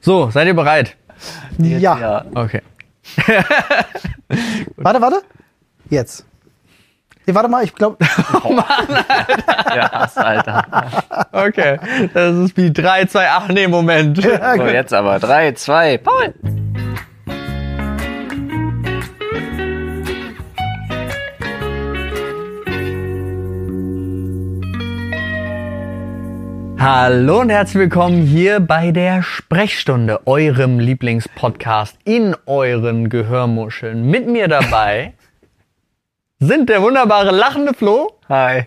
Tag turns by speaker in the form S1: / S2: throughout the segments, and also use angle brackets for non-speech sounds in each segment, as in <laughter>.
S1: So, seid ihr bereit?
S2: Ja.
S1: Okay.
S2: Warte, warte. Jetzt. Nee, warte mal, ich glaube.
S3: Ja, Hass, Alter.
S1: Okay. Das ist wie 3, 2, 8, nee, <laughs> Moment.
S3: <laughs>
S2: <laughs>
S3: So, jetzt aber. Drei, zwei, Paul.
S1: Hallo und herzlich willkommen hier bei der Sprechstunde, eurem Lieblingspodcast in euren Gehörmuscheln. Mit mir <laughs> dabei sind der wunderbare lachende Flo
S3: Hi.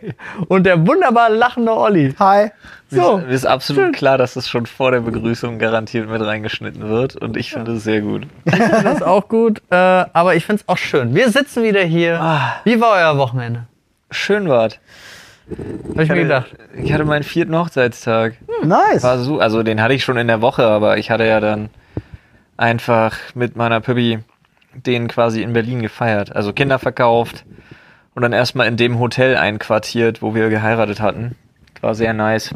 S1: und der wunderbare lachende Olli.
S2: Hi.
S1: So.
S3: Mir ist absolut klar, dass es schon vor der Begrüßung garantiert mit reingeschnitten wird und ich finde es sehr gut.
S1: <laughs> Das ist auch gut, äh, aber ich find's auch schön. Wir sitzen wieder hier.
S3: Ah.
S1: Wie war euer Wochenende?
S3: Schön war's.
S1: Hab ich mir gedacht.
S3: Ich hatte meinen vierten Hochzeitstag.
S2: Nice.
S3: War so, also den hatte ich schon in der Woche, aber ich hatte ja dann einfach mit meiner Püppi den quasi in Berlin gefeiert. Also Kinder verkauft und dann erstmal in dem Hotel einquartiert, wo wir geheiratet hatten. War sehr nice.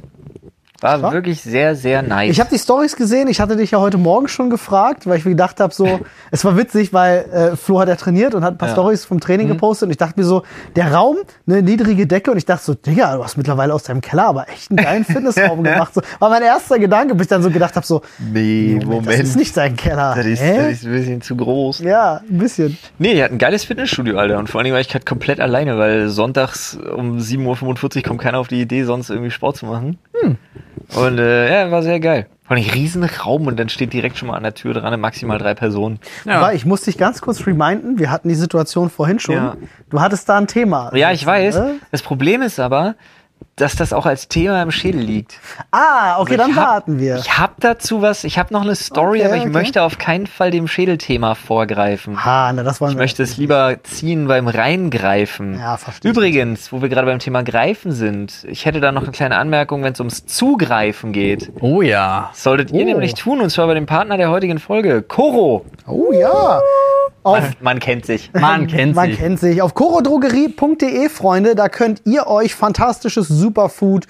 S3: War
S2: Stark.
S3: wirklich sehr, sehr nice.
S2: Ich habe die Stories gesehen. Ich hatte dich ja heute Morgen schon gefragt, weil ich mir gedacht habe,
S3: <laughs>
S2: so, es war witzig, weil äh, Flo hat ja trainiert und hat ein paar Stories vom Training
S3: Mhm.
S2: gepostet. Und ich dachte mir so, der Raum, eine niedrige Decke. Und ich dachte so, Digga, du hast mittlerweile aus deinem Keller aber echt einen
S3: <laughs>
S2: geilen Fitnessraum gemacht. So, war mein erster Gedanke, bis ich dann so gedacht habe, so,
S3: nee,
S2: das ist nicht sein Keller.
S3: Das ist, das
S2: Hä?
S3: ist ein bisschen zu groß.
S2: Ja, ein bisschen.
S3: Nee, die hat ein geiles Fitnessstudio, Alter. Und vor allen Dingen war ich halt komplett alleine, weil sonntags um 7.45 Uhr kommt keiner auf die Idee, sonst irgendwie Sport zu machen.
S2: Hm.
S3: Und äh, ja, war sehr geil. Vor allem riesen Raum und dann steht direkt schon mal an der Tür dran, maximal drei Personen.
S1: Ja.
S2: Weil ich muss dich ganz kurz reminden, wir hatten die Situation vorhin schon.
S3: Ja.
S2: Du hattest da ein Thema.
S3: Ja, ich weiß.
S2: Ne?
S3: Das Problem ist aber, dass das auch als Thema im Schädel liegt.
S2: Ah, okay, dann
S3: Also ich hab-
S2: warten wir.
S3: Ich hab dazu was, ich hab noch eine Story,
S2: Okay,
S3: aber ich
S2: okay.
S3: möchte auf keinen Fall dem Schädelthema vorgreifen.
S2: Ah, na, das wollen
S3: Ich
S2: wir.
S3: möchte es lieber ziehen beim Reingreifen.
S2: Ja, verstehe ich.
S3: Übrigens, wo wir gerade beim Thema Greifen sind, ich hätte da noch eine kleine Anmerkung, wenn es ums Zugreifen geht.
S1: Oh ja.
S3: Das solltet ihr
S2: Oh.
S3: nämlich tun, und zwar bei dem Partner der heutigen Folge, Koro.
S2: Oh ja. Auf
S3: Man kennt sich.
S1: <laughs> Man kennt
S2: Man
S1: sich.
S2: kennt sich. Auf chorodrogerie.de, E, Freunde, da könnt ihr euch fantastisches Superfood,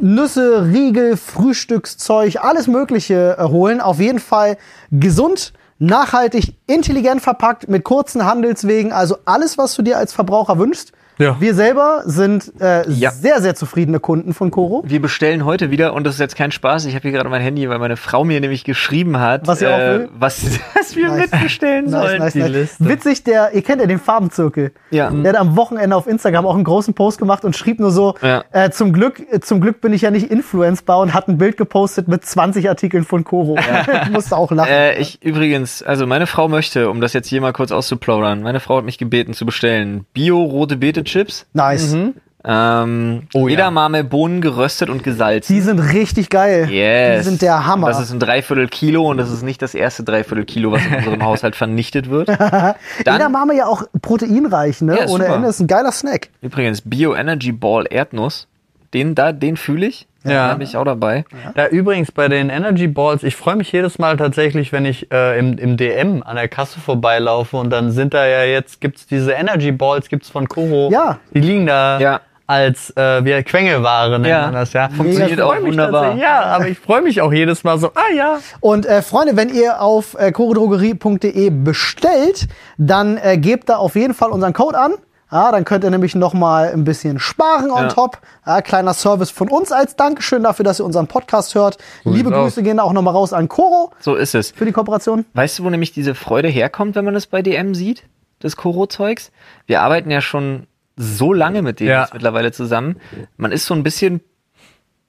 S2: Nüsse, Riegel, Frühstückszeug, alles Mögliche äh, holen. Auf jeden Fall gesund, nachhaltig, intelligent verpackt, mit kurzen Handelswegen. Also alles, was du dir als Verbraucher wünschst.
S1: Ja.
S2: Wir selber sind äh,
S3: Ja.
S2: sehr, sehr zufriedene Kunden von Coro.
S3: Wir bestellen heute wieder, und das ist jetzt kein Spaß, ich habe hier gerade mein Handy, weil meine Frau mir nämlich geschrieben hat, äh,
S2: Was ihr auch will? <laughs>
S3: was dass wir
S2: Nice.
S3: mitbestellen sollen.
S1: die Liste.
S2: Witzig, der, ihr kennt ja den Farbenzirkel.
S3: Ja.
S2: Der hat am Wochenende auf Instagram auch einen großen Post gemacht und schrieb nur so,
S3: Ja.
S2: äh, zum Glück, äh, zum Glück bin ich ja nicht influencebar und hat ein Bild gepostet mit 20 Artikeln von Koro. Ich <laughs> musste auch lachen.
S3: Äh, ich übrigens, also meine Frau möchte, um das jetzt hier mal kurz auszuplaudern, meine Frau hat mich gebeten zu bestellen Bio-rote Beete-Chips,
S2: nice.
S3: mhm. ähm,
S1: Oh ja.
S3: Edamame, Bohnen geröstet und gesalzt.
S2: Die sind richtig geil.
S3: Yes.
S2: Die sind der Hammer.
S3: Und das ist ein Dreiviertel Kilo und das ist nicht das erste Dreiviertel Kilo, was in
S2: <laughs>
S3: unserem Haushalt vernichtet wird.
S2: Jeder
S3: Dann
S2: Mame ja auch proteinreich, ne?
S3: Ja, ist
S2: Ohne
S3: super.
S2: Ende. Ist ein geiler Snack.
S3: übrigens Bio Energy Ball Erdnuss. Den da, den fühle ich.
S1: Ja.
S3: Da bin ich auch dabei.
S1: Da übrigens bei den Energy Balls, ich freue mich jedes Mal tatsächlich, wenn ich äh, im, im DM an der Kasse vorbeilaufe und dann sind da ja jetzt, gibt's diese Energy Balls, gibt's von Koro.
S2: Ja.
S1: Die liegen da
S3: Ja.
S1: als äh, wir Quengelware nennen
S3: Ja.
S1: wir das, ja.
S3: Funktioniert
S1: Ich freu
S3: auch
S1: mich
S3: wunderbar.
S1: tatsächlich, Ja, aber ich freue mich auch jedes Mal so, ah ja.
S2: Und äh, Freunde, wenn ihr auf äh, choredrogerie.de bestellt, dann äh, gebt da auf jeden Fall unseren Code an. Ja, dann könnt ihr nämlich noch mal ein bisschen sparen on
S3: Ja.
S2: top. Ja, kleiner Service von uns als Dankeschön dafür, dass ihr unseren Podcast hört. Liebe
S1: sieht's aus.
S2: Grüße gehen da auch noch mal raus an Coro
S3: So ist es.
S2: für die Kooperation.
S3: Weißt du, wo nämlich diese Freude herkommt, wenn man das bei DM sieht? Das Koro-Zeugs? Wir arbeiten ja schon so lange mit denen
S1: Ja.
S3: jetzt mittlerweile zusammen. Man ist so ein bisschen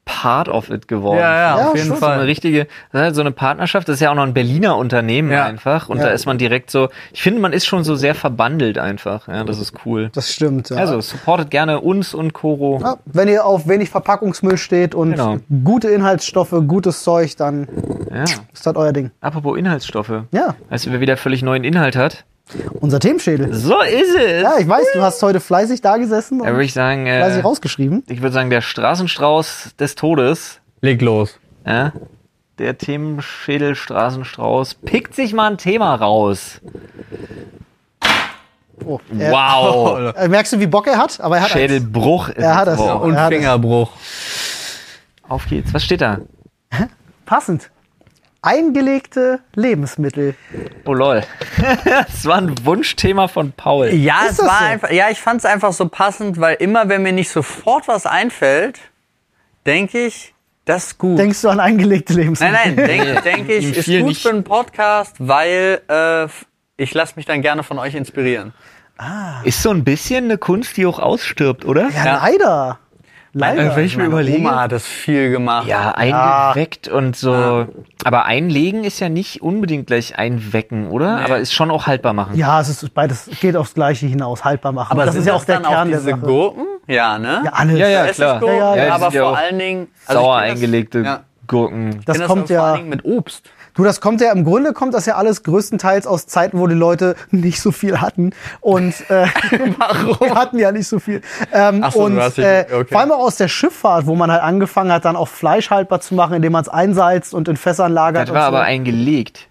S3: part of it geworden.
S1: Ja, ja,
S2: Ja,
S1: auf jeden
S2: schon.
S3: So eine
S1: Fall.
S3: richtige, das ist halt so eine Partnerschaft, das ist ja auch noch ein Berliner Unternehmen
S1: Ja.
S3: einfach. Und
S2: Ja.
S3: da ist man direkt so, ich finde, man ist schon so sehr verbandelt einfach. Ja, das ist cool.
S2: Das stimmt. Ja.
S3: Also, supportet gerne uns und Koro.
S2: ja, wenn ihr auf wenig Verpackungsmüll steht und
S3: Genau.
S2: gute Inhaltsstoffe, gutes Zeug, dann
S3: Ja.
S2: ist das euer Ding.
S3: Apropos Inhaltsstoffe.
S2: Ja,
S3: Als wir wieder völlig neuen Inhalt hat.
S2: unser Themenschädel.
S3: So ist es.
S2: Ja, ich weiß, du hast heute fleißig da gesessen
S3: da würde
S2: und
S3: ich sagen, äh,
S2: fleißig rausgeschrieben.
S3: ich würde sagen, der Straßenstrauß des Todes,
S1: Leg los.
S3: ja, der Themenschädel Straßenstrauß, pickt sich mal ein Thema raus.
S2: Oh, äh, <laughs>
S3: Wow.
S2: Äh, Merkst du, wie Bock er hat? Aber er hat eins.
S3: Schädelbruch ist
S2: Er hat
S3: das
S2: das
S3: Wort.
S2: noch.
S1: Und
S2: Ja, das-
S1: Fingerbruch.
S3: Auf geht's. Was steht da?
S2: Passend. Eingelegte Lebensmittel.
S3: Oh lol. <laughs> das war ein Wunschthema von Paul.
S1: Ja,
S2: Ist
S1: es
S2: das
S1: war
S2: so?
S1: einfach, ja, ich fand es einfach so passend, weil immer, wenn mir nicht sofort was einfällt, denke ich, das ist gut.
S2: Denkst du an eingelegte Lebensmittel?
S1: nein, nein, <laughs> denke denk
S3: ihm
S1: ich, ist
S3: fiel
S1: gut
S3: nicht-
S1: für einen Podcast, weil äh, ich lasse mich dann gerne von euch inspirieren.
S3: Ist so ein bisschen eine Kunst, die auch ausstirbt, oder?
S2: Ja,
S1: Ja.
S2: leider.
S3: Äh,
S2: Leider.
S3: wenn ich mir
S1: Meine
S3: überlege.
S1: Oma hat das viel gemacht.
S3: Ja, eingeweckt und so. Aber einlegen ist ja nicht unbedingt gleich einwecken, oder? Aber ist schon auch haltbar machen.
S2: Ja, es ist beides, geht aufs Gleiche hinaus, haltbar machen.
S1: Aber
S2: das
S1: sind
S2: ist ja auch
S1: das
S2: der
S1: dann auch
S2: Kern der
S1: diese
S2: Sache.
S1: Gurken? Ja, ne?
S2: ja, alles.
S3: Ja, ja. klar.
S1: Essensgurken,
S2: Ja, ja,
S1: ja,
S2: ja,
S1: aber
S3: die sind ja
S1: vor
S3: auch
S1: allen Dingen
S3: Sauer
S1: also ich kenn das-
S3: eingelegte
S1: Ja.
S3: Gurken.
S1: Ich
S2: Das
S1: kenn aber
S2: kommt
S1: Vor allen
S2: ja,
S1: Dingen mit Obst.
S2: du, das kommt ja im Grunde kommt das ja alles größtenteils aus Zeiten, wo die Leute nicht so viel hatten und äh,
S1: <laughs> Warum?
S2: Wir <laughs> hatten ja nicht so viel. Ähm,
S1: Ach so, du
S2: und
S1: hast dich-
S2: äh,
S1: okay.
S2: vor allem auch aus der Schifffahrt, wo man halt angefangen hat, dann auch Fleisch haltbar zu machen, indem man es einsalzt und in Fässern lagert
S3: das
S2: und
S3: war
S2: so.
S3: aber eingelegt.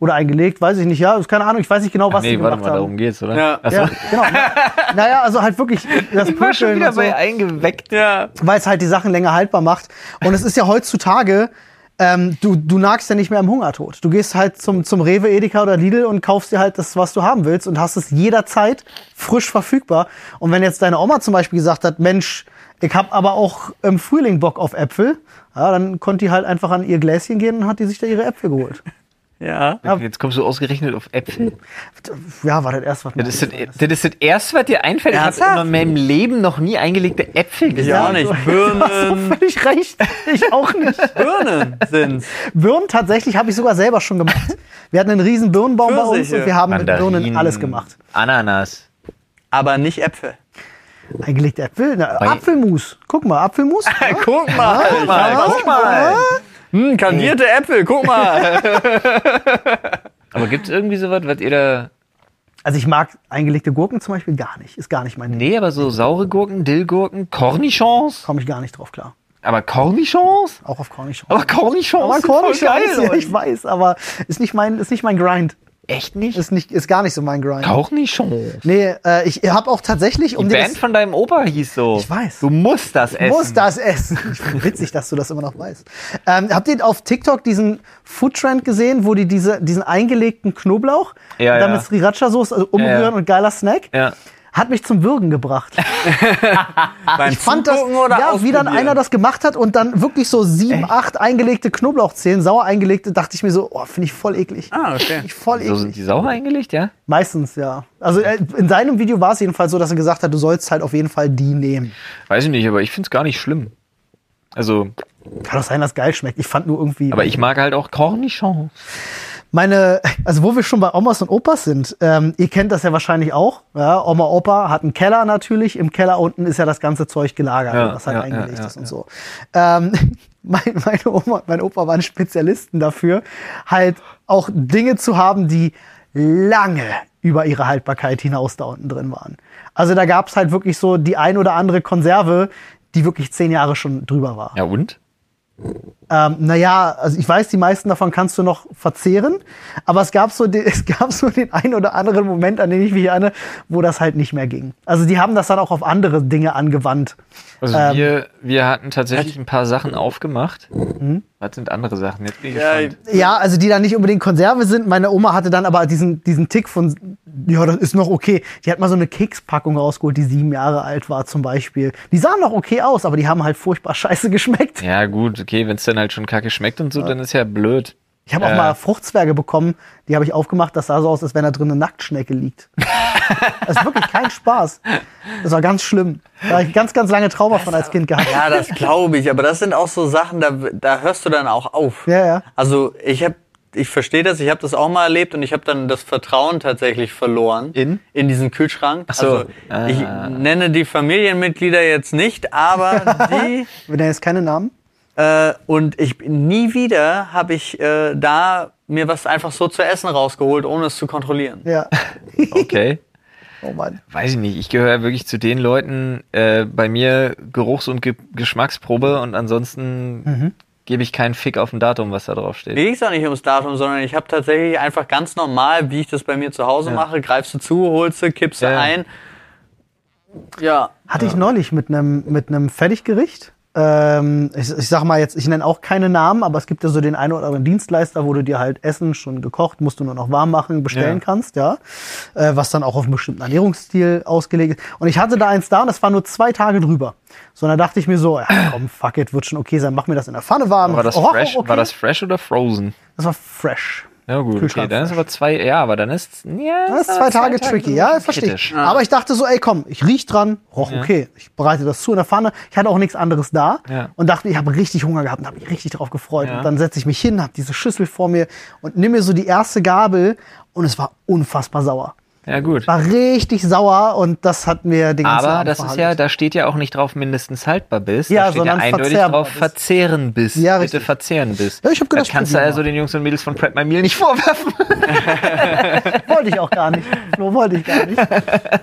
S2: oder eingelegt, weiß ich nicht. Ja, ist keine Ahnung, ich weiß nicht genau, was die
S3: nee,
S2: gemacht
S3: warte mal, darum
S2: haben.
S3: geht's, oder?
S1: Ja.
S3: Ach so.
S2: Ja, genau. Na- naja, also halt wirklich das
S3: Ich war schon
S2: Pökeln
S3: wieder
S2: und so,
S3: bei eingeweckt.
S1: Ja.
S2: weil es halt die Sachen länger haltbar macht. Und es ist ja heutzutage, ähm, du, du nagst ja nicht mehr im Hungertod. Du gehst halt zum, zum Rewe, Edeka oder Lidl und kaufst dir halt das, was du haben willst und hast es jederzeit frisch verfügbar. Und wenn jetzt deine Oma zum Beispiel gesagt hat, Mensch, ich hab aber auch im Frühling Bock auf Äpfel, ja, dann konnte die halt einfach an ihr Gläschen gehen und hat die sich da ihre Äpfel geholt.
S1: Ja.
S3: Jetzt kommst du ausgerechnet auf Äpfel.
S2: Ja, war das erst was. mir
S3: Das eh ist das, das, ist das erste, was dir einfällt. Ich
S1: Ernsthaft?
S3: habe in meinem Leben noch nie eingelegte Äpfel gesehen.
S1: Ja, auch nicht. Birnen.
S2: Du hast
S3: Ähm,
S2: so völlig recht. Ich auch nicht.
S1: Birnen sind's.
S2: Birnen tatsächlich habe ich sogar selber schon gemacht. Wir hatten einen riesen Birnenbaum bei uns
S1: Pfirsiche.
S2: und wir haben mit Birnen alles gemacht.
S3: Ananas.
S1: Aber nicht Äpfel.
S2: Eingelegte Äpfel, na, Apfelmus. Guck mal, Apfelmus.
S1: Guck mal. Guck
S3: mal, guck mal.
S1: Hm, kandierte Äpfel, guck mal.
S3: Aber gibt's irgendwie sowas, was ihr da.
S2: Also ich mag eingelegte Gurken zum Beispiel gar nicht. Ist gar nicht mein Ding.
S3: Nee, aber so saure Gurken, Dillgurken, Cornichons?
S2: Komme ich gar nicht drauf klar.
S3: Aber Cornichons?
S2: Auch auf Cornichons.
S3: Aber Cornichons?
S2: Aber
S3: sind voll
S2: Cornichons,
S3: geil,
S2: ja,
S3: Leute.
S2: ich weiß, aber ist nicht mein, ist nicht mein Grind.
S3: Echt nicht?
S2: Ist nicht, ist gar nicht so mein Grind.
S3: Cornichons.
S2: Nee, äh, ich habe auch tatsächlich, um
S3: Die
S2: dir
S3: Band
S2: das,
S3: von deinem Opa hieß so.
S2: Ich weiß.
S3: Du musst das essen.
S2: muss das
S3: <laughs>
S2: essen. Ich find witzig, dass du das immer noch weißt. Ähm, habt ihr auf TikTok diesen Foodtrend gesehen, wo die diese, diesen eingelegten Knoblauch
S3: Ja,
S2: und dann
S3: ja.
S2: mit Sriracha-Soße also umrühren
S3: Ja, ja.
S2: und geiler Snack?
S3: Ja.
S2: Hat mich zum Würgen gebracht.
S3: <laughs>
S1: Beim
S2: <laughs> Ich fand das,
S1: Zugucken oder
S2: ja, wie dann
S1: ausprobieren?
S2: einer das gemacht hat und dann wirklich so sieben, acht eingelegte Knoblauchzehen, sauer eingelegte, dachte ich mir so, oh, finde ich voll eklig.
S1: Ah, okay.
S2: Find ich voll
S3: So
S2: eklig.
S3: sind die sauer eingelegt, ja?
S2: Meistens, ja. Also äh, in seinem Video war es jedenfalls so, dass er gesagt hat, du sollst halt auf jeden Fall die nehmen.
S3: Weiß ich nicht, aber ich find's gar nicht schlimm. Also,
S2: Kann doch sein, dass geil schmeckt. Ich fand nur irgendwie.
S3: aber ich mag halt auch Cornichons.
S2: Meine, also wo wir schon bei Omas und Opas sind, ähm, ihr kennt das ja wahrscheinlich auch. Ja? Oma, Opa hat einen Keller natürlich. Im Keller unten ist ja das ganze Zeug gelagert,
S3: Ja,
S2: was halt
S3: ja,
S2: eingelegt
S3: ja, ja,
S2: ist und so. Ähm, <laughs> mein, meine Oma und mein Opa waren Spezialisten dafür, halt auch Dinge zu haben, die lange über ihre Haltbarkeit hinaus da unten drin waren. Also da gab's halt wirklich so die ein oder andere Konserve, die wirklich zehn Jahre schon drüber war.
S3: Ja und?
S2: Ähm, naja, also ich weiß, die meisten davon kannst du noch verzehren, aber es gab so den, <laughs> es gab so den einen oder anderen Moment, an den ich mich erinnere, wo das halt nicht mehr ging. Also die haben das dann auch auf andere Dinge angewandt.
S3: Also
S2: Ähm.
S3: wir, wir hatten tatsächlich ein paar Sachen aufgemacht.
S2: Hm?
S3: Was sind andere Sachen? Jetzt bin ich
S1: Ja,
S3: gespannt.
S2: Ja, also die dann nicht unbedingt Konserve sind. Meine Oma hatte dann aber diesen, diesen Tick von, ja, das ist noch okay. Die hat mal so eine Kekspackung rausgeholt, die sieben Jahre alt war zum Beispiel. Die sahen noch okay aus, aber die haben halt furchtbar scheiße geschmeckt.
S3: Ja gut, okay, wenn's dann halt schon kacke schmeckt und so, dann ist ja blöd.
S2: Ich habe auch
S3: Äh.
S2: mal Fruchtzwerge bekommen, die habe ich aufgemacht, das sah so aus, als wenn da drin eine Nacktschnecke liegt. das ist wirklich kein Spaß. Das war ganz schlimm. Da habe ich ganz, ganz lange Trauma von als Kind gehabt.
S1: Ja, das glaube ich, aber das sind auch so Sachen, da, da hörst du dann auch auf.
S2: Ja, ja.
S1: Also ich habe, ich verstehe das, ich habe das auch mal erlebt und ich habe dann das Vertrauen tatsächlich verloren
S3: In?
S1: in diesen Kühlschrank. Ach
S3: so.
S1: Also ich nenne die Familienmitglieder jetzt nicht, aber die
S2: Wir nennen jetzt keine Namen.
S1: äh, und ich nie wieder habe ich äh, da mir was einfach so zu essen rausgeholt, ohne es zu kontrollieren.
S2: Ja. <laughs>
S3: Okay.
S2: Oh Mann.
S3: Weiß ich nicht, ich gehöre wirklich zu den Leuten, äh, bei mir Geruchs- und Ge Geschmacksprobe und ansonsten
S2: Mhm.
S3: gebe ich keinen Fick auf ein Datum, was da drauf steht.
S1: Mir ging es auch nicht ums Datum, sondern ich habe tatsächlich einfach ganz normal, wie ich das bei mir zu Hause mache, greifst du zu, holst du, kippst du
S3: Ja.
S1: ein. Ja,
S2: Hatte ich neulich mit einem mit einem Fertiggericht. ähm, ich, ich sag mal jetzt, ich nenne auch keine Namen, aber es gibt ja so den einen oder anderen Dienstleister, wo du dir halt Essen schon gekocht, musst du nur noch warm machen, bestellen
S3: Ja.
S2: kannst, ja. Äh, was dann auch auf einen bestimmten Ernährungsstil ausgelegt ist. Und ich hatte da eins da und das war nur zwei Tage drüber. So, und da dachte ich mir so, ja, komm, fuck it, wird schon okay sein, mach mir das in der Pfanne warm.
S3: War das,
S2: Auch
S3: fresh,
S2: Oh, okay.
S3: war das fresh oder frozen?
S2: Das war fresh.
S3: Ja gut, okay,
S2: Kühlschrank
S3: dann ist
S2: fresh.
S3: aber zwei, ja, aber dann ist ja, ah,
S2: Das ist zwei Tage tricky, ja, verstehe
S3: kritisch.
S2: ich. Aber ich dachte so, ey, komm, ich riech dran, roch okay, ich bereite das zu in der Pfanne. Ich hatte auch nichts anderes da
S3: Ja.
S2: und dachte, ich habe richtig Hunger gehabt und habe mich richtig drauf gefreut.
S3: Ja.
S2: Und dann setze ich mich hin, habe diese Schüssel vor mir und nimm mir so die erste Gabel und es war unfassbar sauer.
S3: Ja gut.
S2: War richtig sauer und das hat mir den ganzen
S3: Aber
S2: Abend
S3: das ist ja,
S2: verhagelt.
S3: da steht ja auch nicht drauf mindestens haltbar bist,
S2: Ja,
S3: da steht ja
S2: sondern
S3: eindeutig
S2: verzehrbar
S3: drauf
S2: bist.
S3: verzehren bist.
S2: Ja,
S3: Bitte
S2: richtig.
S3: verzehren bist.
S2: Ja, ich hab gedacht,
S3: da kannst du
S2: probier
S3: also
S2: mal.
S3: den Jungs und Mädels von Prep My Meal nicht <laughs> vorwerfen.
S2: wollte ich auch gar nicht. Nur wollte ich gar nicht.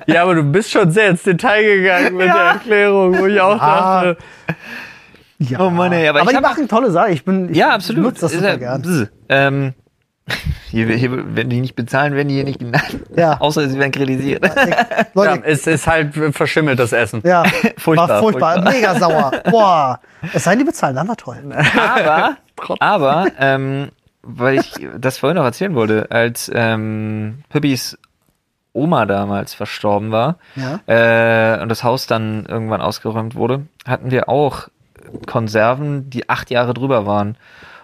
S1: Ja, aber du bist schon sehr ins Detail gegangen mit der Erklärung, wo ich auch
S2: Ah.
S1: dachte.
S2: Ja.
S3: <laughs> Oh Mann, ey, aber ich
S2: die
S3: hab-
S2: machen tolle Sachen. Ich bin ich
S3: Ja, absolut.
S2: nutze das
S3: Ist
S2: super
S3: ja-
S2: gern.
S3: Bzz. Ähm, <laughs> hier, hier, wenn die nicht bezahlen, werden die hier nicht genannt.
S2: Ja.
S3: <laughs> Außer sie werden kritisiert.
S1: Ja,
S2: Leute,
S1: es ist halt verschimmelt das Essen.
S2: ja,
S3: <laughs> Furchtbar,
S2: war furchtbar,
S3: furchtbar.
S2: mega sauer.
S3: <laughs>
S2: Boah, es sei denn, die bezahlen, dann war toll.
S3: aber, aber ähm, weil ich das vorhin noch erzählen wollte, als ähm, Püppis Oma damals verstorben war äh, und das Haus dann irgendwann ausgeräumt wurde, hatten wir auch Konserven, die acht Jahre drüber waren.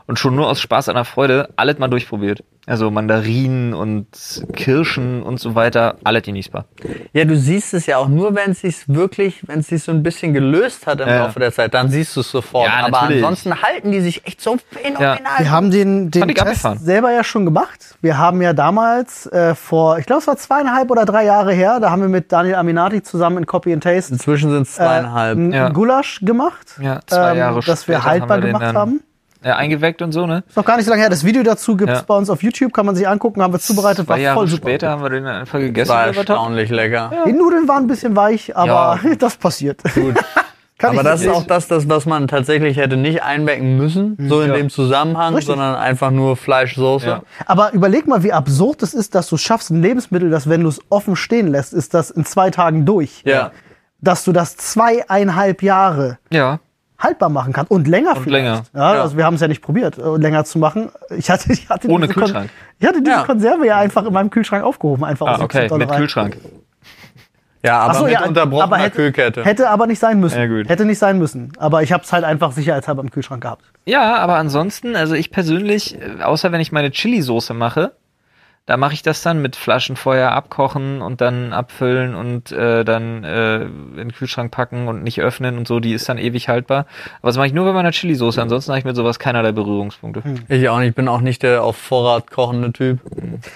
S3: Und schon nur aus Spaß an der Freude alles mal durchprobiert. Also Mandarinen und Kirschen und so weiter, alles genießbar.
S1: Ja, du siehst es ja auch nur, wenn es sich wirklich, wenn es sich so ein bisschen gelöst hat im
S3: Ja.
S1: Laufe der Zeit, dann siehst du es sofort.
S3: Ja,
S1: aber
S3: natürlich.
S1: ansonsten halten die sich echt so phänomenal.
S2: Wir haben den, den
S3: Fand ich
S2: Test
S3: abgefahren.
S2: selber ja schon gemacht. Wir haben ja damals äh, vor, ich glaube, es war zweieinhalb oder drei Jahre her, da haben wir mit Daniel Aminati zusammen in Copy and Taste
S1: Inzwischen sind es
S2: äh,
S1: zweieinhalb.
S2: einen
S3: Ja.
S2: Gulasch gemacht,
S3: Ja, zwei Jahre
S2: Ähm, dass wir
S3: später
S2: haltbar
S3: haben wir den
S2: gemacht
S3: dann-
S2: haben.
S3: Äh, eingeweckt und so, ne?
S2: Ist noch gar nicht so lange her. Das Video dazu gibt's
S3: Ja.
S2: bei uns auf YouTube, kann man sich angucken, haben wir zubereitet,
S3: Zwei
S2: war
S3: Jahre
S2: voll super.
S3: später haben wir den einfach gegessen.
S1: war
S3: der war top.
S1: erstaunlich lecker.
S2: Die Nudeln waren ein bisschen weich, aber
S3: Ja.
S2: <laughs> das passiert.
S1: Gut.
S2: <laughs> Kann
S1: Aber
S2: ich
S1: das ist
S2: nicht-
S1: auch das, das, was man tatsächlich hätte nicht einbecken müssen,
S2: Mhm.
S1: so in dem Zusammenhang, sondern einfach nur Fleischsoße.
S3: Ja.
S2: Aber überleg mal, wie absurd es ist, dass du schaffst, ein Lebensmittel, das, wenn du es offen stehen lässt, ist das in zwei Tagen durch.
S1: Ja.
S2: Dass du das zweieinhalb Jahre
S3: Ja.
S2: haltbar machen kannst und länger
S3: Und länger,
S2: vielleicht. Ja,
S1: ja.
S2: Also wir haben es ja nicht probiert, äh, länger zu machen. Ich hatte, ich hatte
S3: Ohne
S2: diese Kon-
S3: Kühlschrank.
S2: Ich hatte diese
S1: Ja.
S2: Konserve ja einfach in meinem Kühlschrank aufgehoben, einfach aus
S3: Ah,
S2: der
S3: okay,
S2: Zitronne
S3: mit
S2: rein.
S3: Kühlschrank.
S1: Ja, aber
S2: Ach so,
S1: mit
S2: ja,
S1: unterbrochener
S2: aber hätte,
S1: Kühlkette.
S2: Hätte aber nicht sein müssen.
S3: Ja, gut.
S2: Hätte nicht sein müssen. Aber ich habe es halt einfach sicherheitshalber im Kühlschrank gehabt.
S3: Ja, aber ansonsten, also ich persönlich, äh, außer wenn ich meine Chili-Soße mache, da mache ich das dann mit Flaschenfeuer abkochen und dann abfüllen und äh, dann äh, in den Kühlschrank packen und nicht öffnen und so, die ist dann ewig haltbar. Aber das mache ich nur bei meiner Chili-Soße, ansonsten habe ich mit sowas keinerlei Berührungspunkte.
S1: ich auch nicht, ich bin auch nicht der auf Vorrat kochende Typ.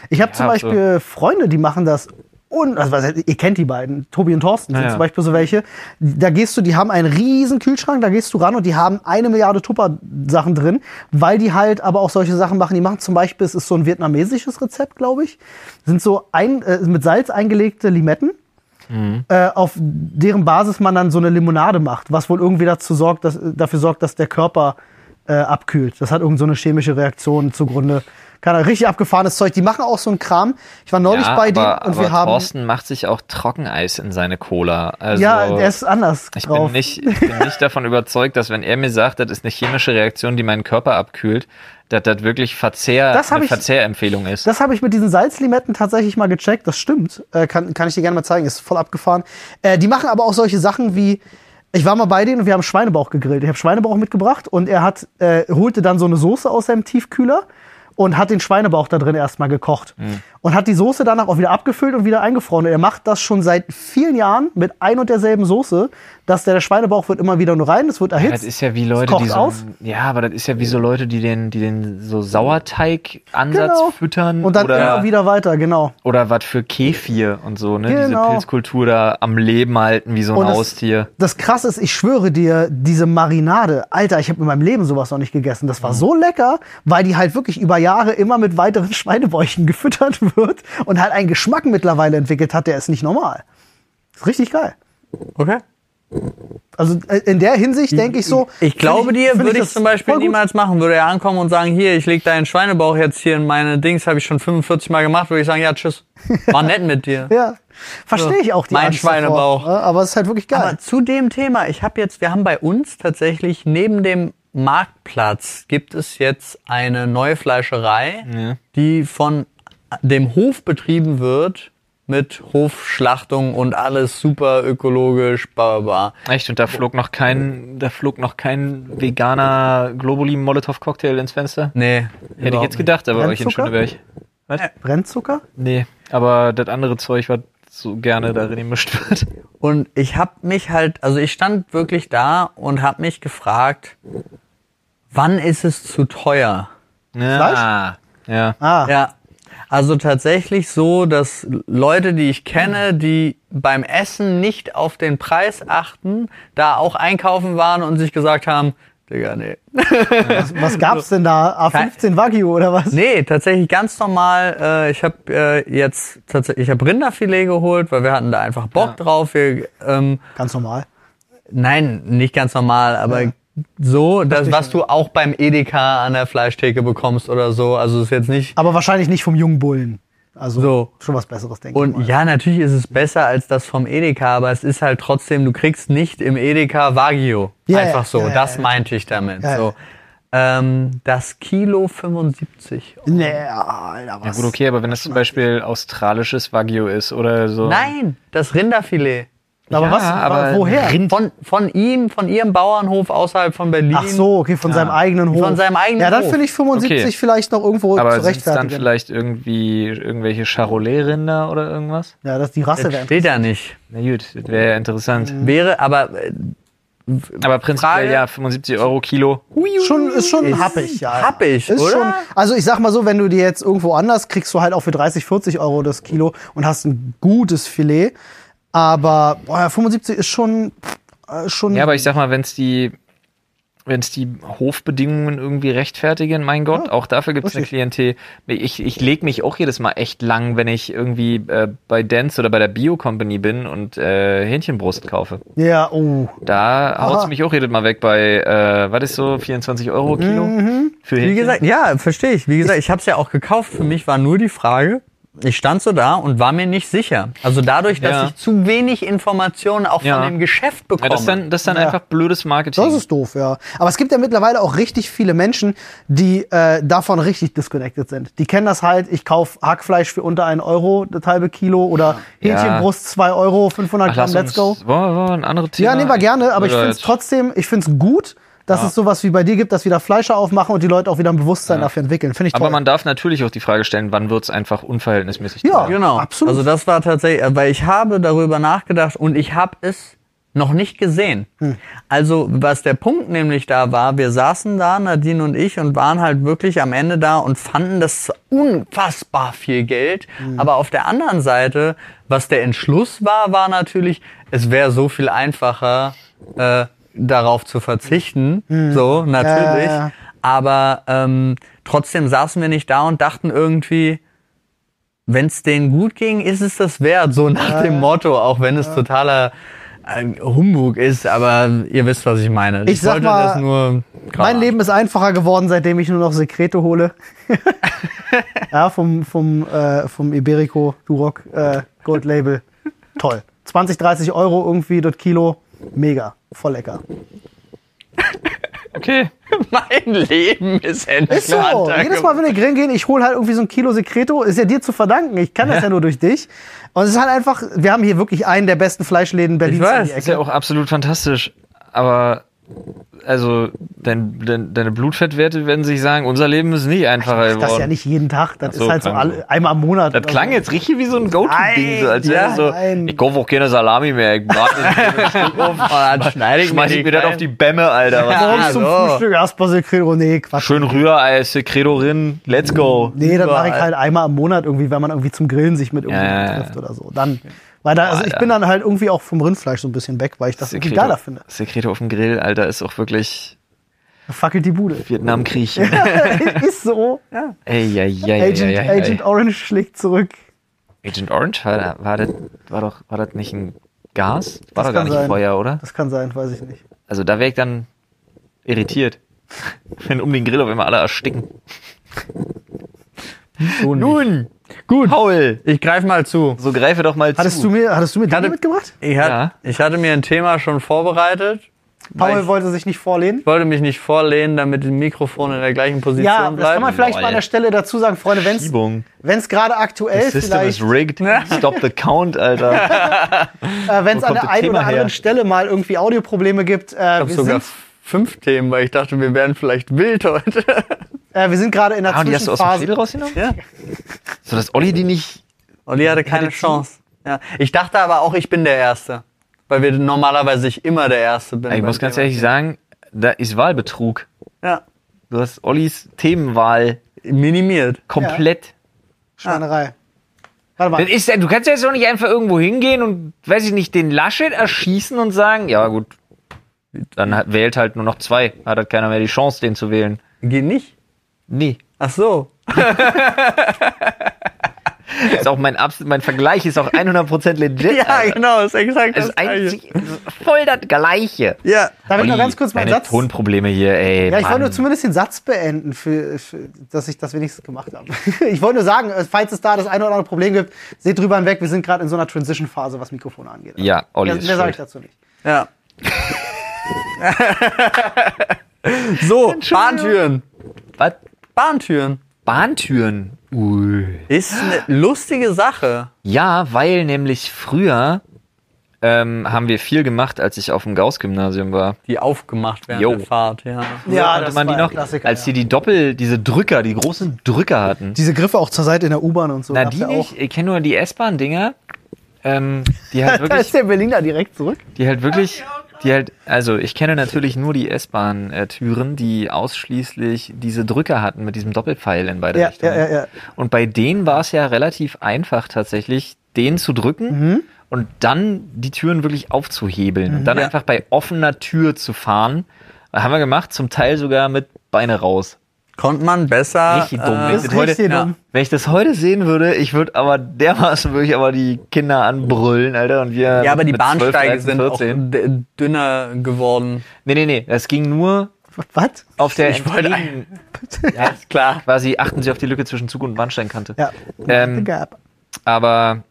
S2: Ich habe zum
S3: Ja,
S2: Beispiel Freunde, die machen das. Und, also, was heißt, ihr kennt die beiden, Tobi und Thorsten sind
S3: Ja, ja.
S2: zum Beispiel so welche. Da gehst du, die haben einen riesen Kühlschrank, da gehst du ran und die haben eine Milliarde Tupper-Sachen drin, weil die halt aber auch solche Sachen machen. Die machen zum Beispiel, es ist so ein vietnamesisches Rezept, glaube ich, sind so ein, äh, mit Salz eingelegte Limetten äh, auf deren Basis man dann so eine Limonade macht, was wohl irgendwie dazu sorgt, dass, dafür sorgt, dass der Körper äh, abkühlt. Das hat irgend so eine chemische Reaktion zugrunde. Keine Ahnung, richtig abgefahrenes Zeug. Die machen auch so einen Kram. Ich war neulich bei denen
S3: aber,
S2: und
S3: aber
S2: wir haben.
S3: Thorsten macht sich auch Trockeneis in seine Cola. Also
S2: ja, der ist anders
S3: Ich
S2: drauf.
S3: bin, nicht, ich bin nicht davon überzeugt, dass wenn er mir sagt, das ist eine chemische Reaktion, die meinen Körper abkühlt, dass das wirklich Verzehr,
S2: Das hab
S3: eine
S2: ich-
S3: Verzehrempfehlung ist.
S2: Das habe ich mit diesen Salzlimetten tatsächlich mal gecheckt. Das stimmt. Äh, kann, kann ich dir gerne mal zeigen. Ist voll abgefahren. Äh, die machen aber auch solche Sachen wie. Ich war mal bei denen und wir haben Schweinebauch gegrillt. Ich habe Schweinebauch mitgebracht und er hat äh, holte dann so eine Soße aus seinem Tiefkühler und hat den Schweinebauch da drin erstmal gekocht
S3: Mhm.
S2: und hat die Soße danach auch wieder abgefüllt und wieder eingefroren. Und er macht das schon seit vielen Jahren mit ein und derselben Soße, dass der, der Schweinebauch wird immer wieder nur rein, es wird erhitzt.
S3: Das ist ja wie Leute,
S2: kocht
S3: die so,
S2: aus.
S3: ja, aber das ist ja wie so Leute, die den, die den so Sauerteig-Ansatz
S2: Genau.
S3: füttern
S2: und dann
S3: oder,
S2: immer wieder weiter, genau.
S3: oder was für Kefir und so, ne? Diese
S2: Genau.
S3: Pilzkultur da am Leben halten wie so ein
S2: Und das-
S3: Haustier.
S2: Das krasse ist, ich schwöre dir, diese Marinade, Alter, ich habe in meinem Leben sowas noch nicht gegessen. Das war
S1: Mhm.
S2: so lecker, weil die halt wirklich über Jahre immer mit weiteren <laughs> Schweinebäuchen gefüttert wird und halt einen Geschmack mittlerweile entwickelt hat, der ist nicht normal. Ist richtig geil.
S1: Okay.
S2: Also äh, in der Hinsicht denke ich so.
S1: Ich glaube
S2: find
S1: dir,
S2: find
S1: würde ich,
S2: das
S1: zum
S2: voll
S1: Beispiel
S2: gut.
S1: niemals machen. Würde er ankommen und sagen, hier, ich leg deinen Schweinebauch jetzt hier in meine Dings, habe ich schon 45 Mal gemacht, würde ich sagen, ja, tschüss. War nett mit dir.
S2: Ja. Verstehe ich auch die
S1: Mein
S2: Angst davor,
S1: Schweinebauch.
S2: ne? aber es ist halt wirklich geil.
S1: Aber zu dem Thema, ich habe jetzt, wir haben bei uns tatsächlich neben dem Marktplatz gibt es jetzt eine neue Fleischerei, die von dem Hof betrieben wird mit Hofschlachtung und alles super ökologisch, bla bla bla.
S3: Echt, und da flog noch kein, da flog noch kein veganer Globulin-Molotov-Cocktail ins Fenster?
S1: Nee.
S3: Hätte ich
S1: überhaupt
S3: jetzt gedacht, aber euch in
S2: Brennzucker?
S3: Schöneberg.
S2: Brennzucker?
S3: Nee, aber das andere Zeug, was so gerne darin gemischt
S2: <laughs>
S3: wird.
S1: Und ich habe mich halt, also ich stand wirklich da und habe mich gefragt, wann ist es zu teuer?
S3: Ja. Ja.
S1: <laughs>
S2: Ah,
S1: Ja. Also tatsächlich so, dass Leute, die ich kenne, die beim Essen nicht auf den Preis achten, da auch einkaufen waren und sich gesagt haben, Digga, nee.
S2: was gab's denn da? A15 Wagyu oder was?
S1: Nee, tatsächlich ganz normal. Äh, ich habe äh, jetzt tatsächlich, ich habe Rinderfilet geholt, weil wir hatten da einfach Bock drauf. Wir, ähm,
S2: Ganz normal.
S1: Nein, nicht ganz normal, aber so, das, was du auch beim Edeka an der Fleischtheke bekommst oder so. Also ist jetzt nicht.
S2: Aber wahrscheinlich nicht vom jungen Bullen. Also
S1: So.
S2: schon was Besseres, denke ich.
S1: Und
S2: mal.
S1: ja, natürlich ist es besser als das vom Edeka, aber es ist halt trotzdem, du kriegst nicht im Edeka Wagyu.
S2: Ja,
S1: Einfach
S2: ja,
S1: so.
S2: ja, ja,
S1: das
S2: ja.
S1: meinte ich damit.
S2: Ja,
S1: so. Ähm, das Kilo 75.
S2: Nee, Alter, was?
S3: Ähm, Gut, okay, aber wenn das zum Beispiel australisches Wagyu ist oder so.
S1: Nein, das Rinderfilet.
S2: Aber
S3: Ja,
S2: was?
S3: aber-
S2: woher?
S1: Von, von ihm, von ihrem Bauernhof außerhalb von Berlin.
S2: Ach so, okay, von seinem eigenen Hof.
S1: Von seinem eigenen
S2: Ja, dann
S1: Hof.
S2: finde ich 75
S3: Okay.
S2: vielleicht noch irgendwo
S3: Aber
S2: zu
S3: sind es dann
S2: rechtfertigen.
S3: vielleicht irgendwie irgendwelche Charolais-Rinder oder irgendwas?
S2: Ja, dass die Rasse
S3: Äh,
S2: wäre.
S1: Steht da nicht.
S3: Na gut, das wäre ja interessant.
S2: Hm.
S1: Wäre, aber äh,
S3: Aber prinzipiell
S1: Frage-
S3: ja, 75 Euro Kilo.
S2: Schon, ist schon
S1: Ist
S2: happig, ja.
S1: happig,
S2: ist
S1: oder?
S2: Schon, also ich sag mal so, wenn du dir jetzt irgendwo anders kriegst du halt auch für 30, 40 Euro das Kilo und hast ein gutes Filet. Aber boah, ja, 75 ist schon, äh, schon.
S3: Ja, aber ich sag mal, wenn es die, wenn's die Hofbedingungen irgendwie rechtfertigen, mein Gott, auch dafür gibt es eine
S2: richtig.
S3: Klientel. Ich, ich lege mich auch jedes Mal echt lang, wenn ich irgendwie äh, bei Dance oder bei der Bio-Company bin und äh, Hähnchenbrust kaufe.
S2: ja oh.
S3: Da haut es mich auch jedes Mal weg bei, äh, was ist
S2: Mhm.
S3: so, 24 Euro Kilo für Hähnchen.
S1: Wie gesagt, ja, verstehe ich. Wie gesagt, ich habe es ja auch gekauft. Für mich war nur die Frage, ich stand so da und war mir nicht sicher. Also dadurch, dass
S3: Ja.
S1: ich zu wenig Informationen auch
S3: Ja.
S1: von dem Geschäft
S3: ja,
S1: bekomme.
S3: das ist dann, das ist dann einfach blödes Marketing.
S2: Das ist doof, ja. Aber es gibt ja mittlerweile auch richtig viele Menschen, die äh, davon richtig disconnected sind. Die kennen das halt, ich kauf Hackfleisch für unter 1 Euro, das halbe Kilo oder
S3: Ja.
S2: Hähnchenbrust 2 Euro, 500
S3: Ach,
S2: Gramm,
S3: lass
S2: let's
S3: uns, genau
S2: go.
S3: Wollen wir, wollen wir ein anderes Thema?
S2: Ja, nehmen wir gerne, aber ich
S3: Oder
S2: finde es
S3: jetzt-
S2: trotzdem, ich finde es gut, dass es sowas wie bei dir gibt, dass wieder Fleischer aufmachen und die Leute auch wieder ein Bewusstsein dafür entwickeln. Finde ich toll.
S3: Aber man darf natürlich auch die Frage stellen, wann wird's einfach unverhältnismäßig
S2: Ja.
S3: teuer?
S1: Genau.
S2: Absolut.
S1: Also das war tatsächlich, äh, weil ich habe darüber nachgedacht und ich habe es noch nicht gesehen.
S2: Hm.
S1: Also was der Punkt nämlich da war, wir saßen da, Nadine und ich, und waren halt wirklich am Ende da und fanden das unfassbar viel Geld.
S2: Hm.
S1: Aber auf der anderen Seite, was der Entschluss war, war natürlich, es wäre so viel einfacher, äh, darauf zu verzichten. So, natürlich.
S2: Hm. ja, ja.
S1: Aber ähm, trotzdem saßen wir nicht da und dachten irgendwie, wenn es denen gut ging, ist es das wert, so nach dem Motto, auch wenn es totaler äh, Humbug ist, aber ihr wisst, was ich meine.
S2: Ich sag
S1: wollte
S2: mal,
S1: das nur gerade
S2: mein Leben ist einfacher geworden, seitdem ich nur noch Sekrete
S3: <laughs>
S2: hole. ja, vom, vom, äh, vom Iberico Duroc äh, Gold Label. Toll. 20, 30 Euro irgendwie das Kilo. Mega. Voll lecker.
S3: Okay.
S1: <laughs> mein Leben ist
S2: Ist so.
S1: entspannter
S2: Jedes Mal, wenn wir grillen gehen, ich hole halt irgendwie so ein Kilo Secreto. Ist ja dir zu verdanken. Ich kann das ja nur durch dich. Und es ist halt einfach, wir haben hier wirklich einen der besten Fleischläden Berlins.
S1: Ich weiß,
S2: um die
S3: Ist
S2: Ecke.
S3: ja auch absolut fantastisch. Aber, also, dein, dein, deine Blutfettwerte werden sich sagen, unser Leben ist nicht einfacher geworden.
S2: Das ist ja nicht jeden Tag. Das
S3: Ach so,
S2: ist halt so
S3: klang
S2: alle,
S3: so.
S2: einmal im Monat.
S3: Das
S2: oder
S3: klang
S2: so.
S3: jetzt richtig wie so ein Go-To-Ding. So, als
S2: Nein,
S3: wäre so,
S2: nein.
S3: ich kaufe auch keine Salami mehr. Ich brate
S2: <laughs>
S3: nicht Stück auf,
S1: dann Oh, schneide ich mir
S3: schmeiß
S1: die
S3: ich mir dann
S1: kleinen-
S3: auf die Bämme, Alter. Was
S1: Ja.
S2: Morgens zum
S1: so.
S2: Frühstück Asper Secreto. Nee, Quatsch.
S3: Schön Rührei, Secreto rin, let's go.
S2: Nee, dann
S1: Überall.
S2: mache ich halt einmal im Monat irgendwie, wenn man irgendwie zum Grillen sich mit
S3: Ja, ja,
S2: irgendjemandem
S3: ja.
S2: trifft oder so. Dann. Weil da, also ich bin dann halt irgendwie auch vom Rindfleisch so ein bisschen weg, weil ich das irgendwie geiler finde.
S3: Secreto auf dem Grill, Alter, ist auch wirklich
S2: Da fackelt die
S3: <laughs>
S2: Bude.
S3: Vietnamkrieg.
S2: <laughs> ist so.
S3: Ey, ja, ja, ja,
S2: Agent,
S3: ja, ja,
S2: Agent Orange schlägt zurück.
S3: Agent Orange war, da- war, das, war, doch, war das nicht ein Gas? War
S2: Das
S3: doch gar
S2: kann
S3: nicht
S2: sein.
S3: Feuer, oder?
S2: Das kann sein, weiß ich nicht.
S3: Also da wäre ich dann irritiert. <laughs> Wenn um den Grill auf einmal alle ersticken.
S1: So nicht.
S3: Nun,
S1: gut.
S3: Paul,
S1: Ich greife mal zu.
S3: so greife doch mal
S2: Hattest
S3: zu.
S2: du mir, hattest du mir Dinge
S1: hatte-
S2: mitgebracht?
S1: Ich, hat,
S3: Ja.
S1: ich hatte mir ein Thema schon vorbereitet.
S2: Paul
S1: ich-
S2: wollte sich nicht vorlehnen.
S1: wollte mich nicht vorlehnen, damit das Mikrofon in der gleichen Position
S2: Ja, das
S1: bleibt.
S2: kann man vielleicht
S3: Lol.
S2: mal an der Stelle dazu sagen, Freunde, wenn
S3: Schiebung.
S2: es gerade aktuell
S3: The system
S2: vielleicht
S3: is rigged. Stop the count, Alter.
S2: äh, wenn es
S3: Wo
S2: an der
S3: kommt das
S2: einen
S3: Thema
S2: oder anderen
S3: her?
S2: Stelle mal irgendwie Audioprobleme gibt. Äh,
S1: ich habe
S2: wir,
S1: sogar
S2: sind,
S1: fünf Themen, weil ich dachte, wir wären vielleicht wild heute.
S2: äh, wir sind gerade in der
S3: Ah, und die hast du aus dem
S2: Zwischenphase.
S3: Schädel rausgenommen?
S1: <laughs> ja.
S3: So, dass Olli die nicht...
S1: Und die hatte keine
S3: Hätte sie-
S1: Chance. Ja. Ich dachte aber auch, ich bin der Erste. Weil wir normalerweise ich immer der Erste bin.
S3: Ich
S1: beim
S3: muss ganz
S1: Thema.
S3: ehrlich sagen, da ist Wahlbetrug.
S1: Ja.
S3: Du hast Ollis Themenwahl
S1: Minimiert.
S3: komplett.
S2: Schweinerei. Ah. Warte
S3: Das
S2: mal.
S3: ist ja, du kannst ja jetzt doch nicht einfach irgendwo hingehen und, weiß ich nicht, den Laschet erschießen und sagen, ja gut, dann hat, wählt halt nur noch zwei. Hat halt keiner mehr die Chance, den zu wählen.
S1: Geht nicht.
S3: Nee.
S1: Ach so.
S3: Ist auch mein, Abs mein Vergleich ist auch 100%
S2: <laughs>
S3: legit.
S1: Ja,
S3: Alter.
S1: genau, ist exakt
S3: Es
S1: das
S3: ist
S1: Gleiche.
S3: einzig, es ist voll das Gleiche.
S1: Ja.
S2: Darf ich noch ganz kurz meinen
S3: meine
S2: Satz?
S3: Tonprobleme hier,
S2: Ja,
S3: ey.
S2: ich wollte
S3: Mann.
S2: nur zumindest den Satz beenden, für, für, dass ich das wenigstens gemacht habe. <laughs> Ich wollte nur sagen, äh, falls es da das eine oder andere Problem gibt, seht drüber hinweg, wir sind gerade in so einer Transition-Phase, was Mikrofone angeht. Also,
S3: Ja, Olli
S2: Mehr,
S3: ist
S2: mehr sage ich
S3: schuld.
S2: dazu nicht.
S3: <laughs>
S1: Ja. so, Bahntüren.
S3: Was?
S1: Bahntüren.
S3: Bahntüren. Ui.
S1: Ist eine lustige Sache.
S3: Ja, weil nämlich früher ähm, haben wir viel gemacht, als ich auf dem Gauss-Gymnasium war.
S1: die aufgemacht während
S3: Jo.
S1: der Fahrt, ja.
S2: Ja,
S3: Konnte
S2: das
S3: man die
S2: war ein
S3: noch,
S2: Klassiker,
S3: als
S2: ja.
S3: die die Doppel, diese Drücker, die großen Drücker hatten.
S2: Diese Griffe auch zur Seite in der U-Bahn und so.
S3: Na,
S2: habt
S3: die
S2: ihr auch.
S3: nicht. Ich kenne nur die S-Bahn-Dinger. Ähm, die
S2: <laughs>
S3: halt
S2: Da
S3: wirklich
S2: ist der Berliner direkt zurück.
S3: Die halt wirklich, die halt, also ich kenne natürlich nur die S-Bahn-Türen, die ausschließlich diese Drücker hatten mit diesem Doppelpfeil in beide
S2: Ja,
S3: Richtungen.
S2: ja, ja, ja.
S3: Und bei denen war es ja relativ einfach tatsächlich, den zu drücken
S2: Mhm.
S3: und dann die Türen wirklich aufzuhebeln und dann
S1: Ja.
S3: einfach bei offener Tür zu fahren. Haben wir gemacht, zum Teil sogar mit Beine raus.
S1: Konnte man besser.
S3: Richtig dumm.
S1: äh,
S3: Ist
S2: Das um- ist
S3: heute-
S2: richtig
S1: ja.
S2: dumm.
S3: Wenn ich das heute sehen würde, ich würde aber dermaßen würde ich aber die Kinder anbrüllen, Alter, und wir
S1: ja, aber die
S3: mit 12,
S1: Bahnsteige
S3: 13,
S1: sind auch
S3: 14.
S1: d- dünner geworden.
S3: Nee, nee, nee, es ging nur
S2: Was?
S3: auf der
S1: Ich wollte
S3: entgegen-
S1: Ja, ist klar.
S3: quasi achten Sie auf die Lücke zwischen Zug und Bahnsteinkante.
S2: Ja.
S3: Ähm,
S2: Gab.
S3: aber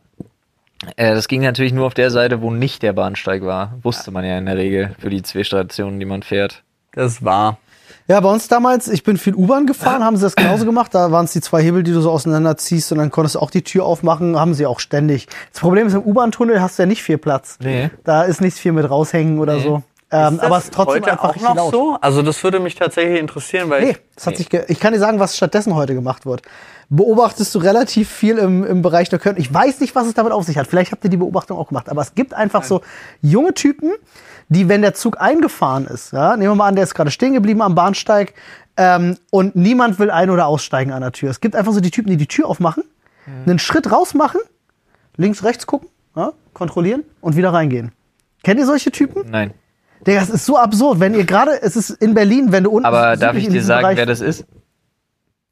S3: äh, das ging natürlich nur auf der Seite, wo nicht der Bahnsteig war. Wusste man ja in der Regel für die zwei Stationen, die man fährt.
S1: Das war.
S2: Ja, bei uns damals, ich bin viel U-Bahn gefahren, haben sie das genauso gemacht. Da waren es die zwei Hebel, die du so auseinanderziehst und dann konntest du auch die Tür aufmachen, haben sie auch ständig. Das Problem ist, im U-Bahn-Tunnel hast du ja nicht viel Platz.
S3: Nee.
S2: Da ist nichts viel mit raushängen oder so. Ähm, aber es ist trotzdem
S1: heute
S2: einfach
S1: auch
S2: richtig
S1: noch
S2: laut.
S1: so? Also das würde mich tatsächlich interessieren, weil
S2: Nee,
S1: ich,
S2: das hat sich ge ich kann dir sagen, was stattdessen heute gemacht wird. Beobachtest du relativ viel im, im Bereich der Köln. Ich weiß nicht, was es damit auf sich hat. Vielleicht habt ihr die Beobachtung auch gemacht. Aber es gibt einfach so junge Typen, die, wenn der Zug eingefahren ist, ja, nehmen wir mal an, der ist gerade stehen geblieben am Bahnsteig ähm, und niemand will ein- oder aussteigen an der Tür. Es gibt einfach so die Typen, die die Tür aufmachen,
S3: Mhm.
S2: einen Schritt raus machen, links, rechts gucken, ja, kontrollieren und wieder reingehen. Kennt ihr solche Typen?
S3: Nein.
S2: Digga, das ist so absurd. Wenn ihr gerade, es ist in Berlin, wenn du unten
S3: Aber
S2: südlich
S3: darf ich
S2: in
S3: dir
S2: diesem
S3: sagen,
S2: Bereich-
S3: wer das ist?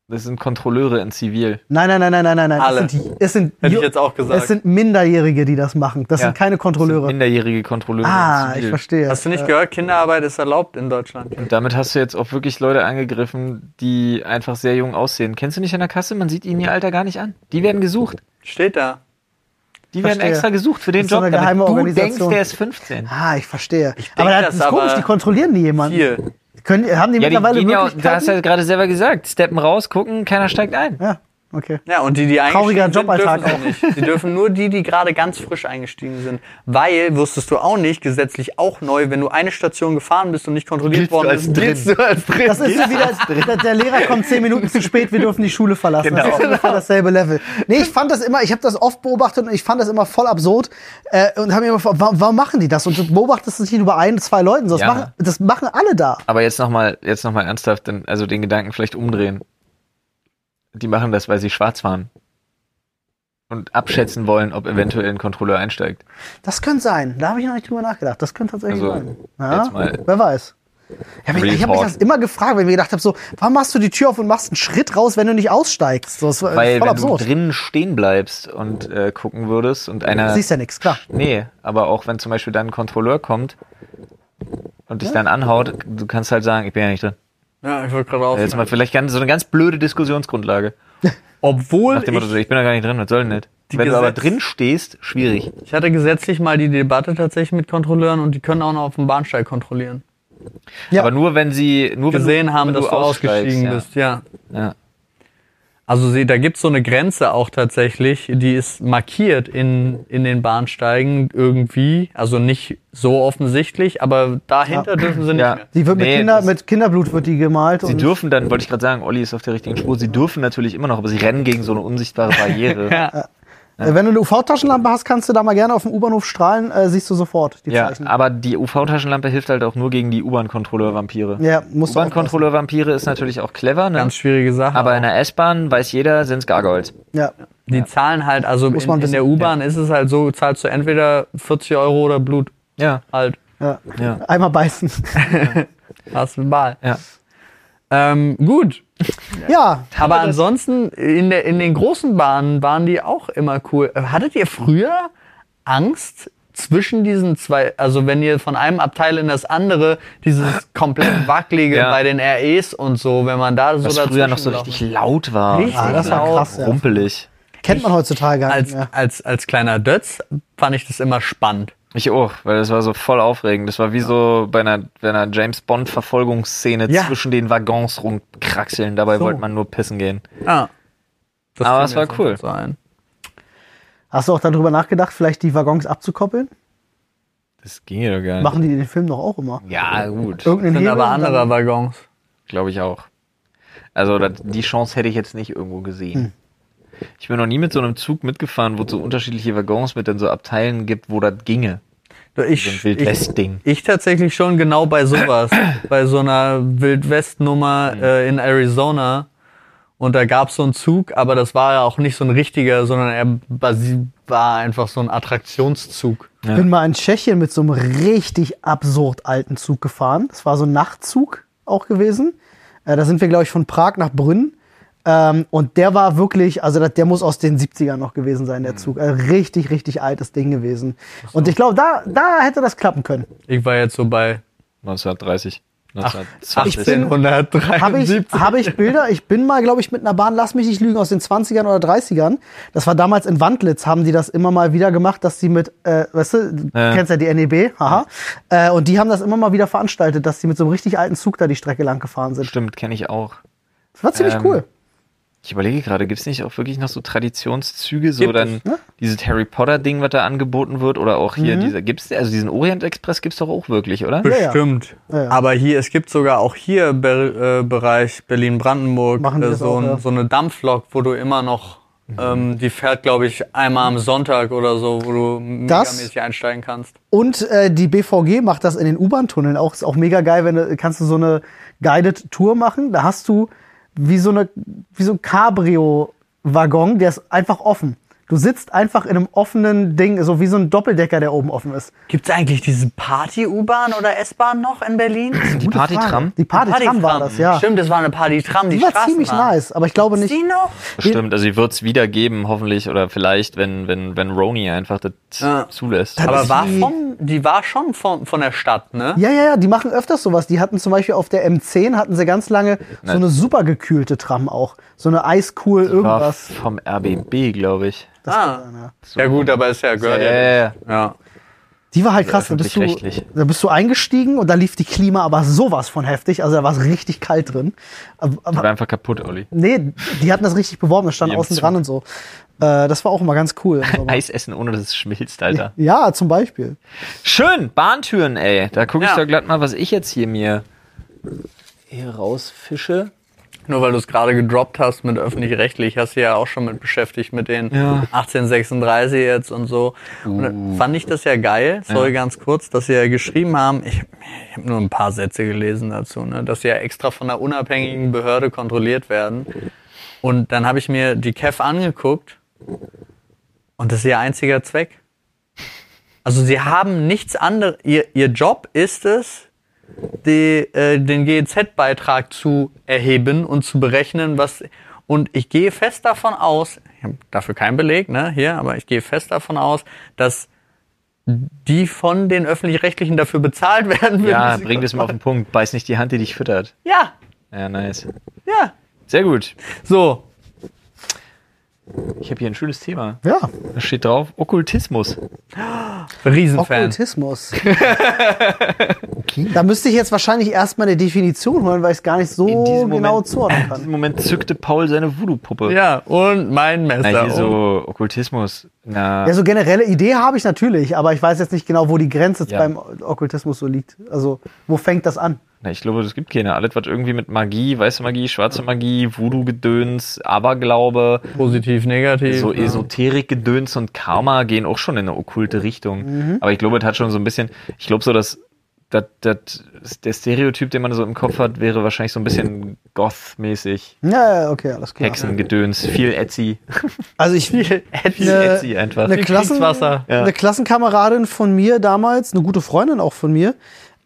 S3: Das sind Kontrolleure in Zivil.
S2: Nein, nein, nein, nein, nein, nein, nein.
S1: Alle.
S2: Es sind, es sind,
S1: Hätte ich jetzt auch gesagt.
S2: Es sind Minderjährige, die das machen. Das
S3: Ja.
S2: sind keine
S3: Das
S2: Kontrolleure.
S3: sind Minderjährige Kontrolleure
S2: ah,
S3: in
S2: ich
S3: Zivil.
S2: verstehe.
S1: hast du nicht gehört, Kinderarbeit ist erlaubt in Deutschland.
S3: Und damit hast du jetzt auch wirklich Leute angegriffen, die einfach sehr jung aussehen. Kennst du nicht an der Kasse? Man sieht ihnen ihr Alter gar nicht an. Die werden gesucht.
S1: Steht da.
S3: Die werden
S2: Verstehe.
S3: extra gesucht für den
S2: Das ist so
S3: Job.
S2: eine
S3: damit
S2: geheime
S3: du
S2: Organisation.
S3: denkst, der ist 15.
S2: Ah, ich verstehe.
S1: denk
S2: aber das
S1: das
S2: ist komisch,
S1: aber
S2: die kontrollieren die jemanden.
S1: Hier.
S2: Können, haben die
S3: Ja, die
S2: mittlerweile
S3: gehen ja, auch-
S2: Möglichkeiten?
S3: da hast du ja gerade selber gesagt, steppen raus, gucken, keiner steigt ein.
S2: ja, okay.
S1: Ja, und die, die
S2: Trauriger
S1: eingestiegen
S2: Joballtag
S1: sind, dürfen sie nicht. Sie dürfen nur die, die gerade ganz frisch eingestiegen sind. Weil, wusstest du auch nicht, gesetzlich auch neu, wenn du eine Station gefahren bist und nicht kontrolliert
S3: Giltst du
S1: worden
S3: als
S1: bist,
S3: drin.
S1: giltst du als drin.
S2: Das ist so
S1: <laughs>
S2: wie der, der Lehrer kommt zehn Minuten zu spät, wir dürfen die Schule verlassen. Das
S3: Genau.
S2: ist ungefähr dasselbe Level. Nee, ich fand das immer, ich habe das oft beobachtet und ich fand das immer voll absurd äh, und habe mir immer vor, warum, warum machen die das? Und du beobachtest es nicht nur bei ein, zwei Leuten, sonst
S3: Ja.
S2: machen, das machen alle da.
S3: Aber jetzt nochmal, jetzt noch mal ernsthaft, den, also den Gedanken vielleicht umdrehen. Die machen das, weil sie schwarz waren. Und abschätzen wollen, ob eventuell ein Kontrolleur einsteigt.
S2: Das könnte sein. Da habe ich noch nicht drüber nachgedacht. Das könnte tatsächlich
S3: Also,
S2: sein.
S3: jetzt mal-
S2: Wer weiß. Ja, aber ich
S3: Real
S2: ich habe mich
S3: Talk.
S2: das immer gefragt, weil ich mir gedacht habe, so, warum machst du die Tür auf und machst einen Schritt raus, wenn du nicht aussteigst? So, Das war
S3: Weil
S2: voll
S3: wenn
S2: absurd.
S3: du drinnen stehen bleibst und äh, gucken würdest und einer.
S2: Siehst ja nichts, klar.
S3: Nee, aber auch wenn zum Beispiel dann ein Kontrolleur kommt und dich dann anhaut, du kannst halt sagen, ich bin ja nicht drin.
S1: Ja, ich wollte gerade auf.
S3: Jetzt mal vielleicht ganz, so eine ganz blöde Diskussionsgrundlage.
S1: Obwohl
S3: Nach dem Motto, so,
S1: ich,
S3: ich bin ja gar nicht drin, was soll denn das? Wenn du aber
S1: Gesetz-
S3: drin stehst, schwierig.
S1: ich hatte gesetzlich mal die Debatte tatsächlich mit Kontrolleuren und die können auch noch auf dem Bahnsteig kontrollieren.
S2: Ja.
S3: Aber nur wenn sie nur wenn
S1: Gesehen
S3: du,
S1: haben,
S3: wenn
S1: dass du
S3: aussteigst,
S1: ausgestiegen
S3: ja.
S1: bist, ja.
S3: Ja.
S1: Also sie, da gibt's so eine Grenze auch tatsächlich, die ist markiert in, in den Bahnsteigen irgendwie. Also nicht so offensichtlich, aber dahinter dürfen sie nicht
S3: Ja.
S1: mehr.
S2: Die wird mit,
S3: Nee,
S2: Kinder,
S3: das-
S2: mit Kinderblut wird die gemalt.
S3: Sie
S2: und
S3: dürfen dann, wollte ich gerade sagen, Olli ist auf der richtigen Spur, sie dürfen natürlich immer noch, aber sie rennen gegen so eine unsichtbare Barriere.
S1: <laughs> Ja.
S2: Äh, Wenn du eine UV-Taschenlampe hast, kannst du da mal gerne auf dem U-Bahnhof strahlen, äh, siehst du sofort die
S3: Ja,
S2: Zeichen.
S3: aber die UV-Taschenlampe hilft halt auch nur gegen die U-Bahn-Kontrolleur-Vampire.
S2: Ja, musst du
S3: U-Bahn-Kontrolleur-Vampire ist natürlich auch clever, ne?
S1: Ganz schwierige Sache.
S3: aber in der S-Bahn weiß jeder, sind's Gargoyles.
S2: Ja.
S1: die zahlen halt, also in,
S2: Muss man
S1: in der
S2: wissen,
S1: U-Bahn ist es halt so, zahlst du entweder 40 Euro oder Blut.
S3: Ja,
S1: Halt,
S2: Ja.
S3: Ja.
S2: Einmal
S3: <laughs>
S2: beißen.
S1: hast du mal.
S3: ja.
S1: Ähm, gut,
S2: ja.
S1: aber ansonsten in, der, in den großen Bahnen waren die auch immer cool. Äh, Hattet ihr früher Angst zwischen diesen zwei, also wenn ihr von einem Abteil in das andere, dieses
S3: <clears throat>
S1: komplett wackelige
S3: Ja.
S1: bei den REs und so, wenn man da so
S3: Was
S1: dazwischen
S3: früher noch so
S1: gelaufen
S3: richtig laut war.
S1: Richtig
S2: Ah, das war
S1: laut.
S2: krass, ja.
S3: Rumpelig.
S2: Kennt man heutzutage gar
S1: Als,
S2: nicht mehr.
S1: als, als kleiner Dötz fand ich das immer spannend.
S3: Ich auch, weil das war so voll aufregend. Das war wie so bei einer, bei einer James Bond Verfolgungsszene
S1: Ja.
S3: zwischen den Waggons rumkraxeln. Dabei
S1: So.
S3: wollte man nur pissen gehen.
S1: Ja. Das
S3: Aber
S1: fiel
S3: es
S1: mir
S3: war
S1: jetzt noch
S3: cool.
S1: so ein.
S2: Hast du auch darüber nachgedacht, vielleicht die Waggons abzukoppeln?
S3: Das ging ja gar nicht.
S2: Machen die den Film doch auch immer.
S3: Ja, gut.
S2: Irgendeinen
S1: Sind
S2: Hebel
S1: aber
S2: und dann-
S1: andere Waggons.
S3: Glaube ich auch. Also das, die Chance hätte ich jetzt nicht irgendwo gesehen. Ich bin noch nie mit so einem Zug mitgefahren, wo es so unterschiedliche Waggons mit dann so Abteilen gibt, wo das ginge. So ein
S1: Ich, ich,
S3: Wildwest-Ding.
S1: ich tatsächlich schon genau bei
S2: <clears throat>
S1: sowas, bei so einer Wildwest-Nummer
S2: Mhm.
S1: äh, in Arizona. Und da gab es so einen Zug, aber das war ja auch nicht so ein richtiger, sondern er basi- war einfach so ein Attraktionszug.
S2: Ich bin mal in Tschechien mit so einem richtig absurd alten Zug gefahren. Das war so ein Nachtzug auch gewesen. Äh, da sind wir, glaube ich, von Prag nach Brünn. Ähm, und der war wirklich, also das, der muss aus den 70ern noch gewesen sein, der Zug. Ein richtig, richtig altes Ding gewesen. Und ich glaube, da, da hätte das klappen können.
S1: Ich war jetzt so bei
S3: 1930.
S2: ich bin-
S3: 1920.
S2: Habe ich,
S1: 1873.
S2: hab ich Bilder? Ich bin mal, glaube ich, mit einer Bahn, lass mich nicht lügen, aus den 20ern oder 30ern. Das war damals in Wandlitz, haben die das immer mal wieder gemacht, dass die mit, äh, weißt du, du
S3: Ja.
S2: kennst ja die NEB, haha. Äh, und die haben das immer mal wieder veranstaltet, dass die mit so einem richtig alten Zug da die Strecke lang gefahren sind.
S3: Stimmt, kenne ich auch.
S2: Das war ziemlich
S3: Ähm,
S2: cool.
S3: Ich überlege gerade, gibt es nicht auch wirklich noch so Traditionszüge, so
S1: Gibt
S3: dann
S1: es,
S3: dieses Harry Potter-Ding, was da angeboten wird, oder auch hier dieser, gibt's, also diesen Orient Express gibt's doch auch wirklich, oder?
S2: ja.
S1: Bestimmt.
S2: Ja, ja.
S1: Aber hier, es gibt sogar auch hier Ber äh, Bereich Berlin-Brandenburg
S2: Machen die
S1: äh,
S2: das
S1: so,
S2: auch,
S1: ein,
S2: ja. Mhm.
S1: so eine Dampflok, wo du immer noch, ähm, die fährt, glaube ich, einmal am Sonntag oder so, wo du
S2: Das-
S1: megamäßig einsteigen kannst.
S2: Und äh, die BVG macht das in den U-Bahn-Tunneln auch. Ist auch mega geil, wenn du kannst du so eine guided Tour machen. Da hast du wie so eine wie so ein Cabrio-Waggon, der ist einfach offen. Du sitzt einfach in einem offenen Ding, so wie so ein Doppeldecker, der oben offen ist.
S1: Gibt es eigentlich diese Party-U-Bahn oder S-Bahn noch in Berlin?
S3: Die Partytram?
S2: Die Party-Tram war das, ja.
S1: Stimmt, das war eine Party-Tram, die,
S2: Die war ziemlich
S1: Straßenbahn.
S2: nice, aber ich glaube
S1: Ist
S2: nicht.
S1: die noch?
S3: Bestimmt, also die wird's wieder geben, hoffentlich, oder vielleicht, wenn, wenn, wenn Roni einfach das
S1: Ja.
S3: zulässt.
S1: Aber
S2: ist
S1: war
S2: die-
S1: vom, die war schon von, von der Stadt, ne?
S2: Ja, ja, ja, die machen öfters sowas. Die hatten zum Beispiel auf der M10 hatten sie ganz lange so eine super gekühlte Tram auch. So eine Eiskool
S3: war
S2: irgendwas.
S3: vom RBB, glaube ich.
S1: ah. ja gut, aber ist ja gehört.
S3: Ja, ja, ja.
S1: ja.
S2: Die war halt krass. Da bist, du,
S3: öffentlich-rechtlich.
S2: da bist du eingestiegen und da lief die Klima aber sowas von heftig. Also da war es richtig kalt drin. Aber,
S3: War
S2: aber,
S3: einfach kaputt, Olli.
S2: nee, die hatten das richtig beworben. Das stand
S3: Wie im
S2: außen
S3: Zug.
S2: dran und so. Äh, das war auch immer ganz
S3: <laughs>
S2: cool. Aber-
S3: Eis essen, ohne dass es schmilzt, Alter.
S2: ja, zum Beispiel.
S3: Schön, Bahntüren, ey. Da gucke ich
S1: Ja.
S3: doch glatt mal, was ich jetzt hier mir hier rausfische.
S1: Nur weil du es gerade gedroppt hast mit öffentlich-rechtlich, hast du ja auch schon mit beschäftigt mit den 1836 jetzt und so. Und dann fand ich das ja geil, sorry ganz kurz, dass sie ja geschrieben haben, ich, ich habe nur ein paar Sätze gelesen dazu, ne, dass sie ja extra von einer unabhängigen Behörde kontrolliert werden. Und dann habe ich mir die KEF angeguckt und das ist ihr einziger Zweck. Also sie haben nichts anderes, ihr, ihr Job ist es, die, äh, den GEZ-Beitrag zu erheben und zu berechnen, was. Und ich gehe fest davon aus, ich habe dafür keinen Beleg, ne, hier, aber ich gehe fest davon aus, dass die von den öffentlich-rechtlichen dafür bezahlt <laughs> werden. für
S3: Ja,
S1: diese
S3: bring das mal auf den Punkt. Beiß nicht die Hand, die dich füttert.
S1: Kontrolle. Ja,
S3: Ja, nice.
S1: ja.
S3: Sehr gut.
S1: So,
S3: Ich habe hier ein schönes Thema.
S2: Ja,
S3: Da steht drauf Okkultismus.
S1: Riesenfan.
S3: <laughs>
S2: Okkultismus. Da müsste ich jetzt wahrscheinlich erstmal eine Definition holen, weil ich es gar nicht so
S3: In diesem
S2: genau
S3: Moment-
S2: zuordnen
S3: In
S2: kann.
S3: diesem Moment zückte Paul seine Voodoo-Puppe.
S1: Ja, um? und mein
S3: Na,
S1: Messer.
S3: hier so Okkultismus. Na,
S2: Ja, so generelle Idee habe ich natürlich, aber ich weiß jetzt nicht genau, wo die Grenze
S3: Ja.
S2: beim Okkultismus so liegt. Also, wo fängt das an?
S3: na, ich glaube, es gibt keine. Alles, was irgendwie mit Magie, weiße Magie, schwarze Magie, Voodoo-Gedöns, Aberglaube,
S1: Oh, Positiv, negativ.
S3: so
S1: ja.
S3: Esoterik-Gedöns und Karma gehen auch schon in eine okkulte
S2: Mhm.
S3: Richtung. Aber ich glaube, es hat schon so ein bisschen, ich glaube so, dass dass- dass der Stereotyp, den man so im Kopf hat, wäre wahrscheinlich so ein bisschen Goth-mäßig.
S2: Ja, ja, okay, alles klar.
S3: Hexengedöns, viel Etsy.
S2: Also ich
S3: <laughs>
S1: Viel Ätzend.
S3: Viel
S2: Eine-
S3: Etsy einfach.
S2: eine, Klassen,
S1: Kriegswasser.
S3: Ja.
S2: eine Klassenkameradin von mir damals, eine gute Freundin auch von mir,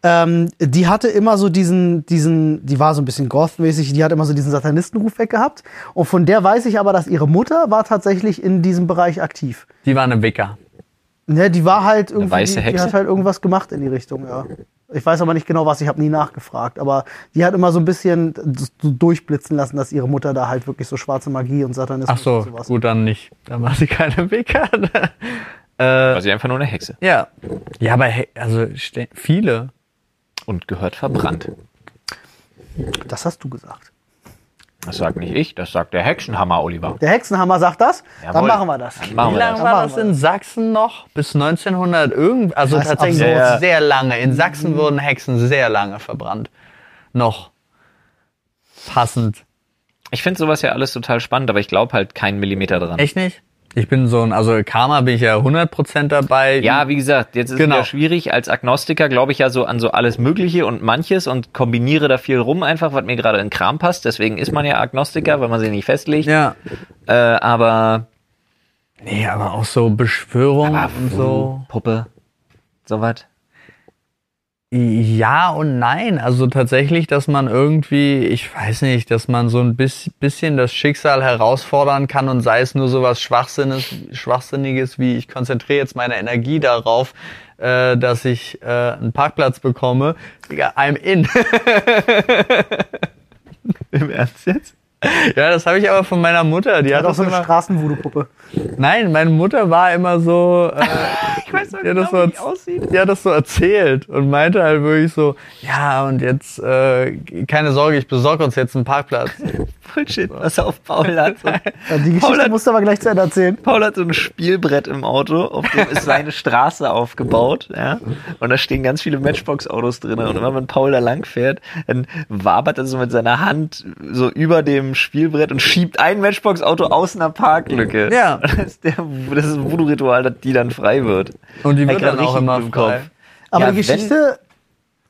S2: ähm, die hatte immer so diesen, diesen, die war so ein bisschen goth-mäßig, die hat immer so diesen Satanistenruf weggehabt. Und von der weiß ich aber, dass ihre Mutter war tatsächlich in diesem Bereich aktiv.
S1: Die war eine Wicker.
S2: Ne, die war halt irgendwie,
S3: weiße
S2: die, die
S3: Hexe?
S2: hat halt irgendwas gemacht in die Richtung, ja. Ich weiß aber nicht genau was, ich habe nie nachgefragt, aber die hat immer so ein bisschen d- so durchblitzen lassen, dass ihre Mutter da halt wirklich so schwarze Magie und Satanismus
S1: Ach so,
S2: und sowas.
S1: gut, dann nicht. Dann war sie keine Wicker. <laughs> äh,
S3: Also einfach nur eine Hexe.
S1: ja. Ja, aber he- also ste- viele.
S3: Und gehört verbrannt.
S2: Das hast du gesagt.
S3: Das sagt nicht ich, das sagt der Hexenhammer, Oliver.
S2: Der Hexenhammer sagt das, dann
S3: Jawohl.
S2: machen wir das.
S3: Dann machen
S1: Wie
S3: wir
S1: lange
S3: das.
S1: war
S2: Machen
S1: das
S2: wir
S1: in Sachsen noch? Bis 1900 irgend, also
S2: Das ist
S1: tatsächlich
S2: absurd. Mhm.
S1: noch sehr lange. In Sachsen wurden Hexen sehr lange verbrannt. Noch passend.
S3: Ich finde sowas ja alles total spannend, aber ich glaube halt keinen Millimeter dran.
S1: Echt nicht? Ich bin so ein, also Karma bin ich ja 100% dabei.
S3: Ja, wie gesagt, jetzt ist
S1: Genau.
S3: es wieder schwierig. Als Agnostiker glaube ich ja so an so alles Mögliche und manches und kombiniere da viel rum einfach, was mir gerade in den Kram passt. Deswegen ist man ja Agnostiker, weil man sich nicht festlegt.
S1: Ja.
S3: Äh, aber,
S1: Nee, aber auch so Beschwörung
S3: aber
S1: und so.
S3: Puppe, sowas.
S1: Ja und nein. Also tatsächlich, dass man irgendwie, ich weiß nicht, dass man so ein bis- bisschen das Schicksal herausfordern kann und sei es nur sowas Schwachsinnes, Schwachsinniges wie ich konzentriere jetzt meine Energie darauf, äh, dass ich äh, einen Parkplatz bekomme. Ja, I'm in.
S3: Im Ernst jetzt?
S1: ja, das habe ich aber von meiner Mutter. Die hat
S2: Hat auch
S1: das
S2: so eine
S1: immer.
S2: Straßenvoodoo-Puppe.
S1: Nein, meine Mutter war immer so. Äh,
S3: Ich weiß halt genau,
S1: Ja, das war-
S3: aussieht.
S1: die hat das so erzählt und meinte halt wirklich so, ja, und jetzt, äh, keine Sorge, ich besorge uns jetzt einen Parkplatz.
S3: Bullshit, was auf Paul hat. So,
S2: Ja, Äh, Die
S3: Paul
S2: Geschichte
S3: hat-
S2: musst du aber gleich zu Ende erzählen.
S3: Paul hat so ein Spielbrett im Auto, auf dem ist seine Straße aufgebaut, ja. Und da stehen ganz viele Matchbox-Autos drin. Und immer wenn Paul da lang fährt, dann wabert er so mit seiner Hand so über dem Spielbrett und schiebt ein Matchbox-Auto aus einer Parklücke.
S1: Ja.
S3: Und <laughs> Das ist, der, das ist ein Voodoo-Ritual, dass die dann frei wird.
S1: Und die wird
S3: Er
S1: dann
S3: hat
S1: auch
S3: richtig
S1: immer
S3: im
S1: frei.
S2: Aber
S3: Ja,
S2: die
S3: wenn-
S2: Geschichte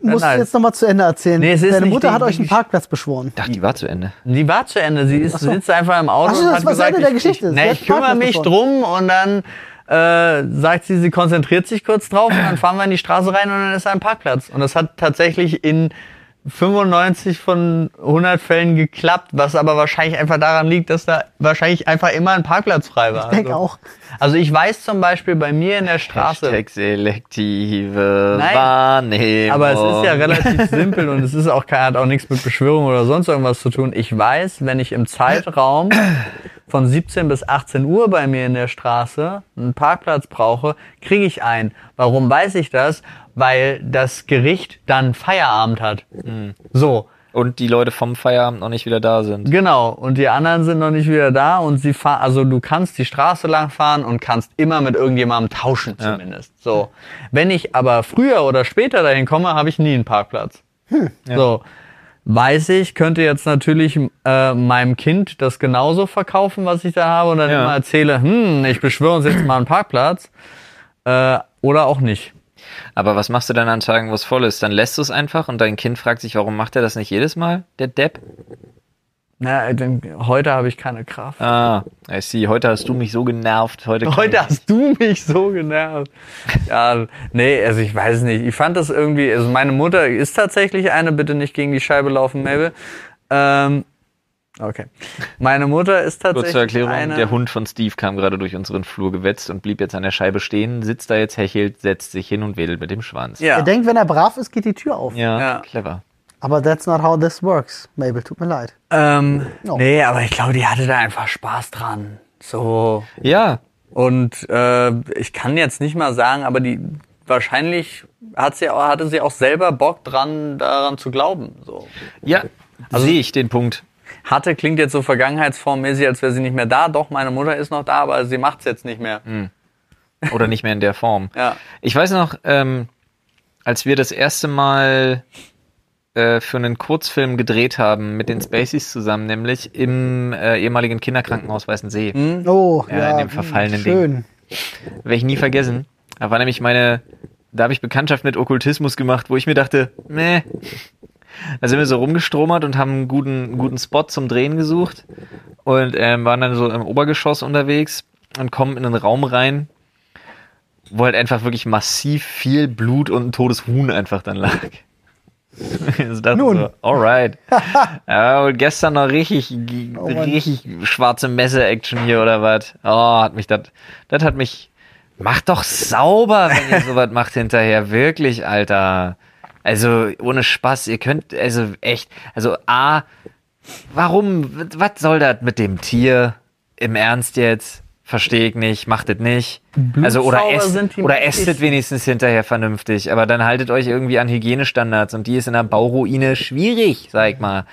S2: musst du
S1: nein.
S2: jetzt nochmal zu Ende erzählen.
S1: Nee, es ist
S2: Deine
S1: nicht
S2: Mutter
S1: die-
S2: hat euch
S1: die
S2: einen
S1: Gesch-
S2: Parkplatz beschworen.
S3: Ach, die war zu Ende.
S1: Die war zu Ende. Sie ist,
S2: so.
S1: sitzt einfach im Auto
S2: Ach so,
S1: und
S2: das
S1: hat
S2: war das
S1: gesagt,
S2: Ende der
S1: ich,
S2: Geschichte. Sie
S1: Nee,
S2: hat
S1: ich kümmere
S2: Parkplatz
S1: mich
S2: gefunden.
S1: drum und dann äh, sagt sie, sie konzentriert sich kurz drauf und dann fahren wir in die Straße rein und dann ist da ein Parkplatz. Und das hat tatsächlich in 95 von 100 Fällen geklappt, was aber wahrscheinlich einfach daran liegt, dass da wahrscheinlich einfach immer ein Parkplatz frei war.
S2: Ich denk
S1: also,
S2: auch.
S1: Also ich weiß zum Beispiel bei mir in der Straße.
S3: Hashtag selektive
S1: Nein.
S3: Wahrnehmung.
S1: Aber es ist
S3: Oh.
S1: ja relativ simpel und es ist auch, kein- hat auch nichts mit Beschwörung oder sonst irgendwas zu tun. Ich weiß, wenn ich im Zeitraum von 17 bis 18 Uhr bei mir in der Straße einen Parkplatz brauche, kriege ich einen. Warum weiß ich das? Weil das Gericht dann Feierabend hat. So.
S3: Und die Leute vom Feierabend noch nicht wieder da sind.
S1: Genau, und die anderen sind noch nicht wieder da und sie fahren, also du kannst die Straße lang fahren und kannst immer mit irgendjemandem tauschen zumindest. So. Wenn ich aber früher oder später dahin komme, habe ich nie einen Parkplatz. So. Weiß ich, könnte jetzt natürlich äh, meinem Kind das genauso verkaufen, was ich da habe, und dann
S3: Ja.
S1: immer erzähle, hm, ich beschwöre uns jetzt mal einen Parkplatz. Äh, oder auch nicht.
S3: Aber was machst du dann an Tagen, wo es voll ist? Dann lässt du es einfach und dein Kind fragt sich, warum macht er das nicht jedes Mal, der Depp?
S1: Na, denn heute habe ich keine Kraft.
S3: Ah, I see. Heute hast du mich so genervt. Heute, kann
S1: Heute
S3: ich-
S1: hast du mich so genervt. Ja, nee, also ich weiß nicht. Ich fand das irgendwie, also meine Mutter ist tatsächlich eine, bitte nicht gegen die Scheibe laufen, Mabel. Ähm, okay. Meine Mutter ist
S3: Kurz
S1: tatsächlich
S3: zur Erklärung,
S1: eine.
S3: der Hund von Steve kam gerade durch unseren Flur gewetzt und blieb jetzt an der Scheibe stehen, sitzt da jetzt, hechelt, setzt sich hin und wedelt mit dem Schwanz.
S1: ja.
S2: Er denkt, wenn er brav ist, geht die Tür auf.
S3: Ja,
S1: Ja.
S3: clever.
S2: Aber that's not how this works. Mabel, tut mir leid.
S1: Ähm,
S2: No.
S1: Nee, aber ich glaube, die hatte da einfach Spaß dran. So.
S3: Ja,
S1: Und äh, ich kann jetzt nicht mal sagen, aber die wahrscheinlich hat sie, auch- hatte sie auch selber Bock dran, daran zu glauben. So.
S3: ja,
S1: Also
S3: sehe ich den Punkt.
S1: Hatte klingt jetzt so vergangenheitsformmäßig, als wäre sie nicht mehr da. Doch, meine Mutter ist noch da, aber sie macht's jetzt nicht mehr.
S3: Oder nicht mehr in der Form.
S1: Ja.
S3: Ich weiß noch, ähm, als wir das erste Mal äh, für einen Kurzfilm gedreht haben mit den Spaceys zusammen, nämlich im äh, ehemaligen Kinderkrankenhaus Weißensee.
S2: Oh,
S3: Ja, in dem verfallenen
S2: schön.
S3: Werde ich nie vergessen. Da war nämlich meine, da habe ich Bekanntschaft mit Okkultismus gemacht, wo ich mir dachte, meh. Da sind wir so rumgestromert und haben einen guten, einen guten Spot zum Drehen gesucht und ähm, waren dann so im Obergeschoss unterwegs und kommen in einen Raum rein, wo halt einfach wirklich massiv viel Blut und ein totes Huhn einfach dann lag. <laughs> Also dachte
S2: Nun.
S3: So, alright. ja, und gestern noch richtig, g-
S2: Oh Mann.
S3: richtig schwarze Messe-Action hier oder was. Oh, hat mich das, das hat mich, macht doch sauber, wenn ihr <laughs> sowas macht hinterher. Wirklich, Alter. Also, ohne Spaß, ihr könnt, also echt, also A, warum, was soll das mit dem Tier? Im Ernst jetzt? Verstehe ich nicht, macht das nicht. Also oder,
S1: Blutsauber
S3: esst,
S1: sind die
S3: oder
S1: mächtig.
S3: esst wenigstens hinterher vernünftig, aber dann haltet euch irgendwie an Hygienestandards und die ist in einer Bauruine schwierig, sag ich mal.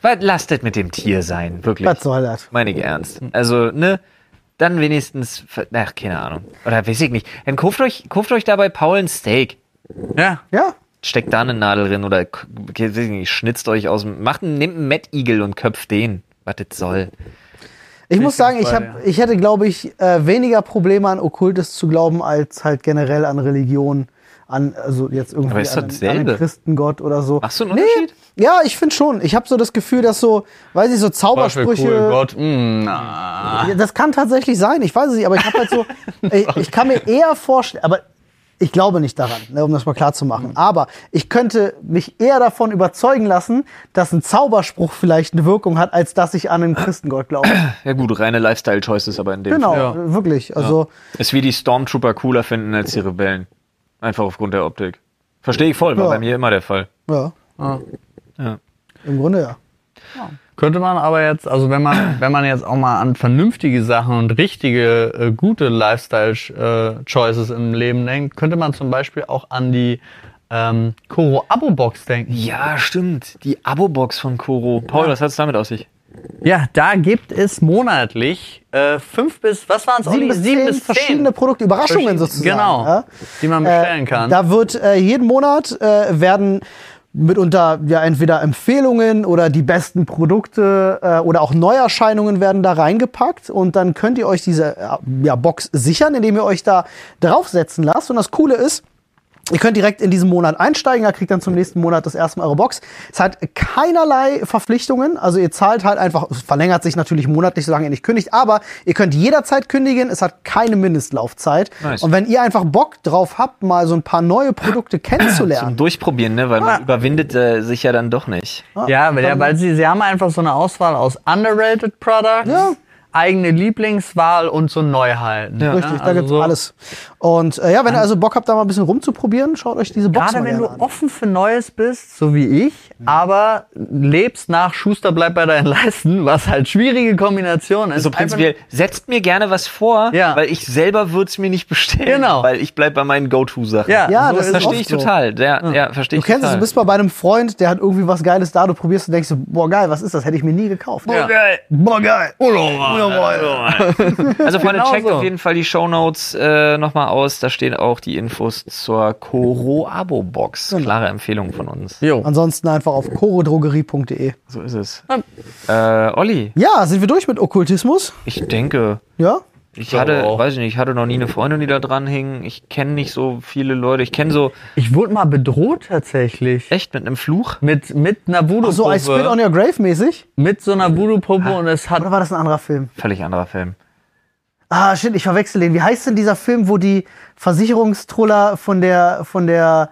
S3: Was lasst das mit dem Tier sein, wirklich?
S2: Was soll das?
S3: Meine ich ernst. Also, ne? Dann wenigstens, ver- ach, keine Ahnung. Oder weiß ich nicht. Dann kauft euch, kauft euch dabei Paul ein Steak
S1: Ja.
S2: Ja,
S3: steckt da eine Nadel drin oder k- k- weiß ich nicht, schnitzt euch aus dem. Macht einen, nehmt einen Mettigel und köpft den. Was das soll.
S2: ich muss sagen, ich,
S1: beide,
S2: hab, ich hätte, glaube ich, äh, weniger Probleme an Okkultes zu glauben, als halt generell an Religion, an, also jetzt irgendwie
S3: Aber ist
S2: an,
S3: doch
S2: einen- an einen
S3: dasselbe.
S2: Christengott oder so.
S3: Machst du einen Unterschied?
S2: Ja, ich finde schon. Ich habe so das Gefühl, dass so, weiß ich, so Zaubersprüche.
S1: Gott. Mm, na.
S2: Ja, das kann tatsächlich sein, ich weiß es nicht, aber ich habe halt
S3: <laughs>
S2: so, ich, ich kann mir eher vorstellen, aber ich glaube nicht daran, ne, um das mal klar zu
S3: Mhm.
S2: machen. Aber ich könnte mich eher davon überzeugen lassen, dass ein Zauberspruch vielleicht eine Wirkung hat, als dass ich an einen Christengott
S3: <clears throat>
S2: glaube.
S3: Ja gut, reine Lifestyle-Choices aber in dem
S2: Genau,
S1: Ja.
S2: wirklich. Also
S3: Fall. Ist wie die Stormtrooper cooler finden als die Rebellen. Einfach aufgrund der Optik. Verstehe ich voll, war
S2: Ja.
S3: bei mir immer der Fall.
S2: ja,
S1: Ah.
S2: im Grunde ja.
S1: Könnte man aber jetzt, also wenn man, wenn man jetzt auch mal an vernünftige Sachen und richtige, äh, gute Lifestyle-Choices äh, im Leben denkt, könnte man zum Beispiel auch an die ähm, Koro-Abo-Box denken.
S3: Ja, stimmt. Die Abo-Box von Koro. Paul, was hat's damit aus sich?
S1: Ja, da gibt es monatlich äh, fünf bis, was waren es,
S2: Sieben bis zehn verschiedene Produkte,
S1: Verschieden-
S2: Überraschungen sozusagen.
S1: Genau,
S2: Ja?
S1: die man bestellen kann.
S2: Äh, Da wird äh, jeden Monat äh, werden mitunter ja entweder Empfehlungen oder die besten Produkte äh, oder auch Neuerscheinungen werden da reingepackt und dann könnt ihr euch diese äh, ja, Box sichern, indem ihr euch da draufsetzen lasst. Und das Coole ist, Ihr könnt direkt in diesen Monat einsteigen, da kriegt dann zum nächsten Monat das erste Mal eure Box. Es hat keinerlei Verpflichtungen, also ihr zahlt halt einfach, es verlängert sich natürlich monatlich, solange ihr nicht kündigt, aber ihr könnt jederzeit kündigen, es hat keine Mindestlaufzeit.
S3: Nice.
S2: Und wenn ihr einfach Bock drauf habt, mal so ein paar
S1: <clears throat>
S2: neue Produkte kennenzulernen,
S3: Durchprobieren, ne? Weil man überwindet äh, sich ja dann doch nicht.
S2: Ah,
S1: Ja, weil, ja, weil sie, sie haben einfach so eine Auswahl aus underrated Products,
S2: Ja.
S1: eigene Lieblingswahl und so Neuheiten. Ja.
S2: richtig, da
S1: also
S2: gibt's
S1: so,
S2: alles. Und äh, ja, wenn ihr also Bock habt, da mal ein bisschen rumzuprobieren, schaut euch diese Box
S1: Gerade
S2: mal
S1: wenn du
S2: gerne an.
S1: offen für Neues bist, so wie ich, aber lebst nach Schuster bleibt bei deinen <laughs> Leisten, was halt schwierige Kombination ist.
S3: Also prinzipiell, setzt mir gerne was vor,
S1: Ja.
S3: weil ich selber würde es mir nicht bestellen.
S1: Genau.
S3: Weil ich bleib bei meinen Go-To-Sachen.
S1: Ja,
S2: Ja,
S1: so
S2: das
S1: ist
S2: ist
S1: es.
S3: Verstehe
S2: oft
S3: ich
S2: so.
S3: total. Ja, ja. verstehe
S2: Du
S3: ich
S2: kennst es,
S3: total.
S2: du bist mal bei einem Freund, der hat irgendwie was Geiles da, du probierst und denkst, so, boah geil, was ist das, hätte ich mir nie gekauft.
S1: Ja.
S3: geil.
S2: Boah geil.
S3: Also Freunde,
S1: Genau
S3: checkt
S1: so.
S3: auf jeden Fall die Shownotes äh, nochmal aus. Da stehen auch die Infos zur Koro-Abo-Box. Klare Empfehlung von uns.
S1: Jo.
S2: Ansonsten einfach auf chorodrogerie.de.
S3: So ist es. Äh, Olli,
S2: Ja, sind wir durch mit Okkultismus?
S3: ich denke,
S2: Ja?
S3: Ich
S1: glaube
S3: hatte,
S1: auch.
S3: weiß ich nicht, ich hatte noch nie eine Freundin, die da dran hing. Ich kenne nicht so viele Leute. Ich kenne so
S1: Ich wurde mal bedroht tatsächlich.
S3: echt mit einem Fluch.
S1: Mit, mit einer Voodoo-Puppe.
S2: So, I Spit on Your Grave mäßig?
S1: mit so einer Voodoo-Puppe und es hat.
S2: Oder war das ein anderer Film?
S3: Völlig anderer Film.
S2: Ah, shit, ich verwechsel den. Wie heißt denn dieser Film, wo die Versicherungstroller von der, von der,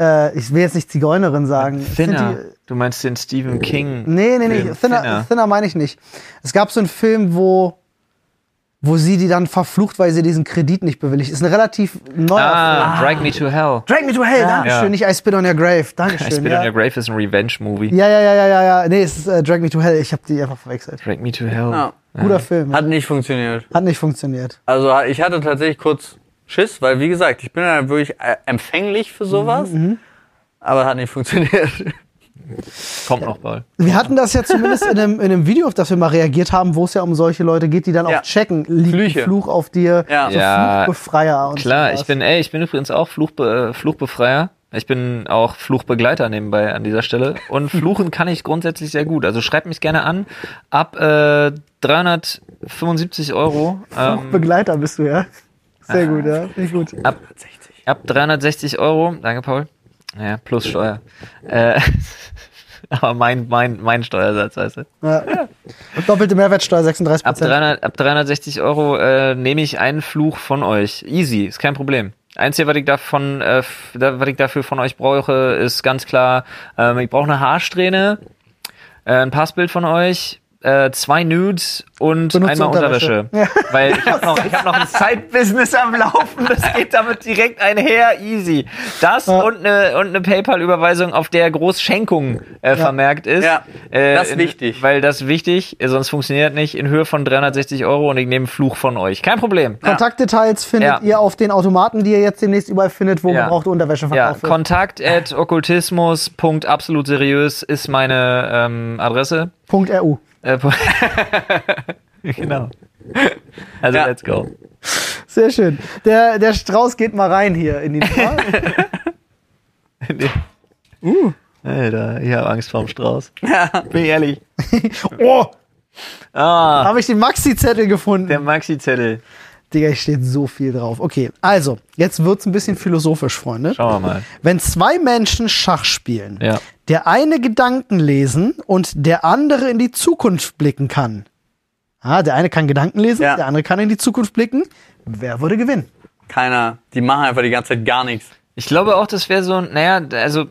S2: äh, ich will jetzt nicht Zigeunerin sagen. Sind
S3: Thinner.
S2: die-
S3: Du meinst den Stephen King?
S2: Nee, nee, nee,
S3: Film,
S2: Thinner, Thinner. meine ich nicht. Es gab so einen Film, wo, wo sie die dann verflucht, weil sie diesen Kredit nicht bewilligt. Ist ein relativ neuer Film.
S3: Ah, Drag Me to Hell.
S2: Drag Me to Hell,
S3: Ja.
S2: Dankeschön, nicht I Spit on Your Grave, Dankeschön.
S3: I Spit
S2: ja.
S3: on Your Grave ist ein Revenge-Movie.
S2: ja, ja, ja, ja, ja, ja. Nee, es ist äh, Drag Me to Hell, ich habe die einfach verwechselt.
S3: Drag Me to Hell.
S1: Ja.
S2: Guter Film,
S1: Hat nicht funktioniert.
S2: hat nicht funktioniert.
S1: Also ich hatte tatsächlich kurz Schiss, weil wie gesagt, ich bin ja wirklich äh, empfänglich für sowas. Aber hat nicht funktioniert.
S3: Kommt noch bald.
S2: Wir hatten das ja zumindest in einem, in einem Video, auf das wir mal reagiert haben, wo es ja um solche Leute geht, die dann
S1: Ja.
S2: auch checken, liegt
S1: Flüche.
S2: ein Fluch auf dir,
S1: Ja.
S2: so
S3: Ja.
S2: Fluchbefreier und
S3: Klar,
S2: sowas.
S3: ich bin, ey, ich bin übrigens auch Fluchbe äh, Fluchbefreier. Ich bin auch Fluchbegleiter nebenbei an dieser Stelle.
S2: <laughs>
S3: Und fluchen kann ich grundsätzlich sehr gut. Also schreibt mich gerne an. Ab äh, 375 Euro. Ähm,
S2: Fluchbegleiter bist du, ja.
S3: Ah.
S2: Sehr gut, ja. Finde ich gut.
S3: ab, ab 360 Euro. Danke, Paul. Ja, plus Steuer. Äh, <laughs> aber mein, mein, mein Steuersatz, weißt du.
S2: Ja. Doppelte Mehrwertsteuer, 36
S3: Ab,
S2: Prozent.
S3: 300, ab 360 Euro äh, nehme ich einen Fluch von euch. Easy, ist kein Problem. Einzige, was ich, davon, äh, f- da- was ich dafür von euch brauche, ist ganz klar, ähm, ich brauche eine Haarsträhne, äh, ein Passbild von euch, äh, zwei Nudes und
S2: Benutzte
S3: einmal Unterwäsche.
S2: Unterwäsche. Ja.
S3: Weil ich habe noch, ich hab
S2: <laughs>
S3: noch ein Side-Business am Laufen, das geht damit direkt einher, easy. Das und eine, und eine PayPal-Überweisung, auf der Großschenkung äh, vermerkt ist.
S1: Ja,
S3: Äh,
S1: das ist
S3: in,
S1: wichtig.
S3: Weil das ist wichtig, äh, sonst funktioniert nicht. In Höhe von 360 Euro und ich nehme Fluch von euch. Kein Problem.
S2: Kontaktdetails findet
S3: Ja.
S2: ihr auf den Automaten, die ihr jetzt demnächst überall findet, wo
S3: Ja.
S2: gebrauchte Unterwäsche
S3: Ja,
S2: verkauft wird.
S3: kontakt at okkultismus.absolut seriös ist meine ähm, Adresse.
S2: Punkt RU.
S3: Äh, <laughs> genau. Also
S1: Ja.
S3: let's go.
S2: Sehr schön. Der, der Strauß geht mal rein hier in die
S3: <laughs>
S2: Nummer.
S3: Alter, ich habe Angst vorm Strauß. Bin ich ehrlich.
S2: oh,
S3: Ah,
S2: habe ich den Maxi-Zettel gefunden.
S3: der Maxi-Zettel.
S2: Digga, hier steht so viel drauf. Okay, also, jetzt wird's ein bisschen philosophisch, Freunde.
S3: Schauen wir mal.
S2: Wenn zwei Menschen Schach spielen,
S3: Ja.
S2: der eine Gedanken lesen und der andere in die Zukunft blicken kann. Ah, der eine kann Gedanken lesen,
S1: Ja.
S2: der andere kann in die Zukunft blicken. Wer würde gewinnen?
S1: Keiner. Die machen einfach die ganze Zeit gar nichts.
S3: Ich glaube auch, das wäre so ein, naja, also,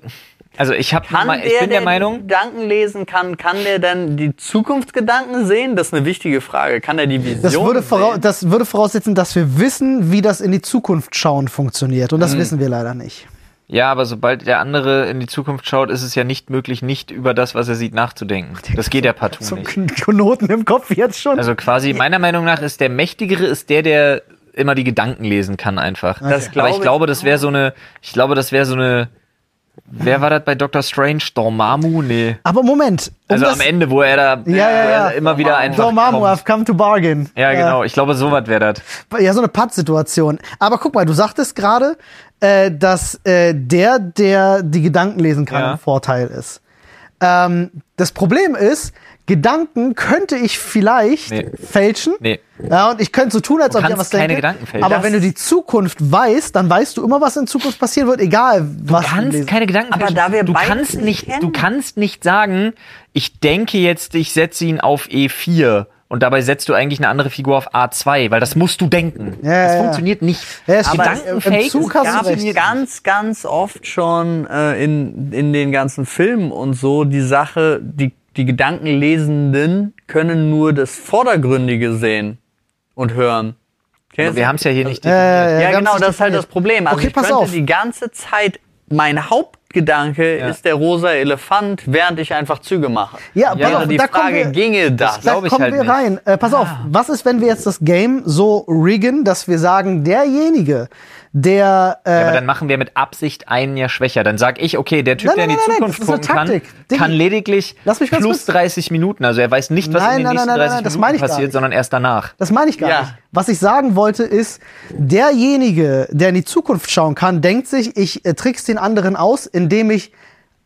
S3: also ich, hab,
S1: Kann
S3: ich bin der
S1: denn
S3: Meinung,
S1: Gedanken lesen kann, kann der denn die Zukunftsgedanken sehen? Das ist eine wichtige Frage. Kann er die Vision
S2: Das würde, vorau-
S1: sehen?
S2: das würde voraussetzen, dass wir wissen, wie das in die Zukunft schauen funktioniert. Und
S3: Mhm.
S2: das wissen wir leider nicht.
S3: Ja, aber sobald der andere in die Zukunft schaut, ist es ja nicht möglich, nicht über das, was er sieht, nachzudenken. Das geht ja partout
S2: So
S3: nicht.
S2: <laughs> Knoten im Kopf jetzt schon.
S3: Also quasi meiner Meinung nach ist der mächtigere ist der, der immer die Gedanken lesen kann einfach.
S1: Das
S3: aber ich
S1: glaube
S3: glaube, das wäre so eine ich glaube, das wäre so eine Wer war das bei Dr. Strange? Dormammu? Nee.
S2: Aber Moment. um
S3: Also
S2: das-
S3: am Ende, wo er da
S2: Ja, ja,
S3: wo
S2: ja.
S3: Er immer wieder einfach
S2: Dormammu,
S3: kommt.
S2: I've come to bargain.
S3: Ja, genau. Ich glaube, so was wäre das.
S2: Ja, so eine Pattsituation. Aber guck mal, du sagtest gerade, äh, dass äh, der, der die Gedanken lesen kann,
S3: Ja.
S2: ein Vorteil ist. Ähm, das Problem ist, Gedanken könnte ich vielleicht
S3: Nee.
S2: fälschen.
S3: Nee.
S2: Ja, und ich könnte so tun, als ob ich
S3: kannst
S2: an was
S3: keine
S2: denke.
S3: Gedanken fälschen.
S2: aber
S3: Das-
S2: wenn du die Zukunft weißt, dann weißt du immer, was in Zukunft passieren wird, egal was.
S3: Du
S2: lesen.
S3: kannst keine Gedanken
S1: Aber
S3: fälschen.
S1: da wir
S3: du
S1: beide
S3: kannst
S1: nicht
S3: nicht,
S1: kennen.
S3: du kannst nicht sagen, ich denke jetzt, ich setze ihn auf E4 und dabei setzt du eigentlich eine andere Figur auf A2, weil das musst du denken.
S2: Ja,
S3: das
S2: ja, ja.
S3: funktioniert nicht.
S2: Ja, es
S3: Aber
S2: stimmt.
S3: Gedanken
S2: Im Zug hast du
S1: gab
S2: recht.
S1: ganz, ganz oft schon äh, in, in den ganzen Filmen und so die Sache, die, die Gedankenlesenden können nur das Vordergründige sehen und hören. Kennst
S3: Wir
S1: du?
S3: haben es ja hier nicht.
S2: Äh,
S3: definiert.
S2: wir
S1: ja,
S2: haben's
S1: genau,
S2: nicht
S1: das ist halt das
S2: definiert.
S1: Problem. Also
S2: okay,
S1: ich
S2: pass
S1: könnte
S2: auf.
S1: die ganze Zeit, mein Hauptgedanke ist der rosa Elefant, während ich einfach Züge mache.
S2: Ja,
S1: Wäre
S2: pass auf,
S1: die
S2: da kommen
S1: Frage,
S2: wir-
S1: ginge das?
S2: Da
S3: glaub ich
S2: kommen
S3: halt
S2: wir
S3: nicht.
S2: rein. Äh, pass auf,
S1: Ah.
S2: was ist, wenn wir jetzt das Game so riggen, dass wir sagen, derjenige, der äh,
S3: Ja, aber dann machen wir mit Absicht einen ja schwächer. Dann sag ich, okay, der Typ,
S2: Nein,
S3: der in die
S2: nein, nein,
S3: Zukunft
S2: das ist eine
S3: gucken kann,
S2: Taktik. Digi,
S3: kann lediglich
S2: lass mich ganz
S3: plus
S2: kurz-
S3: 30 Minuten. Also er weiß nicht, was
S2: Nein,
S3: in den
S2: nein,
S3: nächsten
S2: nein, nein,
S3: 30
S2: nein, das meine
S3: Minuten
S2: ich gar
S3: passiert,
S2: nicht.
S3: sondern erst danach.
S2: Das meine ich gar
S1: Ja.
S2: nicht. Was ich sagen wollte ist, derjenige, der in die Zukunft schauen kann, denkt sich, ich äh, trickse den anderen aus, indem ich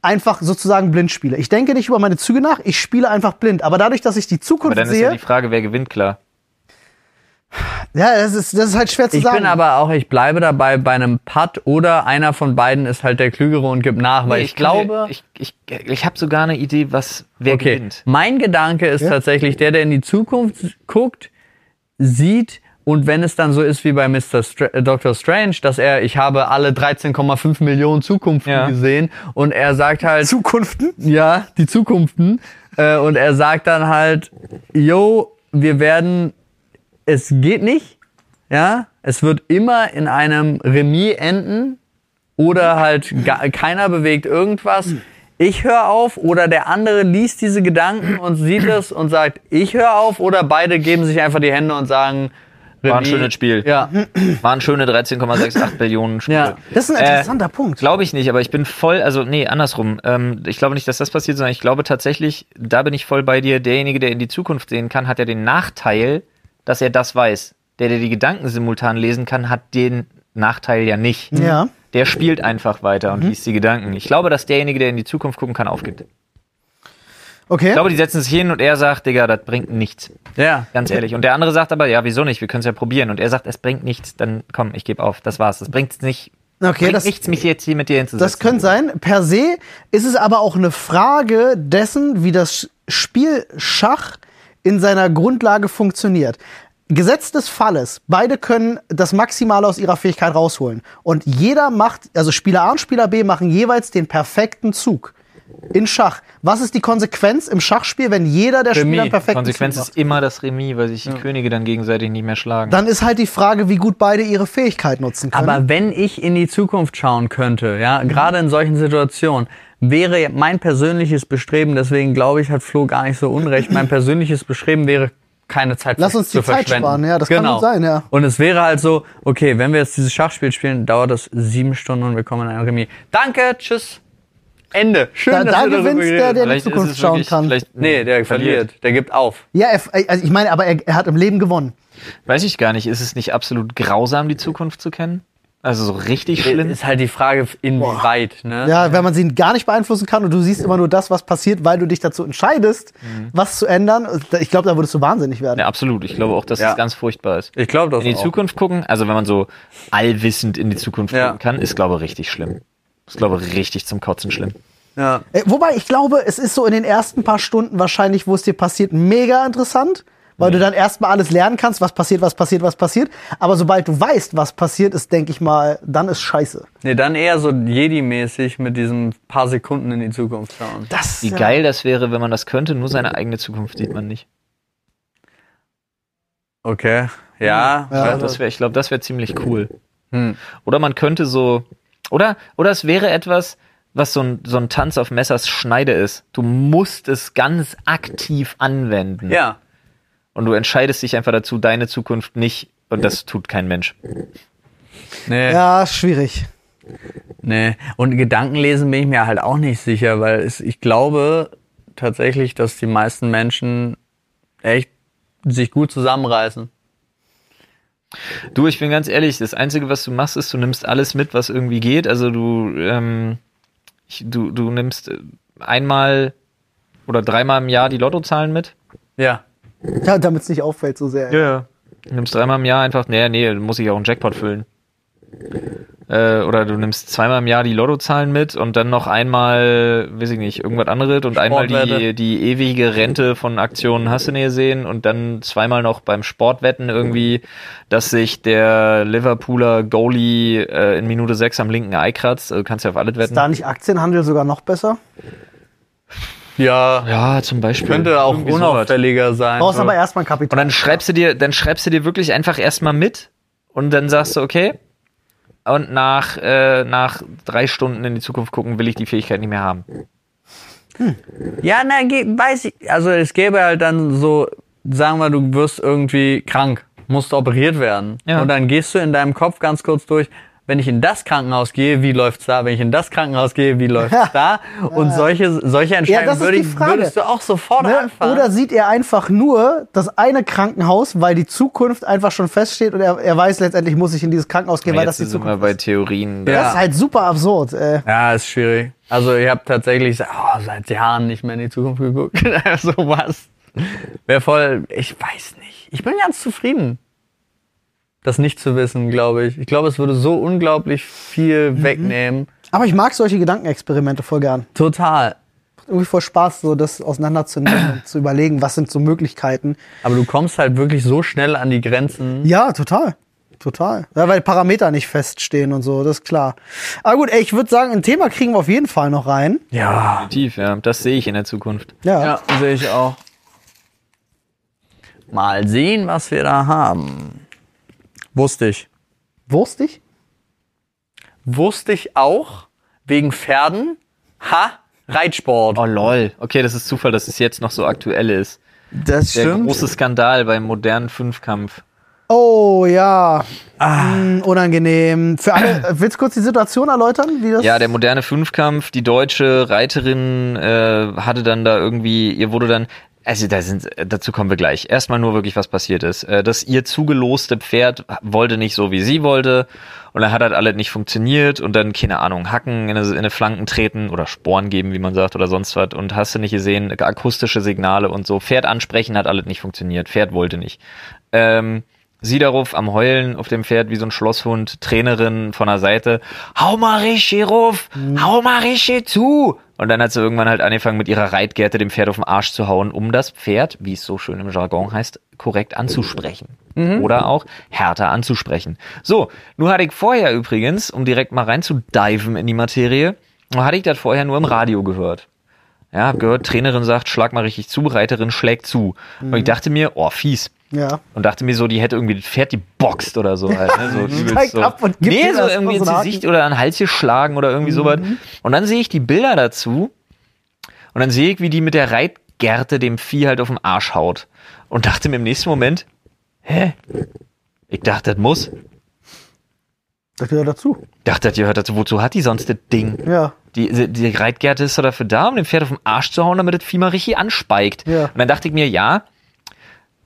S2: einfach sozusagen blind spiele. Ich denke nicht über meine Züge nach, ich spiele einfach blind. Aber dadurch, dass ich die
S3: Aber
S2: Zukunft
S3: dann ist ja
S2: sehe,
S3: die Frage, wer gewinnt, klar.
S2: Ja, das ist, das ist halt schwer zu
S1: Ich
S2: sagen.
S1: bin aber auch, ich bleibe dabei bei einem Putt oder einer von beiden ist halt der Klügere und gibt nach, weil
S3: Nee,
S1: ich, glaube.
S3: Ich, ich, ich habe sogar eine Idee, was wer
S1: okay,
S3: gewinnt.
S1: mein Gedanke ist tatsächlich der, der in die Zukunft guckt, sieht und wenn es dann so ist wie bei Mr. Str äh, Dr. Strange, dass er, ich habe alle 13,5 Millionen Zukunften
S3: Ja.
S1: gesehen und er sagt halt,
S2: Zukunften?
S1: ja, die Zukunften. Äh, und er sagt dann halt, yo, wir werden, es geht nicht, ja, es wird immer in einem Remis enden oder halt ga, keiner bewegt irgendwas. Ich höre auf oder der andere liest diese Gedanken und sieht es und sagt, ich höre auf oder beide geben sich einfach die Hände und sagen,
S3: War ein
S1: Remis.
S3: schönes Spiel.
S1: Ja,
S3: Waren schöne
S2: <laughs>
S3: 13,68 Billionen Spiele.
S1: Ja.
S2: Das ist ein
S3: Äh,
S2: interessanter Punkt.
S3: Glaube ich nicht, aber ich bin voll, also nee, andersrum. Ähm, ich glaube nicht, dass das passiert, sondern ich glaube tatsächlich, da bin ich voll bei dir. Derjenige, der in die Zukunft sehen kann, hat ja den Nachteil, dass er das weiß. Der, der die Gedanken simultan lesen kann, hat den Nachteil ja nicht.
S2: Ja. Mhm.
S3: Der spielt einfach weiter und liest die Gedanken. Ich glaube, dass derjenige, der in die Zukunft gucken kann, aufgibt. Ich
S2: Okay.
S3: glaube, die setzen sich hin und er sagt, Digga, das bringt nichts.
S1: ja.
S3: Ganz ehrlich. Und der andere sagt aber, ja, wieso nicht? Wir können es ja probieren. Und er sagt, es bringt nichts, dann komm, ich gebe auf. Das war's. Das bringt's nicht.
S2: Okay,
S3: bringt
S2: das-
S3: nichts, mich jetzt hier mit dir hinzusetzen.
S2: Das könnte sein. Per se ist es aber auch eine Frage dessen, wie das Spiel Schach in seiner Grundlage funktioniert. Gesetz des Falles, beide können das Maximale aus ihrer Fähigkeit rausholen. Und jeder macht, also Spieler A und Spieler B machen jeweils den perfekten Zug. In Schach. Was ist die Konsequenz im Schachspiel, wenn jeder der Spieler einen perfekten
S3: Konsequenz
S2: Zug macht?
S3: ist immer das Remis, weil sich die Könige dann gegenseitig nicht mehr schlagen.
S2: Dann ist halt die Frage, wie gut beide ihre Fähigkeit nutzen können.
S1: Aber wenn ich in die Zukunft schauen könnte, ja,
S2: Mhm.
S1: gerade in solchen Situationen, wäre mein persönliches Bestreben, deswegen glaube ich, hat Flo gar nicht so unrecht,
S2: <clears throat>
S1: mein persönliches Bestreben wäre, keine Zeit
S2: Lass uns die
S1: zu
S2: Zeit
S1: verschwenden. Genau.
S2: sparen, ja, das kann gut sein, ja.
S1: Und es wäre halt so, okay, wenn wir jetzt dieses Schachspiel spielen, dauert das sieben Stunden und wir kommen in ein Remis. Danke, tschüss. Ende. Schön,
S2: Da-
S1: dass
S2: da
S1: wir darüber
S2: gewinnt der,
S1: geredet haben.
S2: der- in die Zukunft schauen kann.
S3: Äh,
S1: Nee, der verliert. Der gibt auf.
S2: ja, er, also ich meine, aber er, er hat im Leben gewonnen.
S3: Weiß ich gar nicht. Ist es nicht absolut grausam, die Zukunft zu kennen? Also so richtig schlimm?
S1: Ist halt die Frage, inwieweit, ne?
S2: Ja, wenn man sie gar nicht beeinflussen kann und du siehst immer nur das, was passiert, weil du dich dazu entscheidest, was zu ändern. Ich glaube, da würdest du wahnsinnig werden.
S3: Mhm. Ja, absolut. Ich glaube auch, dass
S1: Ja.
S3: das ganz furchtbar ist.
S1: Ich glaube das
S3: In die
S1: auch.
S3: Zukunft gucken, also wenn man so allwissend in die Zukunft
S1: Ja.
S3: gucken kann, ist, glaube ich, richtig schlimm. Ist, glaube ich, richtig zum Kotzen schlimm.
S1: Ja.
S2: Äh, Wobei, ich glaube, es ist so in den ersten paar Stunden wahrscheinlich, wo es dir passiert, mega interessant, weil
S3: Mhm.
S2: du dann erstmal alles lernen kannst, was passiert, was passiert, was passiert. Aber sobald du weißt, was passiert ist, denke ich mal, dann ist scheiße.
S1: Nee, dann eher so Jedi-mäßig mit diesen paar Sekunden in die Zukunft schauen.
S2: Das
S3: Wie geil das wäre, wenn man das könnte, nur seine eigene Zukunft sieht man nicht.
S1: Okay. Ja.
S2: Ja.
S1: ja.
S3: Das wär, ich glaube, das wäre ziemlich cool. Oder man könnte so, oder, oder es wäre etwas, was so ein, so ein Tanz auf Messers Schneide ist. Du musst es ganz aktiv anwenden.
S1: ja.
S3: Und du entscheidest dich einfach dazu, deine Zukunft nicht, und das tut kein Mensch.
S1: Nee.
S2: Ja, schwierig.
S1: Nee. Und Gedankenlesen bin ich mir halt auch nicht sicher, weil es, ich glaube tatsächlich, dass die meisten Menschen echt sich gut zusammenreißen.
S3: Du, ich bin ganz ehrlich, das Einzige, was du machst, ist, du nimmst alles mit, was irgendwie geht. Also du, ähm, ich, du, du nimmst äh, einmal oder dreimal im Jahr die Lottozahlen mit.
S1: Ja.
S2: Ja, Damit es nicht auffällt so sehr.
S3: Ja, ja. Du nimmst dreimal im Jahr einfach, nee, nee, dann muss ich auch einen Jackpot füllen. Äh, oder du nimmst zweimal im Jahr die Lottozahlen mit und dann noch einmal, weiß ich nicht, irgendwas anderes und einmal
S1: Sportwette.
S3: die, die ewige Rente von Aktionen hast du nie gesehen und dann zweimal noch beim Sportwetten irgendwie, dass sich der Liverpooler Goalie äh, in Minute 6 am linken Ei kratzt. Also kannst ja auf alles
S2: Ist da
S3: wetten.
S2: nicht Aktienhandel sogar noch besser?
S1: Ja.
S3: Ja, zum Beispiel.
S1: Könnte auch
S3: Irgendwie sowas.
S1: unauffälliger sein.
S2: Brauchst aber
S1: ja.
S2: erstmal ein Kapital.
S3: Und dann schreibst du dir, dann schreibst du dir wirklich einfach erstmal mit und dann sagst du, okay, und nach, äh, nach drei Stunden in die Zukunft gucken, will ich die Fähigkeit nicht mehr haben.
S1: ja, na, ge- weiß ich. Also es gäbe halt dann so, sagen wir, du wirst irgendwie krank, musst operiert werden.
S3: Ja.
S1: Und dann gehst du in deinem Kopf ganz kurz durch, wenn ich in das Krankenhaus gehe, wie läuft's da? Wenn ich in das Krankenhaus gehe, wie läuft's
S2: <laughs>
S1: da? Und solche, solche
S2: Ja,
S1: Entscheidungen
S2: das ist
S1: würde
S2: die
S1: ich,
S2: Frage.
S1: würdest du auch sofort
S2: Ne?
S1: anfangen.
S2: Oder sieht er einfach nur das eine Krankenhaus, weil die Zukunft einfach schon feststeht und er, er weiß letztendlich, muss ich in dieses Krankenhaus gehen, weil das
S3: Jetzt
S2: die
S3: sind wir
S2: Zukunft
S3: bei
S2: ist.
S3: Theorien.
S1: Ja.
S2: Das ist halt super absurd. Äh.
S1: ja, ist schwierig. Also ich habe tatsächlich se- oh, seit Jahren nicht mehr in die Zukunft geguckt. <laughs> Also so was. Wäre voll, ich weiß nicht. Ich bin ganz zufrieden. das nicht zu wissen, glaube ich. Ich glaube, es würde so unglaublich viel wegnehmen.
S2: Aber ich mag solche Gedankenexperimente voll gern.
S1: Total.
S2: Irgendwie voll Spaß, so das auseinanderzunehmen und zu überlegen, was sind so Möglichkeiten.
S1: Aber du kommst halt wirklich so schnell an die Grenzen.
S2: Ja, total. Total. Ja, weil Parameter nicht feststehen und so, das ist klar. Aber gut, ey, ich würde sagen, ein Thema kriegen wir auf jeden Fall noch rein.
S1: Ja.
S3: Tief, ja. Das sehe ich in der Zukunft.
S2: Ja.
S1: Ja, sehe ich auch. Mal sehen, was wir da haben. Wusste ich.
S2: Wurstig?
S1: Wusste ich auch wegen Pferden. Ha, Reitsport.
S3: Oh lol. Okay, das ist Zufall, dass es jetzt noch so aktuell ist.
S1: Das
S3: Der große Skandal beim modernen Fünfkampf.
S2: Oh ja. Hm, unangenehm. Für alle, <clears throat> äh, willst du kurz die Situation erläutern, wie das?
S3: Ja, der moderne Fünfkampf, die deutsche Reiterin äh, hatte dann da irgendwie, ihr wurde dann, also da sind, dazu kommen wir gleich. Erstmal nur wirklich, was passiert ist. Äh, das ihr zugeloste Pferd wollte nicht so, wie sie wollte. Und dann hat halt alles nicht funktioniert und dann, keine Ahnung, Hacken in eine, in eine Flanken treten oder Sporen geben, wie man sagt, oder sonst was. Und hast du nicht gesehen, akustische Signale und so. Pferd ansprechen hat alles nicht funktioniert. Pferd wollte nicht. Ähm, Sie darauf am Heulen auf dem Pferd wie so ein Schlosshund, Trainerin von der Seite, hau mal richtig ruf, hau mal richtig zu. Und dann hat sie irgendwann halt angefangen, mit ihrer Reitgerte dem Pferd auf den Arsch zu hauen, um das Pferd, wie es so schön im Jargon heißt, korrekt anzusprechen. Oder auch härter anzusprechen. So, nur hatte ich vorher übrigens, um direkt mal reinzudiven in die Materie, hatte ich das vorher nur im Radio gehört. Ja, hab gehört, Trainerin sagt, schlag mal richtig zu, Reiterin schlägt zu. Und ich dachte mir, oh, fies.
S2: Mhm. Ja.
S3: Und dachte mir so, die hätte irgendwie das Pferd geboxt oder so halt.
S2: <laughs>
S3: Ne? So, übelst
S2: Steigt
S3: so.
S2: ab und gibt
S3: nee,
S2: dir
S3: so
S2: das
S3: irgendwie ins
S2: Personal.
S3: Gesicht oder an den Hals geschlagen oder
S2: Mhm.
S3: irgendwie sowas. Und dann sehe ich die Bilder dazu und dann sehe ich, wie die mit der Reitgerte dem Vieh halt auf den Arsch haut. Und dachte mir im nächsten Moment, hä? Ich dachte, das muss.
S2: Das gehört dazu.
S3: Dachte, das gehört dazu. Wozu hat die sonst das Ding?
S2: Ja.
S3: Die, die- die Reitgerte ist doch dafür da, um dem Pferd auf den Arsch zu hauen, damit das Vieh mal richtig anspeigt.
S2: Ja.
S3: Und dann dachte ich mir, ja,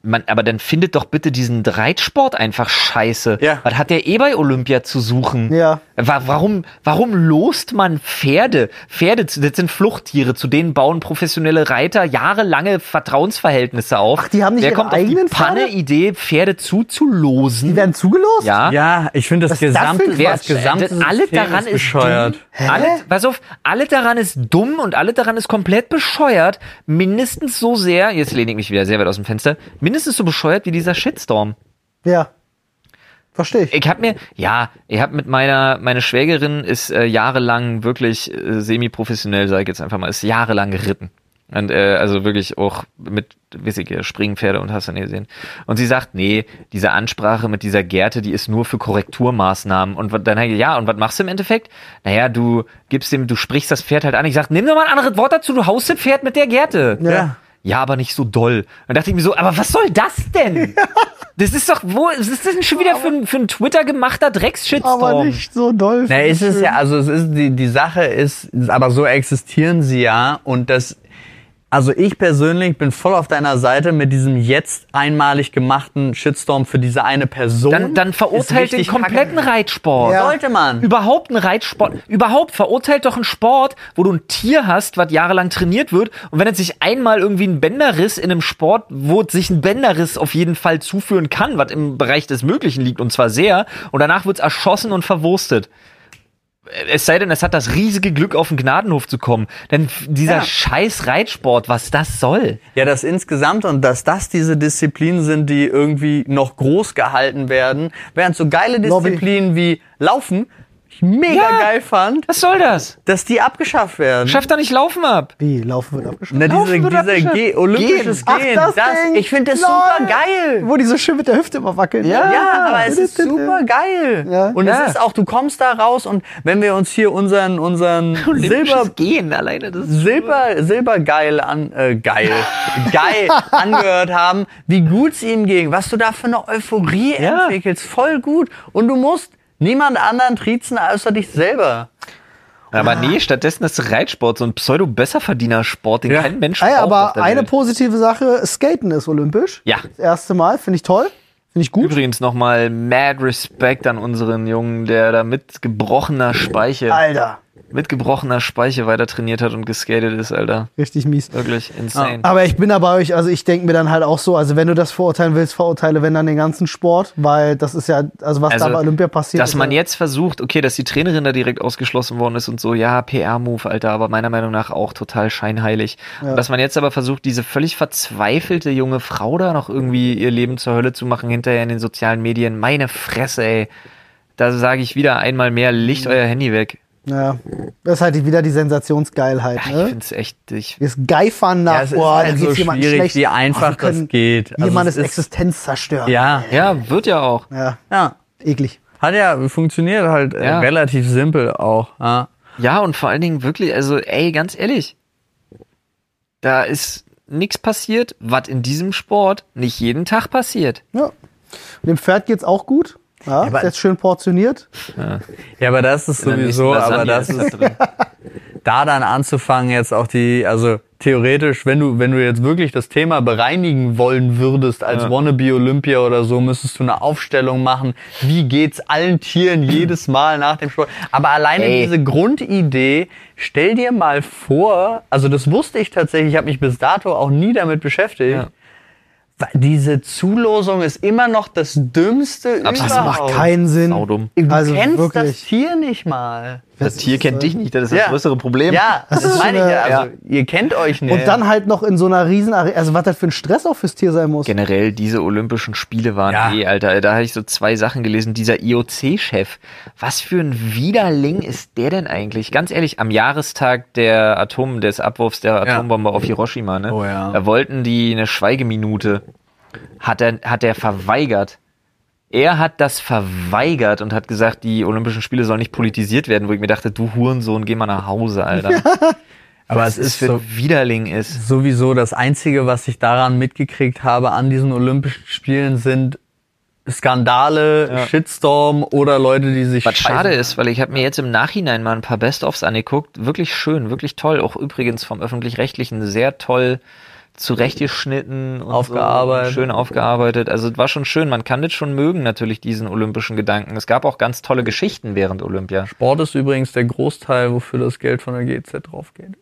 S3: man, aber dann findet doch bitte diesen Reitsport einfach scheiße.
S1: Ja.
S3: Was hat der eh bei Olympia zu suchen?
S2: Ja.
S3: Wa warum, warum lost man Pferde? Pferde, das sind Fluchttiere, zu denen bauen professionelle Reiter jahrelange Vertrauensverhältnisse auf.
S2: Ach, die haben nicht
S3: Wer
S2: ihre
S3: kommt auf die
S2: eigenen Pferde?
S3: Panne-Idee, Pferde zuzulosen?
S2: Die werden zugelost?
S3: ja.
S1: Ja, ich finde das,
S2: ist das
S1: gesamte,
S2: für ein
S1: das,
S2: Quatsch, ey?
S1: gesamte
S3: Das- alles
S1: System
S3: daran
S1: ist
S3: ist
S1: bescheuert.
S3: dumm. Alles, pass auf, alles daran ist dumm und alles daran ist komplett bescheuert. Mindestens so sehr, jetzt lehne ich mich wieder sehr weit aus dem Fenster, mindestens so bescheuert wie dieser Shitstorm.
S2: Ja. Verstehe ich.
S3: Ich hab mir, ja, ich hab mit meiner, meine Schwägerin ist äh, jahrelang wirklich äh, semi-professionell, sage ich jetzt einfach mal, ist jahrelang geritten. Und äh, also wirklich auch mit, weiß ich, hier, Springpferde und hast du nicht gesehen. Und sie sagt, nee, diese Ansprache mit dieser Gerte, die ist nur für Korrekturmaßnahmen. Und wat- dann hab ich, ja, und was machst du im Endeffekt? Naja, du gibst dem, du sprichst das Pferd halt an. Ich sag, nimm doch mal ein anderes Wort dazu, du haust das Pferd mit der Gerte.
S2: Ja.
S3: Ja, aber nicht so doll. Dann dachte ich mir so, aber was soll das denn? Das ist doch, wo, was ist das denn schon wieder für ein, für ein Twitter gemachter Drecks-Shitstorm?
S2: Aber nicht so doll.
S1: Na, ist es ja, also es ist die die Sache ist, ist, aber so existieren sie ja und das also ich persönlich bin voll auf deiner Seite mit diesem jetzt einmalig gemachten Shitstorm für diese eine Person.
S3: Dann, dann verurteilt
S1: Ist
S3: den
S1: richtig
S3: kompletten
S1: kacke.
S3: Reitsport.
S2: Ja.
S1: Sollte man.
S3: Überhaupt einen Reitsport, überhaupt verurteilt doch einen Sport, wo du ein Tier hast, was jahrelang trainiert wird. Und wenn es sich einmal irgendwie ein Bänderriss in einem Sport, wo es sich ein Bänderriss auf jeden Fall zuführen kann, was im Bereich des Möglichen liegt und zwar sehr, und danach wird es erschossen und verwurstet. Es sei denn, es hat das riesige Glück, auf den Gnadenhof zu kommen. Denn f- dieser
S1: Ja.
S3: scheiß Reitsport, was das soll.
S1: Ja, das insgesamt und dass das diese Disziplinen sind, die irgendwie noch groß gehalten werden, während so geile
S2: Lobby.
S1: Disziplinen wie Laufen ich mega
S3: Ja.
S1: geil fand,
S3: Was soll das?
S1: dass die abgeschafft werden.
S3: Schafft da nicht Laufen ab.
S2: Wie? Laufen wird abgeschnitten.
S1: Na, diese,
S3: Laufen wird
S1: dieser
S3: abgeschafft.
S1: Ge olympisches
S2: Ach,
S1: Gehen,
S2: das Ding.
S1: ich finde das
S2: Lol.
S1: super geil.
S2: Wo die so schön mit der Hüfte immer wackeln. ne? Ah
S1: Ja, aber es ist super geil.
S2: Ja.
S1: Und
S3: Ja.
S1: es ist auch, du kommst da raus und wenn wir uns hier unseren, unseren Silber,
S3: Olympisches Gehen alleine das.
S1: Silber, Silbergeil an, äh, geil,
S3: <laughs>
S1: geil angehört haben, wie gut es ihnen ging, was du da für eine Euphorie
S3: Ja.
S1: entwickelst, voll gut. Und du musst niemand anderen triezen, außer dich selber.
S3: Aber nee, stattdessen ist Reitsport so ein Pseudo-Besserverdiener-Sport, den
S1: Ja.
S3: kein Mensch
S2: Ah ja,
S3: braucht Also auf
S2: aber
S3: der
S2: eine
S3: Welt.
S2: positive Sache, Skaten ist olympisch.
S3: Ja.
S2: Das erste Mal, finde ich toll. Finde ich gut.
S3: Übrigens nochmal mad Respect an unseren Jungen, der da mit gebrochener Speiche
S2: Alter.
S3: mit gebrochener Speiche weiter trainiert hat und geskatet ist, Alter.
S2: Richtig mies.
S3: Wirklich insane.
S2: Aber ich bin da bei euch, also ich denke mir dann halt auch so, also wenn du das verurteilen willst, verurteile wenn dann den ganzen Sport, weil das ist ja, also was da bei Olympia passiert
S3: dass
S2: ist,
S3: man
S2: ja-
S3: jetzt versucht, okay, dass die Trainerin da direkt ausgeschlossen worden ist und so, ja, PR-Move, Alter, aber meiner Meinung nach auch total scheinheilig. Und dass man jetzt aber versucht, diese völlig verzweifelte junge Frau da noch irgendwie ihr Leben zur Hölle zu machen, hinterher in den sozialen Medien, meine Fresse, ey. Da sage ich wieder einmal mehr, licht
S2: Mhm.
S3: euer Handy weg.
S2: Ja, das ist halt wieder die Sensationsgeilheit,
S3: Ich
S2: ne?
S3: find's echt, ich,
S2: Das Geifern nach,
S1: Ja, es ist
S2: boah,
S1: halt
S2: da
S1: so
S2: geht's jemandem
S1: schwierig,
S2: schlecht.
S1: wie
S2: Ach, wir
S1: einfach das
S2: können
S1: geht. Also
S2: jemandes
S1: es ist-
S2: Existenz zerstören.
S1: Ja.
S3: ja, wird ja auch.
S2: Ja,
S1: Ja.
S2: eklig.
S1: Hat ja, funktioniert halt äh,
S3: Ja.
S1: relativ simpel auch. Ja.
S3: Ja, und vor allen Dingen wirklich, also, ey, ganz ehrlich, da ist nix passiert, was in diesem Sport nicht jeden Tag passiert.
S2: Ja. Und dem Pferd geht's auch gut. Ja,
S1: aber-
S2: ist jetzt schön portioniert.
S1: ja, aber das ist
S3: In der nächsten
S1: sowieso, aber
S3: Lasagne
S1: das ist
S3: da <laughs> drin.
S1: da dann anzufangen, jetzt auch die, also theoretisch, wenn du, wenn du jetzt wirklich das Thema bereinigen wollen würdest als Wannabe Olympia oder so, müsstest du eine Aufstellung machen. Wie geht's allen
S2: <laughs>
S1: Tieren jedes Mal nach dem Sport? Aber alleine
S3: Ey.
S1: diese Grundidee, stell dir mal vor, also das wusste ich tatsächlich, ich habe mich bis dato auch nie damit beschäftigt.
S3: Ja.
S1: Wa- Diese Zulosung ist immer noch das dümmste
S3: Absolut.
S2: Das macht
S1: überhaupt.
S2: keinen Sinn.
S3: Saudumm.
S1: Du
S2: Also
S1: kennst das
S2: wirklich.
S1: Tier nicht mal.
S3: Das Tier kennt dich nicht, das ist das größere Problem.
S1: Ja, <laughs> das,
S2: ist
S1: meine ich
S2: schon
S1: ja.
S2: eine-
S1: Also, ihr kennt euch nicht.
S2: Und dann halt noch in so einer riesen Are- also was das für ein Stress auch fürs Tier sein muss.
S3: Generell, diese Olympischen Spiele waren
S1: Ja.
S3: eh, Alter. Da habe ich so zwei Sachen gelesen. Dieser IOC-Chef, was für ein Widerling ist der denn eigentlich? Ganz ehrlich, am Jahrestag der Atom, des Abwurfs der Atombombe auf Hiroshima, ne?
S1: Oh ja.
S3: Da wollten die eine Schweigeminute. Hat er, hat er verweigert. Er hat das verweigert und hat gesagt, die Olympischen Spiele sollen nicht politisiert werden, wo ich mir dachte, du Hurensohn, geh mal nach Hause, Alter.
S1: Aber
S3: Was
S1: es
S3: es
S1: ist
S3: für
S1: so,
S3: ein Widerling ist.
S1: sowieso das Einzige, was ich daran mitgekriegt habe an diesen Olympischen Spielen, sind Skandale, Shitstorm oder Leute, die sich
S3: Was
S1: scheißen.
S3: schade ist, weil ich habe mir jetzt im Nachhinein mal ein paar Best-ofs angeguckt. Wirklich schön, wirklich toll. Auch übrigens vom öffentlich-rechtlichen sehr toll zurechtgeschnitten und
S1: Aufgearbeitet.
S3: So schön aufgearbeitet. Also es war schon schön. Man kann das schon mögen natürlich diesen olympischen Gedanken. Es gab auch ganz tolle Geschichten während Olympia.
S1: Sport ist übrigens der Großteil, wofür das Geld von der GZ draufgeht.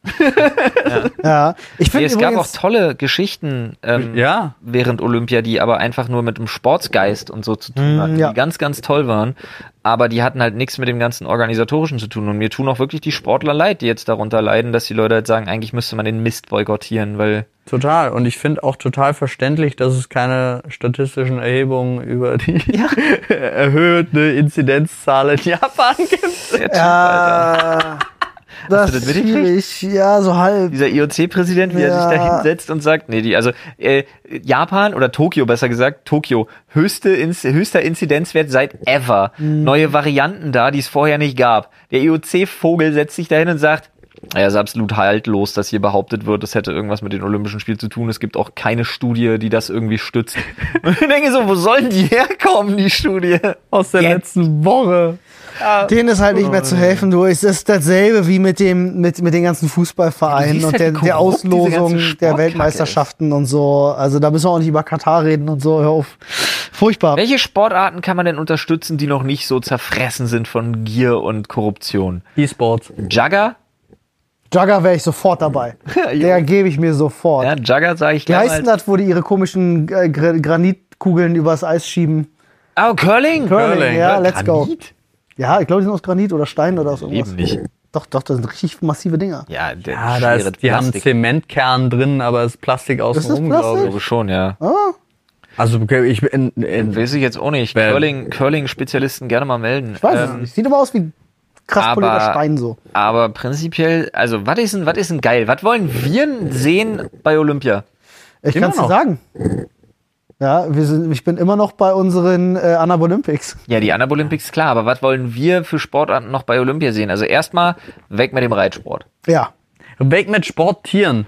S2: Ja. Ich
S3: Nee,
S2: finde
S3: es gab auch
S2: übrigens,
S3: tolle Geschichten ähm,
S1: Ja.
S3: während Olympia, die aber einfach nur mit dem Sportsgeist und so zu tun hatten,
S2: Mm, ja.
S3: die ganz, ganz toll waren. Aber die hatten halt nichts mit dem ganzen Organisatorischen zu tun. Und mir tun auch wirklich die Sportler leid, die jetzt darunter leiden, dass die Leute halt sagen, eigentlich müsste man den Mist boykottieren, weil
S1: Total. Und ich finde auch total verständlich, dass es keine statistischen Erhebungen über die <laughs> erhöhte Inzidenzzahl in Japan gibt.
S3: der typ, Alter.
S2: ja, Ah, das
S3: Hast du das
S2: ist schwierig. Ja, so halb.
S3: dieser IOC-Präsident, wie er
S2: Ja.
S3: sich da hinsetzt und sagt, nee, die, also äh, Japan oder Tokio, besser gesagt, Tokio, höchste Inz höchster Inzidenzwert seit ever.
S1: Mhm.
S3: Neue Varianten da, die es vorher nicht gab. Der IOC-Vogel setzt sich dahin und sagt, ja, ist absolut haltlos, dass hier behauptet wird, es hätte irgendwas mit den Olympischen Spielen zu tun. Es gibt auch keine Studie, die das
S1: <laughs>
S3: irgendwie stützt. Und ich denke so, wo sollen die herkommen, die Studie?
S1: Aus der
S3: Jetzt.
S1: letzten Woche.
S2: Denen ist halt nicht mehr zu helfen durch. Es ist dasselbe wie mit dem, mit, mit den ganzen
S3: Ja,
S2: Fußballvereinen
S3: du
S2: und
S3: siehst
S2: der,
S3: halt, wie
S2: der
S3: korrupt diese
S2: Auslosung
S3: ganze Sportkacke
S2: der Weltmeisterschaften und so. Also da müssen wir auch nicht über Katar reden und so. Hör auf. Furchtbar.
S3: Welche Sportarten kann man denn unterstützen, die noch nicht so zerfressen sind von Gier und Korruption?
S1: E-Sports.
S3: Jugger?
S2: Jugger wäre ich sofort dabei.
S3: <laughs>
S2: der gebe ich mir sofort.
S3: Ja, halt Jugger sage ich
S2: Wie
S3: gleich.
S2: heißt
S3: mal
S2: denn das, wo die ihre komischen äh, Gra- Granitkugeln übers Eis schieben?
S3: Oh, Curling?
S1: Curling,
S2: ja,
S1: ne?
S2: let's
S3: Granit?
S2: go. Ja, ich glaube, die sind aus Granit oder Stein oder aus irgendwas.
S3: Eben nicht.
S2: Doch, doch, das sind richtig massive Dinger.
S3: Ja, der
S1: Ah, da
S3: schwere
S1: ist, die haben einen
S3: Plastik.
S1: Zementkern drin, aber es ist Plastik außenrum,
S2: Plastik?
S1: glaube
S3: Ich
S1: ich.
S3: glaube schon, ja.
S2: Hm?
S1: Also okay, ich äh, in, in,
S3: Weiß ich jetzt auch nicht.
S1: Wer-
S3: Curling- Curling-Spezialisten gerne mal melden.
S2: Ich weiß es nicht. Sieht aber aus wie krass polierter
S3: Ähm, aber-
S2: Stein so.
S3: Aber prinzipiell, also, was ist denn, was ist denn geil? Was wollen wir denn sehen bei Olympia?
S2: Ich
S1: Immer
S2: kann es dir
S1: noch.
S2: sagen. Ja, wir sind, ich bin immer noch bei unseren äh, Anab Olympics. <laughs>
S3: Ja, die Anab Olympics, klar, aber was wollen wir für Sportarten noch bei Olympia sehen? Also, erstmal weg mit dem Reitsport.
S2: Ja.
S1: weg mit Sporttieren.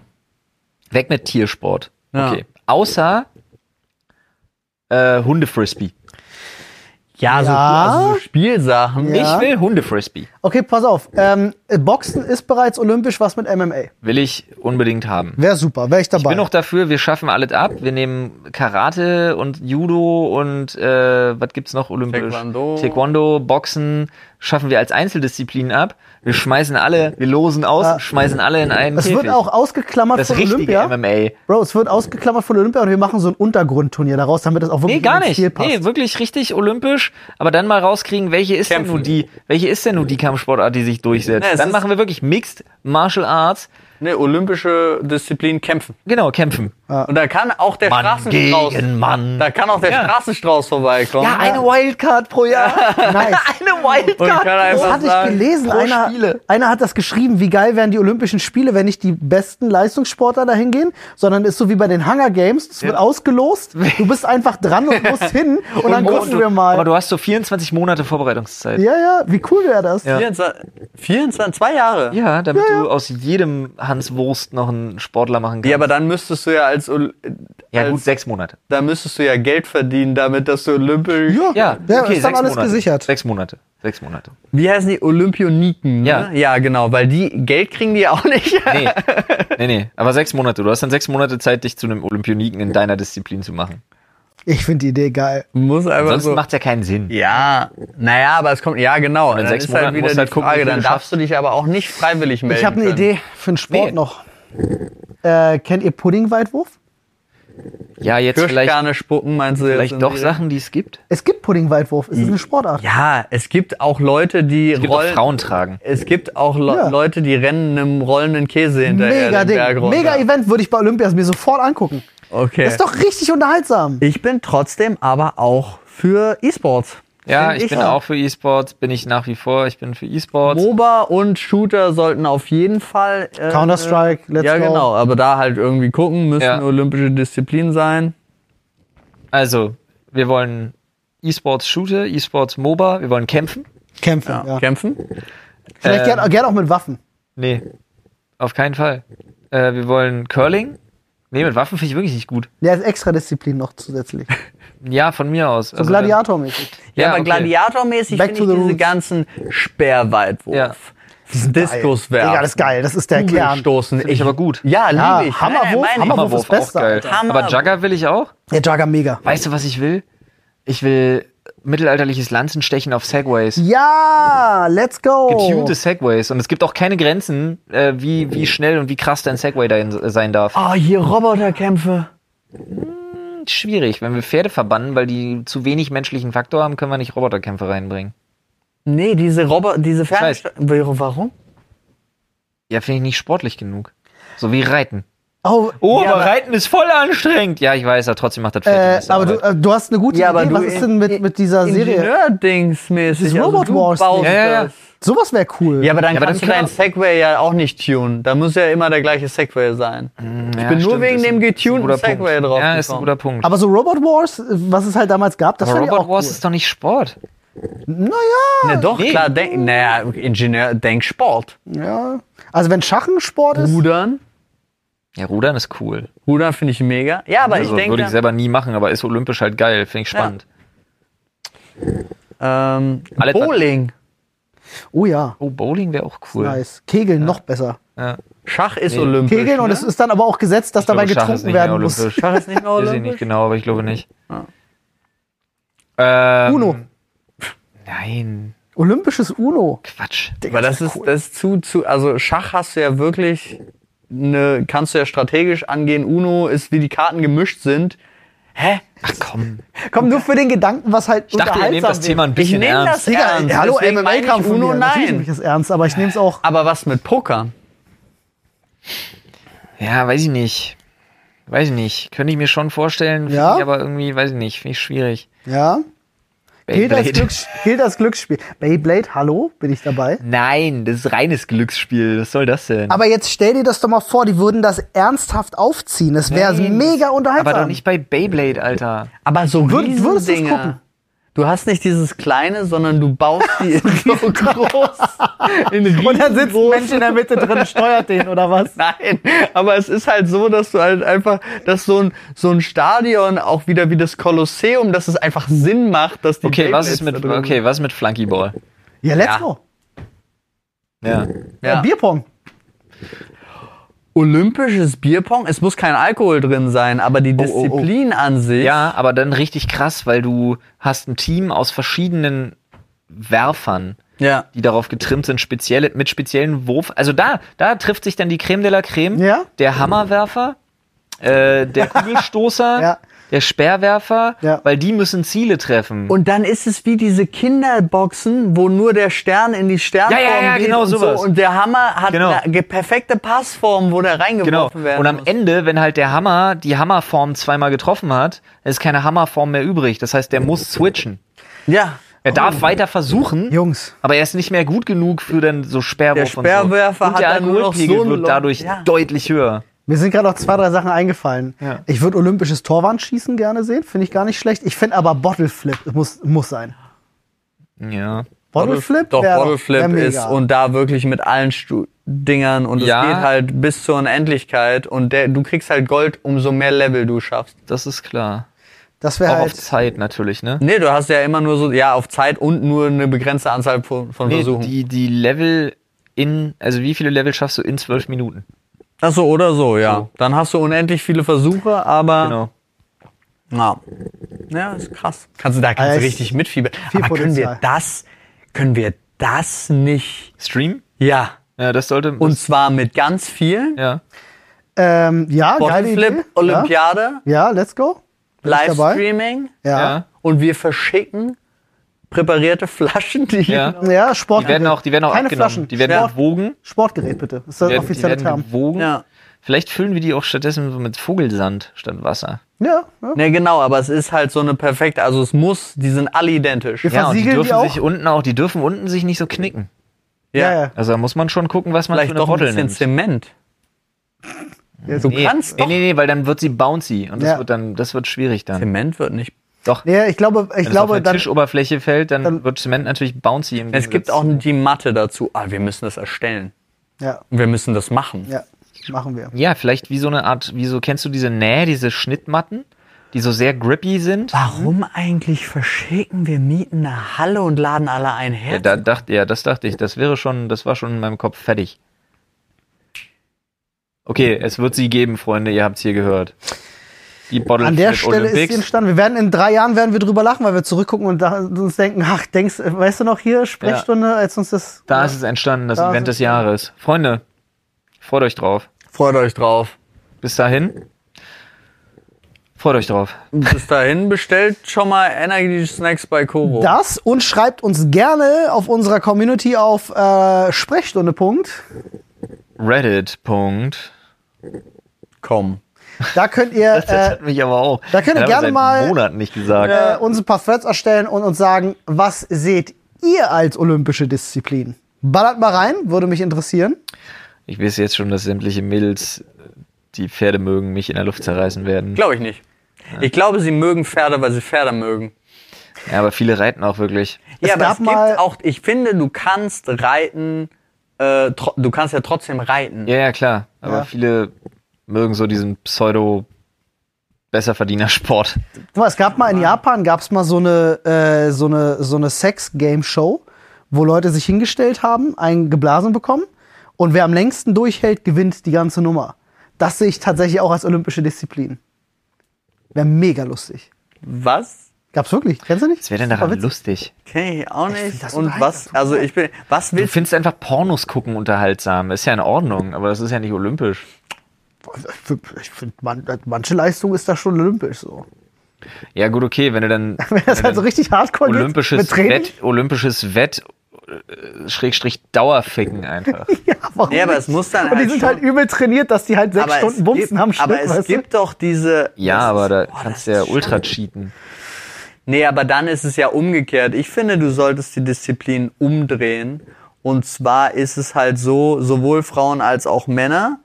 S3: Weg mit Tiersport.
S1: Ja.
S3: Okay. Außer äh, Hundefrisbee.
S1: Ja, so,
S2: Ja.
S1: also so Spielsachen.
S2: Ja.
S3: Ich will Hundefrisbee.
S2: Okay, pass auf. Ähm, Boxen ist bereits olympisch, was mit MMA.
S3: Will ich unbedingt haben.
S2: Wäre super, wäre ich dabei.
S3: Ich bin auch dafür, wir schaffen alles ab. Wir nehmen Karate und Judo und äh, was gibt's noch olympisch?
S1: Taekwondo.
S3: Taekwondo, Boxen, schaffen wir als Einzeldisziplin ab. Wir schmeißen alle, wir losen aus,
S2: Ja.
S3: schmeißen alle in einen
S2: Es
S3: Käfig.
S2: wird auch ausgeklammert
S3: das
S2: von
S3: richtige
S2: Olympia.
S3: MMA.
S2: Bro, es wird ausgeklammert von Olympia und wir machen so ein Untergrundturnier daraus, damit das auch wirklich
S3: Nee, gar
S2: in den
S3: nicht.
S2: Stil passt.
S3: Nee, wirklich richtig olympisch, aber dann mal rauskriegen, welche ist
S1: Kämpfen.
S3: denn nun die, welche ist denn nun die Kampfsportart, die sich durchsetzt.
S1: Nee, es
S3: dann
S1: ist-
S3: machen wir wirklich Mixed Martial Arts.
S1: Eine ne, olympische Disziplin kämpfen.
S3: Genau, kämpfen.
S1: Und da kann auch der
S3: Mann
S1: Straßenstrauß.
S3: gegen Mann.
S1: Da kann auch der
S3: Ja.
S1: Straßenstrauß vorbeikommen.
S3: Ja, eine Wildcard pro Jahr.
S2: Nice.
S3: <laughs> eine
S1: Und kann
S3: Wildcard.
S2: Das
S1: einfach
S2: hatte ich
S1: sagen,
S2: gelesen.
S3: pro
S2: Einer,
S3: Spiele.
S2: einer hat das geschrieben, wie geil wären die Olympischen Spiele, wenn nicht die besten Leistungssportler dahin gehen, sondern ist so wie bei den Hunger Games, es wird ausgelost, du bist einfach dran und musst
S3: <laughs>
S2: hin und, dann
S3: Mo-
S2: gucken
S3: du-
S2: wir
S3: Aber
S2: mal.
S3: du hast so 24 Monate Vorbereitungszeit.
S2: Ja, ja, wie cool wäre das?
S3: Ja.
S1: 24, 24, zwei Jahre. Ja.
S3: Ja, damit du aus jedem Hans Wurst noch einen Sportler machen kannst.
S1: aber dann müsstest du ja als, Ol-
S3: ja,
S1: als
S3: gut, sechs Monate.
S1: da müsstest du ja Geld verdienen, damit dass du Olympi
S3: Ja,
S2: ja
S3: okay,
S2: ist dann
S3: sechs
S2: alles
S3: Monate.
S2: gesichert.
S3: Sechs Monate. Sechs Monate.
S1: Wie heißen die Olympioniken? Ne?
S3: Ja.
S1: ja, genau, weil die Geld kriegen die ja auch nicht. <laughs>
S3: <laughs> Nee. nee, nee, aber sechs Monate. Du hast dann sechs Monate Zeit, dich zu einem Olympioniken in deiner Disziplin zu machen.
S2: Ich finde die Idee geil.
S1: Muss einfach
S3: Sonst
S1: so.
S3: macht's ja keinen Sinn.
S1: Ja, naja, aber es kommt, ja genau. Dann
S3: sechs
S1: ist halt
S3: Monaten
S1: wieder
S3: musst
S1: die
S3: du halt gucken, wie
S1: Frage,
S3: viel
S1: dann
S3: du
S1: darfst du dich aber auch nicht freiwillig melden
S2: Ich habe eine
S1: können.
S2: Idee für den Sport
S3: Nee.
S2: noch. Äh, kennt ihr Puddingweitwurf?
S3: Ja, jetzt vielleicht,
S1: Kirschkerne spucken, meinst du jetzt in
S3: vielleicht
S1: die
S3: doch
S1: Richtung?
S3: Sachen, die es gibt.
S2: Es gibt Puddingweitwurf, es ist eine Sportart.
S1: Ja, es gibt auch Leute, die
S3: Es gibt auch
S1: rollen.
S3: Frauen tragen.
S1: Es gibt auch Le
S2: Ja.
S1: Leute, die rennen einem rollenden Käse hinterher
S2: Mega
S1: den Berg
S2: Ding.
S1: runter.
S2: Mega Event würde ich bei Olympias mir sofort angucken.
S1: Okay.
S2: Ist doch richtig unterhaltsam.
S1: ich bin trotzdem aber auch für E-Sports.
S3: Ja,
S1: Find
S3: ich bin
S1: so.
S3: auch für E-Sports, bin ich nach wie vor. Ich bin für E-Sports.
S1: MOBA und Shooter sollten auf jeden Fall. äh,
S2: Counter-Strike, let's
S1: Ja,
S2: go.
S1: genau. Aber da halt irgendwie gucken, müssen
S3: Ja.
S1: olympische Disziplinen sein.
S3: Also, wir wollen E-Sports Shooter, E-Sports MOBA, wir wollen kämpfen.
S2: Kämpfen, ja.
S1: Kämpfen.
S2: Vielleicht
S3: Ähm,
S1: äh,
S2: gern, gern auch mit Waffen.
S3: Nee, auf keinen Fall. Äh, wir wollen Curling. Nee, mit Waffen finde ich wirklich nicht gut.
S2: Ja, ist extra Disziplin noch
S1: <laughs>
S2: zusätzlich.
S3: Ja, von mir aus.
S2: So
S3: Also dann-
S2: Gladiatormäßig.
S1: Ja, aber
S3: okay.
S1: gladiatormäßig
S2: Back
S1: finde ich
S2: to the
S1: diese
S2: roots.
S1: ganzen Sperrweitwurf.
S3: Ja.
S1: Diskus
S2: Geil.
S1: werfen.
S2: Digga, das ist geil. Das ist der Kern.
S1: Kugelstoßen.
S3: Finde ich aber gut.
S1: Ja, liebe
S2: Ja,
S1: ich.
S2: Hammerwurf,
S1: Nein, nein, meine ich.
S2: Hammerwurf
S3: Hammerwurf
S2: ist das
S3: auch
S2: Beste,
S3: geil.
S2: Alter.
S3: Aber
S1: Hammerwurf.
S3: Jagger will ich auch.
S2: Der Jagger mega.
S3: Weißt du, was ich will? Ich will mittelalterliches Lanzenstechen auf Segways.
S2: Ja, let's go.
S3: Getunte Segways. Und es gibt auch keine Grenzen, äh, wie, wie schnell und wie krass dein Segway dahin sein darf. Hm,
S1: Oh, hier Roboterkämpfe.
S3: Schwierig. Wenn wir Pferde verbannen, weil die zu wenig menschlichen Faktor haben, können wir nicht Roboterkämpfe reinbringen.
S1: Nee, diese Robo diese
S3: weiß.
S1: Fernsteuer. Warum?
S3: Ja, finde ich nicht sportlich genug. So wie Reiten.
S2: Oh,
S3: Oh,
S2: ja,
S3: aber Reiten ist voll anstrengend. Ja, ich weiß, aber trotzdem macht das Pferd die
S2: Äh,
S3: beste
S2: aber du,
S3: Arbeit.
S2: äh, du hast eine gute
S1: Ja, aber
S2: Idee.
S1: du
S2: Was ist denn mit, mit dieser Serie?
S1: Ingenieur-Dings-mäßig.
S2: Dieses
S3: also
S2: Robot
S1: du
S2: Wars-Ding.
S1: baust
S3: Ja, ja, ja.
S1: das.
S2: Sowas wäre cool.
S1: Ja, aber dann
S3: Ja, aber
S1: kannst
S3: dann
S1: du
S3: kann
S1: deinen Segway ja auch nicht tunen. Da muss ja immer der gleiche Segway sein. ich
S3: Mm, Ja,
S1: bin nur
S3: stimmt,
S1: wegen
S3: ist
S1: dem
S3: ein- ist ein
S1: getunten
S3: guter
S1: Segway
S3: Punkt.
S1: drauf.
S3: Ja, ist ein
S1: gekommen.
S3: guter Punkt.
S2: aber so Robot Wars, äh, was es halt damals gab, das
S3: Aber
S2: fand ich
S3: Robot
S2: auch
S3: Wars
S2: cool.
S3: ist doch nicht Sport.
S2: Naja.
S1: Ne, doch,
S3: Nee.
S1: klar, denk, naja, Ingenieur, denk Sport.
S2: Ja. Also wenn Schach ein Sport ist,
S1: Rudern,
S3: Ja, Rudern ist cool.
S1: Rudern finde ich mega. Ja, aber
S3: Also
S1: ich
S3: würde ich
S1: denke,
S3: selber nie machen, aber ist olympisch halt geil, finde ich spannend.
S1: ähm,
S3: Alle-
S1: Bowling,
S2: oh ja,
S3: Oh, Bowling wäre auch cool.
S2: nice. Kegeln noch besser.
S3: Ja.
S1: Schach ist olympisch.
S2: Kegeln und
S1: ne?
S2: es ist dann aber auch gesetzt, dass
S3: Ich glaube,
S2: dabei
S3: Schach ist
S2: getrunken
S3: nicht mehr
S2: werden muss.
S3: olympisch.
S1: Schach ist nicht mehr
S3: Weiß ich nicht
S1: olympisch.
S3: genau, aber ich glaube nicht. Ähm,
S2: Uno.
S3: Nein,
S2: Olympisches Uno.
S3: Quatsch.
S1: Aber das ist, das ist zu, zu, also Schach hast du ja wirklich, ne, kannst du ja strategisch angehen. Uno ist, wie die Karten gemischt sind. Hä?
S3: Ach komm.
S2: Komm, nur für den Gedanken, was halt
S3: Ich dachte, ihr nehmt das Thema ein
S1: Ich
S3: bisschen
S1: nehme das
S3: ernst.
S2: Digga,
S1: ernst.
S2: hallo,
S1: deswegen meine ich
S2: MMA-Kampf von
S1: Uno,
S2: mir. Natürlich nehme ich
S1: nein.
S2: das ernst, aber ich nehme es
S3: Ah,
S2: auch.
S1: Aber was mit Pokern?
S3: Ja, weiß ich nicht. Weiß ich nicht. Könnte ich mir schon vorstellen, finde
S2: Ja?
S3: ich aber irgendwie, weiß ich nicht, finde ich schwierig.
S2: Ja? Gilt als,
S3: Beyblade.
S2: Glücks gilt als Glücksspiel. Beyblade, hallo, bin ich dabei?
S3: Nein, das ist reines Glücksspiel. Was soll das denn?
S2: Aber jetzt stell dir das doch mal vor, die würden das ernsthaft aufziehen. Das wäre
S3: Nein.
S2: mega unterhaltsam.
S3: Aber doch nicht bei Beyblade, Alter.
S1: Aber so
S2: Würd-
S1: Riesendinge.
S2: würdest du's gucken?
S1: Du hast nicht dieses kleine, sondern du baust die
S2: <laughs>
S1: in so groß. In
S2: Und dann sitzt ein
S1: riesengroß.
S2: Mensch in der Mitte drin, steuert den oder
S3: <laughs>
S2: was?
S1: Nein, aber es ist halt so, dass du halt einfach, dass so ein, so ein Stadion auch wieder wie das Kolosseum, dass es einfach Sinn macht, dass die
S3: Okay, was ist
S1: Beyblades
S3: mit,
S1: da drin
S3: okay, was ist mit Flunkyball?
S2: Ja, let's
S1: Ja.
S2: go.
S3: Ja.
S1: sind. Ja.
S2: Äh, Bierpong.
S1: Olympisches Bierpong, es muss kein Alkohol drin sein, aber die
S3: oh, oh.
S1: Disziplin an sich.
S3: Ja, aber dann richtig krass, weil du hast ein Team aus verschiedenen Werfern.
S4: Ja.
S3: die darauf getrimmt sind, spezielle, mit speziellen Wurf. Also da, da trifft sich dann die Creme de la Creme,
S2: Ja.
S3: der Hammerwerfer,
S2: <laughs>
S3: äh, der Kugelstoßer,
S2: Ja.
S3: der Speerwerfer,
S2: Ja.
S3: weil die müssen Ziele treffen.
S1: Und dann ist es wie diese Kinderboxen, wo nur der Stern in die Sternform
S3: Ja, ja, ja,
S1: geht
S3: genau
S1: und
S3: sowas.
S1: so. Und der Hammer hat
S3: Genau.
S1: eine ge- perfekte Passform, wo der
S3: Genau.
S1: reingeworfen werden
S3: Und am
S1: muss.
S3: Ende, wenn halt der Hammer die Hammerform zweimal getroffen hat, dann ist keine Hammerform mehr übrig. Das heißt, der muss switchen.
S1: ja,
S3: Er darf weiter versuchen,
S2: Jungs.
S3: aber er ist nicht mehr gut genug für dann so Sperrwurf
S1: Der Sperrwerfer
S3: und so. Und der
S1: hat dann nur noch
S3: Alkoholpegel
S1: so einen
S3: wird
S1: Long-
S3: dadurch
S1: Ja.
S3: deutlich höher.
S2: Mir sind gerade noch zwei, drei Sachen eingefallen.
S3: Ja.
S2: Ich würde olympisches Torwandschießen gerne sehen, finde ich gar nicht schlecht. Ich finde aber Bottleflip muss, muss sein.
S3: Ja.
S2: Bottleflip?
S1: Doch,
S2: wär wär
S1: Bottleflip
S2: mega.
S1: ist und da wirklich mit allen Stu Dingern und
S3: Ja.
S1: es geht halt bis zur Unendlichkeit und der, du kriegst halt Gold, umso mehr Level du schaffst.
S3: Das ist klar.
S2: Das wäre
S3: Auch auf
S2: halt.
S3: Zeit natürlich, ne?
S1: Nee, du hast ja immer nur so, ja, auf Zeit und nur eine begrenzte Anzahl von, von
S3: Nee,
S1: Versuchen.
S3: die, die Level in, also wie viele Level schaffst du in zwölf Minuten?
S1: Ach so, oder so, ja. Dann hast du unendlich viele Versuche, aber.
S3: Genau.
S1: Ja. Ja, ist krass. Kannst du da kannst
S2: Also
S1: du
S2: es
S1: richtig mitfiebern.
S2: viel
S1: Aber können wir
S2: Potenzial.
S1: das, können wir das nicht?
S3: Stream?
S1: Ja.
S3: Ja, das sollte.
S1: Und zwar mit ganz vielen.
S3: ja.
S2: Ähm, ja, geile Idee.
S1: Bottleflip, Olympiade,
S2: Ja, ja let's go. Bin ich dabei?
S1: Livestreaming.
S2: Ja.
S3: Ja.
S1: Und wir verschicken präparierte Flaschen, die.
S3: ja.
S2: Ja, Sport.
S3: Die werden auch, die werden auch
S2: Keine
S3: abgenommen.
S2: Flaschen.
S3: Die werden
S2: Sport,
S3: gewogen.
S2: Sportgerät bitte. Das ist
S3: Die
S2: der
S3: werden, die
S2: offizielle
S3: werden
S2: Term.
S3: gewogen.
S1: Ja.
S3: Vielleicht füllen wir die auch stattdessen so mit Vogelsand statt Wasser.
S2: Ja, ja.
S1: <laughs> Ne, genau, aber es ist halt so eine perfekte, also es muss, die sind alle identisch.
S2: Wir
S3: Ja, und die
S2: Versiegeln die
S3: dürfen
S2: auch?
S3: sich unten auch, die dürfen unten sich nicht so knicken.
S2: ja, ja.
S3: Also da muss man schon gucken, was man
S1: Vielleicht
S3: für eine
S1: doch ein
S3: Bottle
S1: bisschen
S3: nimmt.
S1: Zement.
S2: Jetzt-
S1: Du
S3: Nee,
S1: kannst
S3: nee,
S1: doch.
S3: nee, nee, weil dann wird sie bouncy und das
S2: Ja.
S3: wird dann, das wird schwierig dann.
S1: Zement wird nicht.
S3: Doch.
S2: Nee, ich glaube, ich
S3: Wenn es auf
S2: glaube,
S3: der
S2: dann,
S3: Tischoberfläche fällt, dann,
S2: dann-
S3: wird Zement natürlich bouncy. Im
S1: Es gibt
S3: Gegensatz-
S1: auch die Matte dazu. Ah, wir müssen das erstellen.
S2: ja,
S1: Wir müssen das machen.
S2: ja, machen wir.
S3: Ja, vielleicht wie so eine Art, wie so, kennst du diese Näh, diese Schnittmatten, die so sehr grippy sind?
S1: Warum eigentlich verschicken wir Mieten eine Halle und laden alle ein her?
S3: Ja, da dachte, ja, das dachte ich, das wäre schon, das war schon in meinem Kopf fertig. Okay, es wird sie geben, Freunde, ihr habt's hier gehört. Die Bottle
S2: An der
S3: Flip
S2: Stelle ist sie
S3: Olympics.
S2: entstanden. Wir werden in drei Jahren werden wir drüber lachen, weil wir zurückgucken und da, uns denken, ach, denkst, weißt du noch hier Sprechstunde, als uns das.
S3: da ist es entstanden, das
S2: Da
S3: Event
S2: ist es-
S3: des Jahres. Freunde, freut euch drauf.
S1: Freut euch drauf.
S3: Bis dahin, freut euch drauf.
S1: Bis dahin bestellt schon mal Energy Snacks bei Koro.
S2: das und schreibt uns gerne auf unserer Community auf äh, Sprechstunde. Punkt.
S3: Reddit. Punkt.
S1: Komm.
S2: Da könnt ihr
S3: Das
S2: äh,
S3: hat mich aber auch.
S2: da könnt ihr
S3: das haben wir
S2: gerne
S3: seit
S2: mal-
S3: Monaten nicht gesagt.
S2: äh, uns ein paar Threads erstellen und uns sagen, was seht ihr als olympische Disziplin? Ballert mal rein, würde mich interessieren.
S3: Ich weiß jetzt schon, dass sämtliche Mädels, die Pferde mögen, mich in der Luft zerreißen werden.
S1: Glaube ich nicht. Ich glaube, sie mögen Pferde, weil sie Pferde mögen.
S3: Ja, aber viele reiten auch wirklich.
S1: ja, aber
S2: gab
S1: es gibt
S2: mal-
S1: auch, ich finde, du kannst reiten, äh, tro- du kannst ja trotzdem reiten.
S3: Ja, ja, klar. Aber
S2: Ja.
S3: viele mögen so diesen Pseudo Besserverdiener-Sport.
S2: Guck mal, Es gab mal in Japan gab's mal so eine äh, so eine so eine Sex Game Show, wo Leute sich hingestellt haben, einen geblasen bekommen und wer am längsten durchhält, gewinnt die ganze Nummer. Das sehe ich tatsächlich auch als olympische Disziplin. Wäre mega lustig.
S1: Was?
S2: Gab's wirklich? Kennst du nicht?
S3: Was wäre denn
S2: Super
S3: daran
S2: witzig.
S3: lustig?
S1: Okay, auch
S2: find
S1: nicht.
S2: das
S1: Und
S2: unterhaltsam,
S1: was, also ich bin, was
S3: Du
S1: willst
S3: findest einfach Pornos gucken unterhaltsam. Ist ja in Ordnung, aber das ist ja nicht olympisch.
S2: Ich find- Also, Ich finde, man, manche Leistung ist da schon olympisch so. <laughs>
S3: Ja, gut, okay, wenn
S1: <laughs>
S3: du dann
S2: Wenn das halt so richtig hardcore wird, mit
S3: olympisches
S2: Training.
S3: Wett, olympisches Wett, äh, Schrägstrich
S1: <laughs>
S3: Dauerficken einfach.
S2: Ja, <laughs> warum
S1: Ja, aber
S2: nicht?
S1: es muss dann
S2: Und die
S1: halt
S2: sind
S1: schon-
S2: halt übel trainiert, dass die halt sechs
S1: es
S2: Stunden Bumsen
S1: gibt,
S2: am Stück,
S1: aber es
S2: weißt du?
S1: gibt doch diese.
S3: Ja,
S1: das
S3: aber
S1: ist-
S3: da
S1: boah, das
S3: kannst du ja
S1: ist
S3: ultra cheaten.
S1: Nee, aber dann ist es ja umgekehrt. Ich finde, du solltest die Disziplin umdrehen. Und zwar ist es halt so, sowohl Frauen als auch Männer.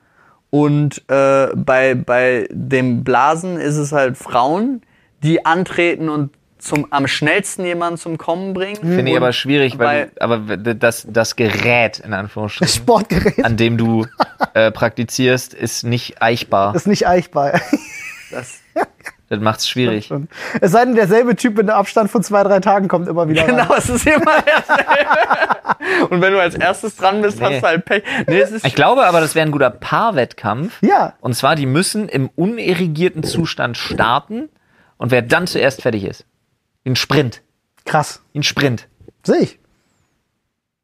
S1: Und äh, bei, bei dem Blasen ist es halt Frauen, die antreten und zum, am schnellsten jemanden zum Kommen bringen.
S3: Finde ich
S1: Und
S3: aber schwierig, weil,
S1: weil-
S3: aber w- das, das Gerät, in
S2: Das
S3: Anführungsstrichen,
S2: Sportgerät
S3: an dem du äh, praktizierst, ist nicht eichbar.
S2: ist nicht eichbar.
S1: Das, <laughs>
S3: Das macht's schwierig.
S2: Schon. Es sei denn, derselbe Typ mit einem Abstand von zwei, drei Tagen kommt immer wieder. Rein.
S1: genau, es ist immer derselbe. <laughs> Und wenn du als erstes dran bist,
S3: Nee.
S1: hast du halt Pech. Nee, es ist
S3: Ich glaube aber, das wäre ein guter Paarwettkampf.
S2: Ja.
S3: Und zwar, die müssen im unerigierten Zustand starten und wer dann zuerst fertig ist. Ein Sprint.
S2: Krass.
S3: Ein Sprint.
S2: Sehe ich.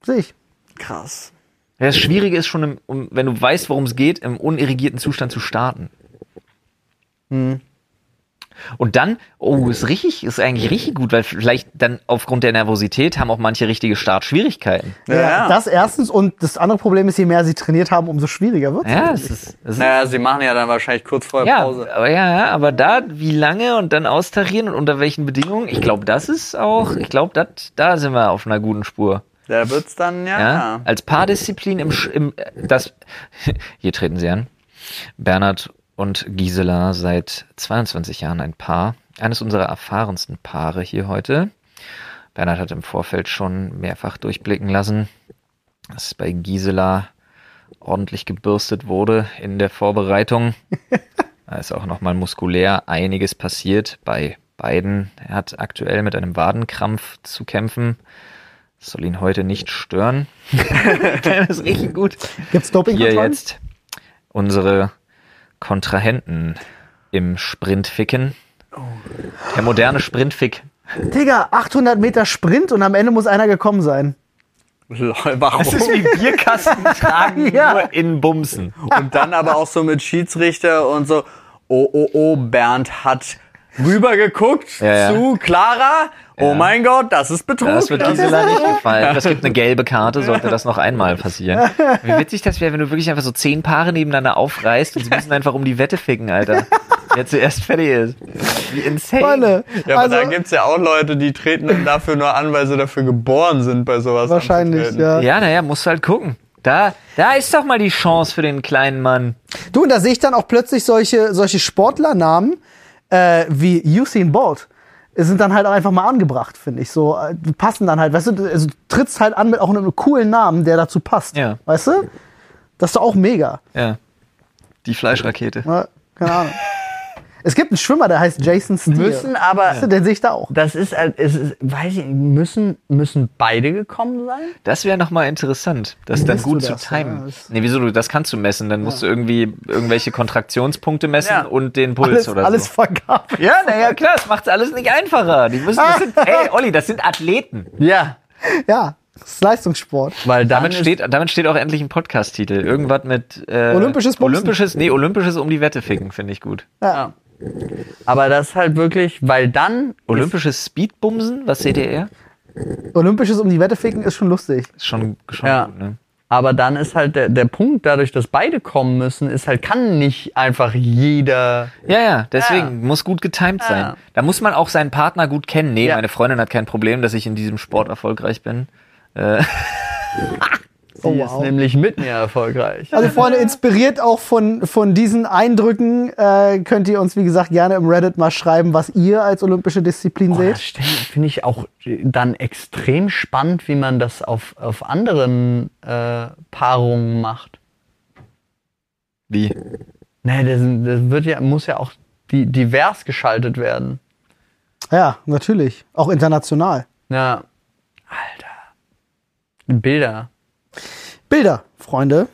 S2: Sehe ich.
S1: Krass.
S3: Ja, Das Schwierige ist schon, im, um, wenn du weißt, worum es geht, im unirrigierten Zustand zu starten. Und dann, oh, ist richtig, ist eigentlich richtig gut, weil vielleicht dann aufgrund der Nervosität haben auch manche richtige Startschwierigkeiten.
S2: Ja,
S1: ja.
S2: Das erstens. Und das andere Problem ist, je mehr sie trainiert haben, umso schwieriger wird
S3: Ja, es ist, es ist
S1: Naja, sie machen ja dann wahrscheinlich kurz vor der
S3: ja,
S1: Pause.
S3: aber ja, ja, aber da, wie lange und dann austarieren und unter welchen Bedingungen, ich glaube, das ist auch, ich glaube, dat- da sind wir auf einer guten Spur.
S1: Da wird's dann, ja.
S3: Ja? Als Paardisziplin im, Sch- im äh, das <laughs> hier treten sie an. Bernhard und Gisela seit 22 Jahren ein Paar, eines unserer erfahrensten Paare hier heute. Bernhard hat im Vorfeld schon mehrfach durchblicken lassen, dass bei Gisela ordentlich gebürstet wurde in der Vorbereitung. Da ist auch nochmal muskulär einiges passiert bei beiden. Er hat aktuell mit einem Wadenkrampf zu kämpfen. Das soll ihn heute nicht stören. <laughs> das ist richtig gut.
S2: Gibt's
S3: Hier
S2: Dopingkontrollen?
S3: jetzt unsere Kontrahenten im Sprintficken. Der moderne Sprintfick.
S2: Digga, 800 Meter Sprint und am Ende muss einer gekommen sein.
S1: Lol, warum?
S3: <laughs> Bierkasten tragen,
S2: Ja.
S3: nur in Bumsen.
S1: Und dann aber auch so mit Schiedsrichter und so. Oh, oh, oh, Bernd hat rübergeguckt
S3: Ja, ja.
S1: zu Clara. Oh
S3: Ja.
S1: mein Gott, das ist Betrug.
S3: Das wird Gisela nicht gefallen. Das gibt eine gelbe Karte, sollte das noch einmal <laughs> passieren. Wie witzig das wäre, wenn du wirklich einfach so zehn Paare nebeneinander aufreißt und sie müssen einfach um die Wette ficken, Alter. Wer zuerst fertig ist. Wie insane.
S2: Meine,
S1: ja, aber
S2: also,
S1: da gibt's ja auch Leute, die treten dann dafür nur an, weil sie dafür geboren sind bei sowas.
S2: wahrscheinlich,
S1: anzutreten.
S2: ja.
S3: Ja, naja, musst halt gucken. Da, da ist doch mal die Chance für den kleinen Mann.
S2: Du, und da sehe ich dann auch plötzlich solche, solche Sportlernamen äh, wie Usain Bolt. Sind dann halt auch einfach mal angebracht, finde ich. So, äh, die passen dann halt, weißt du, also, du trittst halt an mit auch einem coolen Namen, der dazu passt.
S3: Ja.
S2: Weißt du? Das ist doch auch mega.
S3: Ja. Die Fleischrakete.
S2: Ne? Keine Ahnung. es gibt einen Schwimmer, der heißt Jason Steele.
S1: Müssen aber,
S2: Weißt du, den sehe ich da auch.
S1: das ist, halt- es ist, weiß ich, nicht, müssen, müssen beide gekommen sein?
S3: Das wäre nochmal interessant, das dann
S2: misst
S3: gut
S2: du
S3: zu
S2: das?
S3: timen.
S2: Ja, das-
S3: nee, wieso du, das kannst du messen, dann musst du irgendwie irgendwelche Kontraktionspunkte messen
S1: Ja.
S3: und den Puls
S2: Alles,
S3: oder
S2: alles
S3: so.
S2: vergabelt.
S3: Ja, naja, klar, das macht's alles nicht einfacher. Die müssen,
S2: <laughs>
S3: das sind, hey, Olli, das sind Athleten.
S1: Ja,
S2: Ja, das ist Leistungssport.
S1: weil damit
S3: Damit steht, damit steht auch endlich ein Podcast-Titel. Irgendwas mit äh,
S2: Olympisches Bumsen.
S3: Olympisches, nee, Olympisches um die Wette ficken, finde ich gut.
S1: Ja. Aber das ist halt wirklich, weil dann
S3: Olympisches Speedbumsen, was seht ihr eher?
S2: Olympisches um die Wette ficken ist schon lustig.
S3: Ist schon, schon
S1: Ja.
S3: gut, ne?
S1: Aber dann ist halt der, der Punkt, dadurch, dass beide kommen müssen, ist halt, kann nicht einfach jeder.
S3: Ja, ja, deswegen
S2: Ah.
S1: Ja.
S3: muss gut getimed sein.
S1: Ja.
S3: Da muss man auch seinen Partner gut kennen. Nee,
S1: Ja.
S3: meine Freundin hat kein Problem, dass ich in diesem Sport erfolgreich bin.
S2: Oh,
S1: Die ist nämlich mit mir erfolgreich.
S2: Also Freunde, inspiriert auch von, von diesen Eindrücken, äh, könnt ihr uns, wie gesagt, gerne im Reddit mal schreiben, was ihr als olympische
S3: Oh,
S2: Disziplin
S1: Boah, das
S2: seht.
S1: stell- finde ich auch äh, dann extrem spannend, wie man das auf, auf anderen äh, Paarungen macht.
S3: Wie?
S1: Nee, das, das wird ja, muss ja auch di divers geschaltet werden.
S2: Ja, natürlich. Auch international.
S1: Ja. Alter. Bilder.
S2: Bilder, Freunde.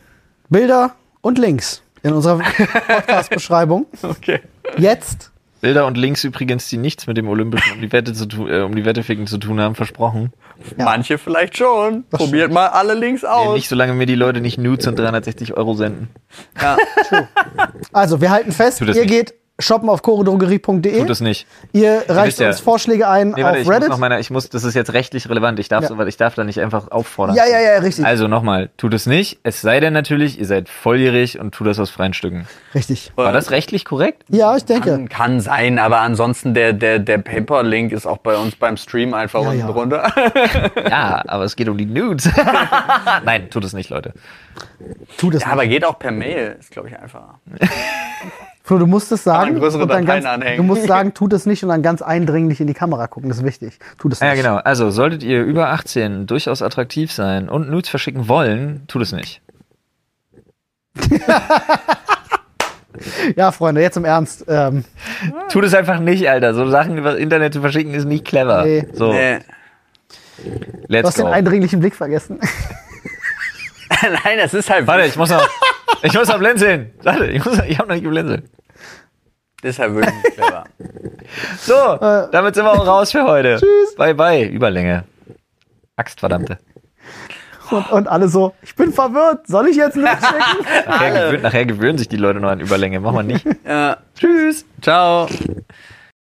S2: Bilder und Links in unserer
S3: <laughs>
S2: Podcast-Beschreibung.
S1: Okay.
S2: Jetzt.
S3: Bilder und Links übrigens, die nichts mit dem Olympischen um die Wette zu tun, äh, um die Wette ficken zu tun haben, versprochen.
S1: Manche vielleicht schon. Probiert mal alle Links
S3: Nee,
S1: aus.
S3: nicht solange mir die Leute nicht Nudes und 360 Euro senden.
S2: Also, wir halten fest,
S3: Tut das
S2: ihr
S3: nicht.
S2: geht shoppen auf
S3: Tut
S2: choredrogerie.de.
S3: das nicht.
S2: Ihr reicht
S3: wisst ja.
S2: uns Vorschläge ein
S3: Nee, warte,
S2: auf
S3: ich muss
S2: Reddit.
S3: noch meine, ich muss, das ist jetzt rechtlich relevant. Ich darf,
S2: Ja.
S3: so, weil ich darf da nicht einfach auffordern.
S2: Ja, ja, ja, richtig.
S3: Also nochmal, tut es nicht. Es sei denn natürlich, ihr seid volljährig und tut das aus freien Stücken.
S2: Richtig.
S3: War das rechtlich korrekt?
S2: Ja, ich denke.
S1: Kann, kann sein, aber ansonsten der, der, der PayPal-Link ist auch bei uns beim Stream einfach unten
S2: ja.
S1: drunter. <laughs>
S3: Ja, aber es geht um die <laughs> Nudes. Nein, tut es nicht, Leute.
S2: Tut es.
S1: Ja, aber geht auch per Mail, ist glaube ich einfacher.
S2: Flo, du musst es
S1: man
S2: sagen.
S1: größere
S2: und dann
S1: Dateien
S2: ganz,
S1: anhängen.
S2: Du
S1: <laughs>
S2: musst sagen, tut es nicht und dann ganz eindringlich in die Kamera gucken. Das ist wichtig. Tut es nicht.
S3: Ja, genau. Also, solltet ihr über 18 durchaus attraktiv sein und Nudes verschicken wollen, tut es nicht.
S2: Ja, Freunde, jetzt im Ernst. Ähm,
S3: Tut es einfach nicht, Alter. So Sachen über Internet zu verschicken ist nicht clever.
S2: Nee.
S3: So,
S1: Nee. <laughs>
S2: du
S3: let's
S2: hast den
S3: go.
S2: eindringlichen Blick vergessen. <laughs>
S1: Nein, das ist halt,
S3: Warte, ich muss noch, ich muss noch blinzeln. Warte, ich, muss noch, ich habe noch nicht geblinzelt.
S1: das ist halt wirklich nicht
S3: <laughs>
S1: clever.
S3: So, damit sind wir auch raus für heute. Tschüss. Bye, bye. Überlänge. Axt, verdammte.
S2: Und, und alle so, ich bin verwirrt, soll
S1: <laughs>
S2: ich jetzt mitschicken?
S3: Nachher, gewöhnt, nachher gewöhnen sich die Leute noch an Überlänge. Machen wir nicht.
S1: Tschüss. Ciao.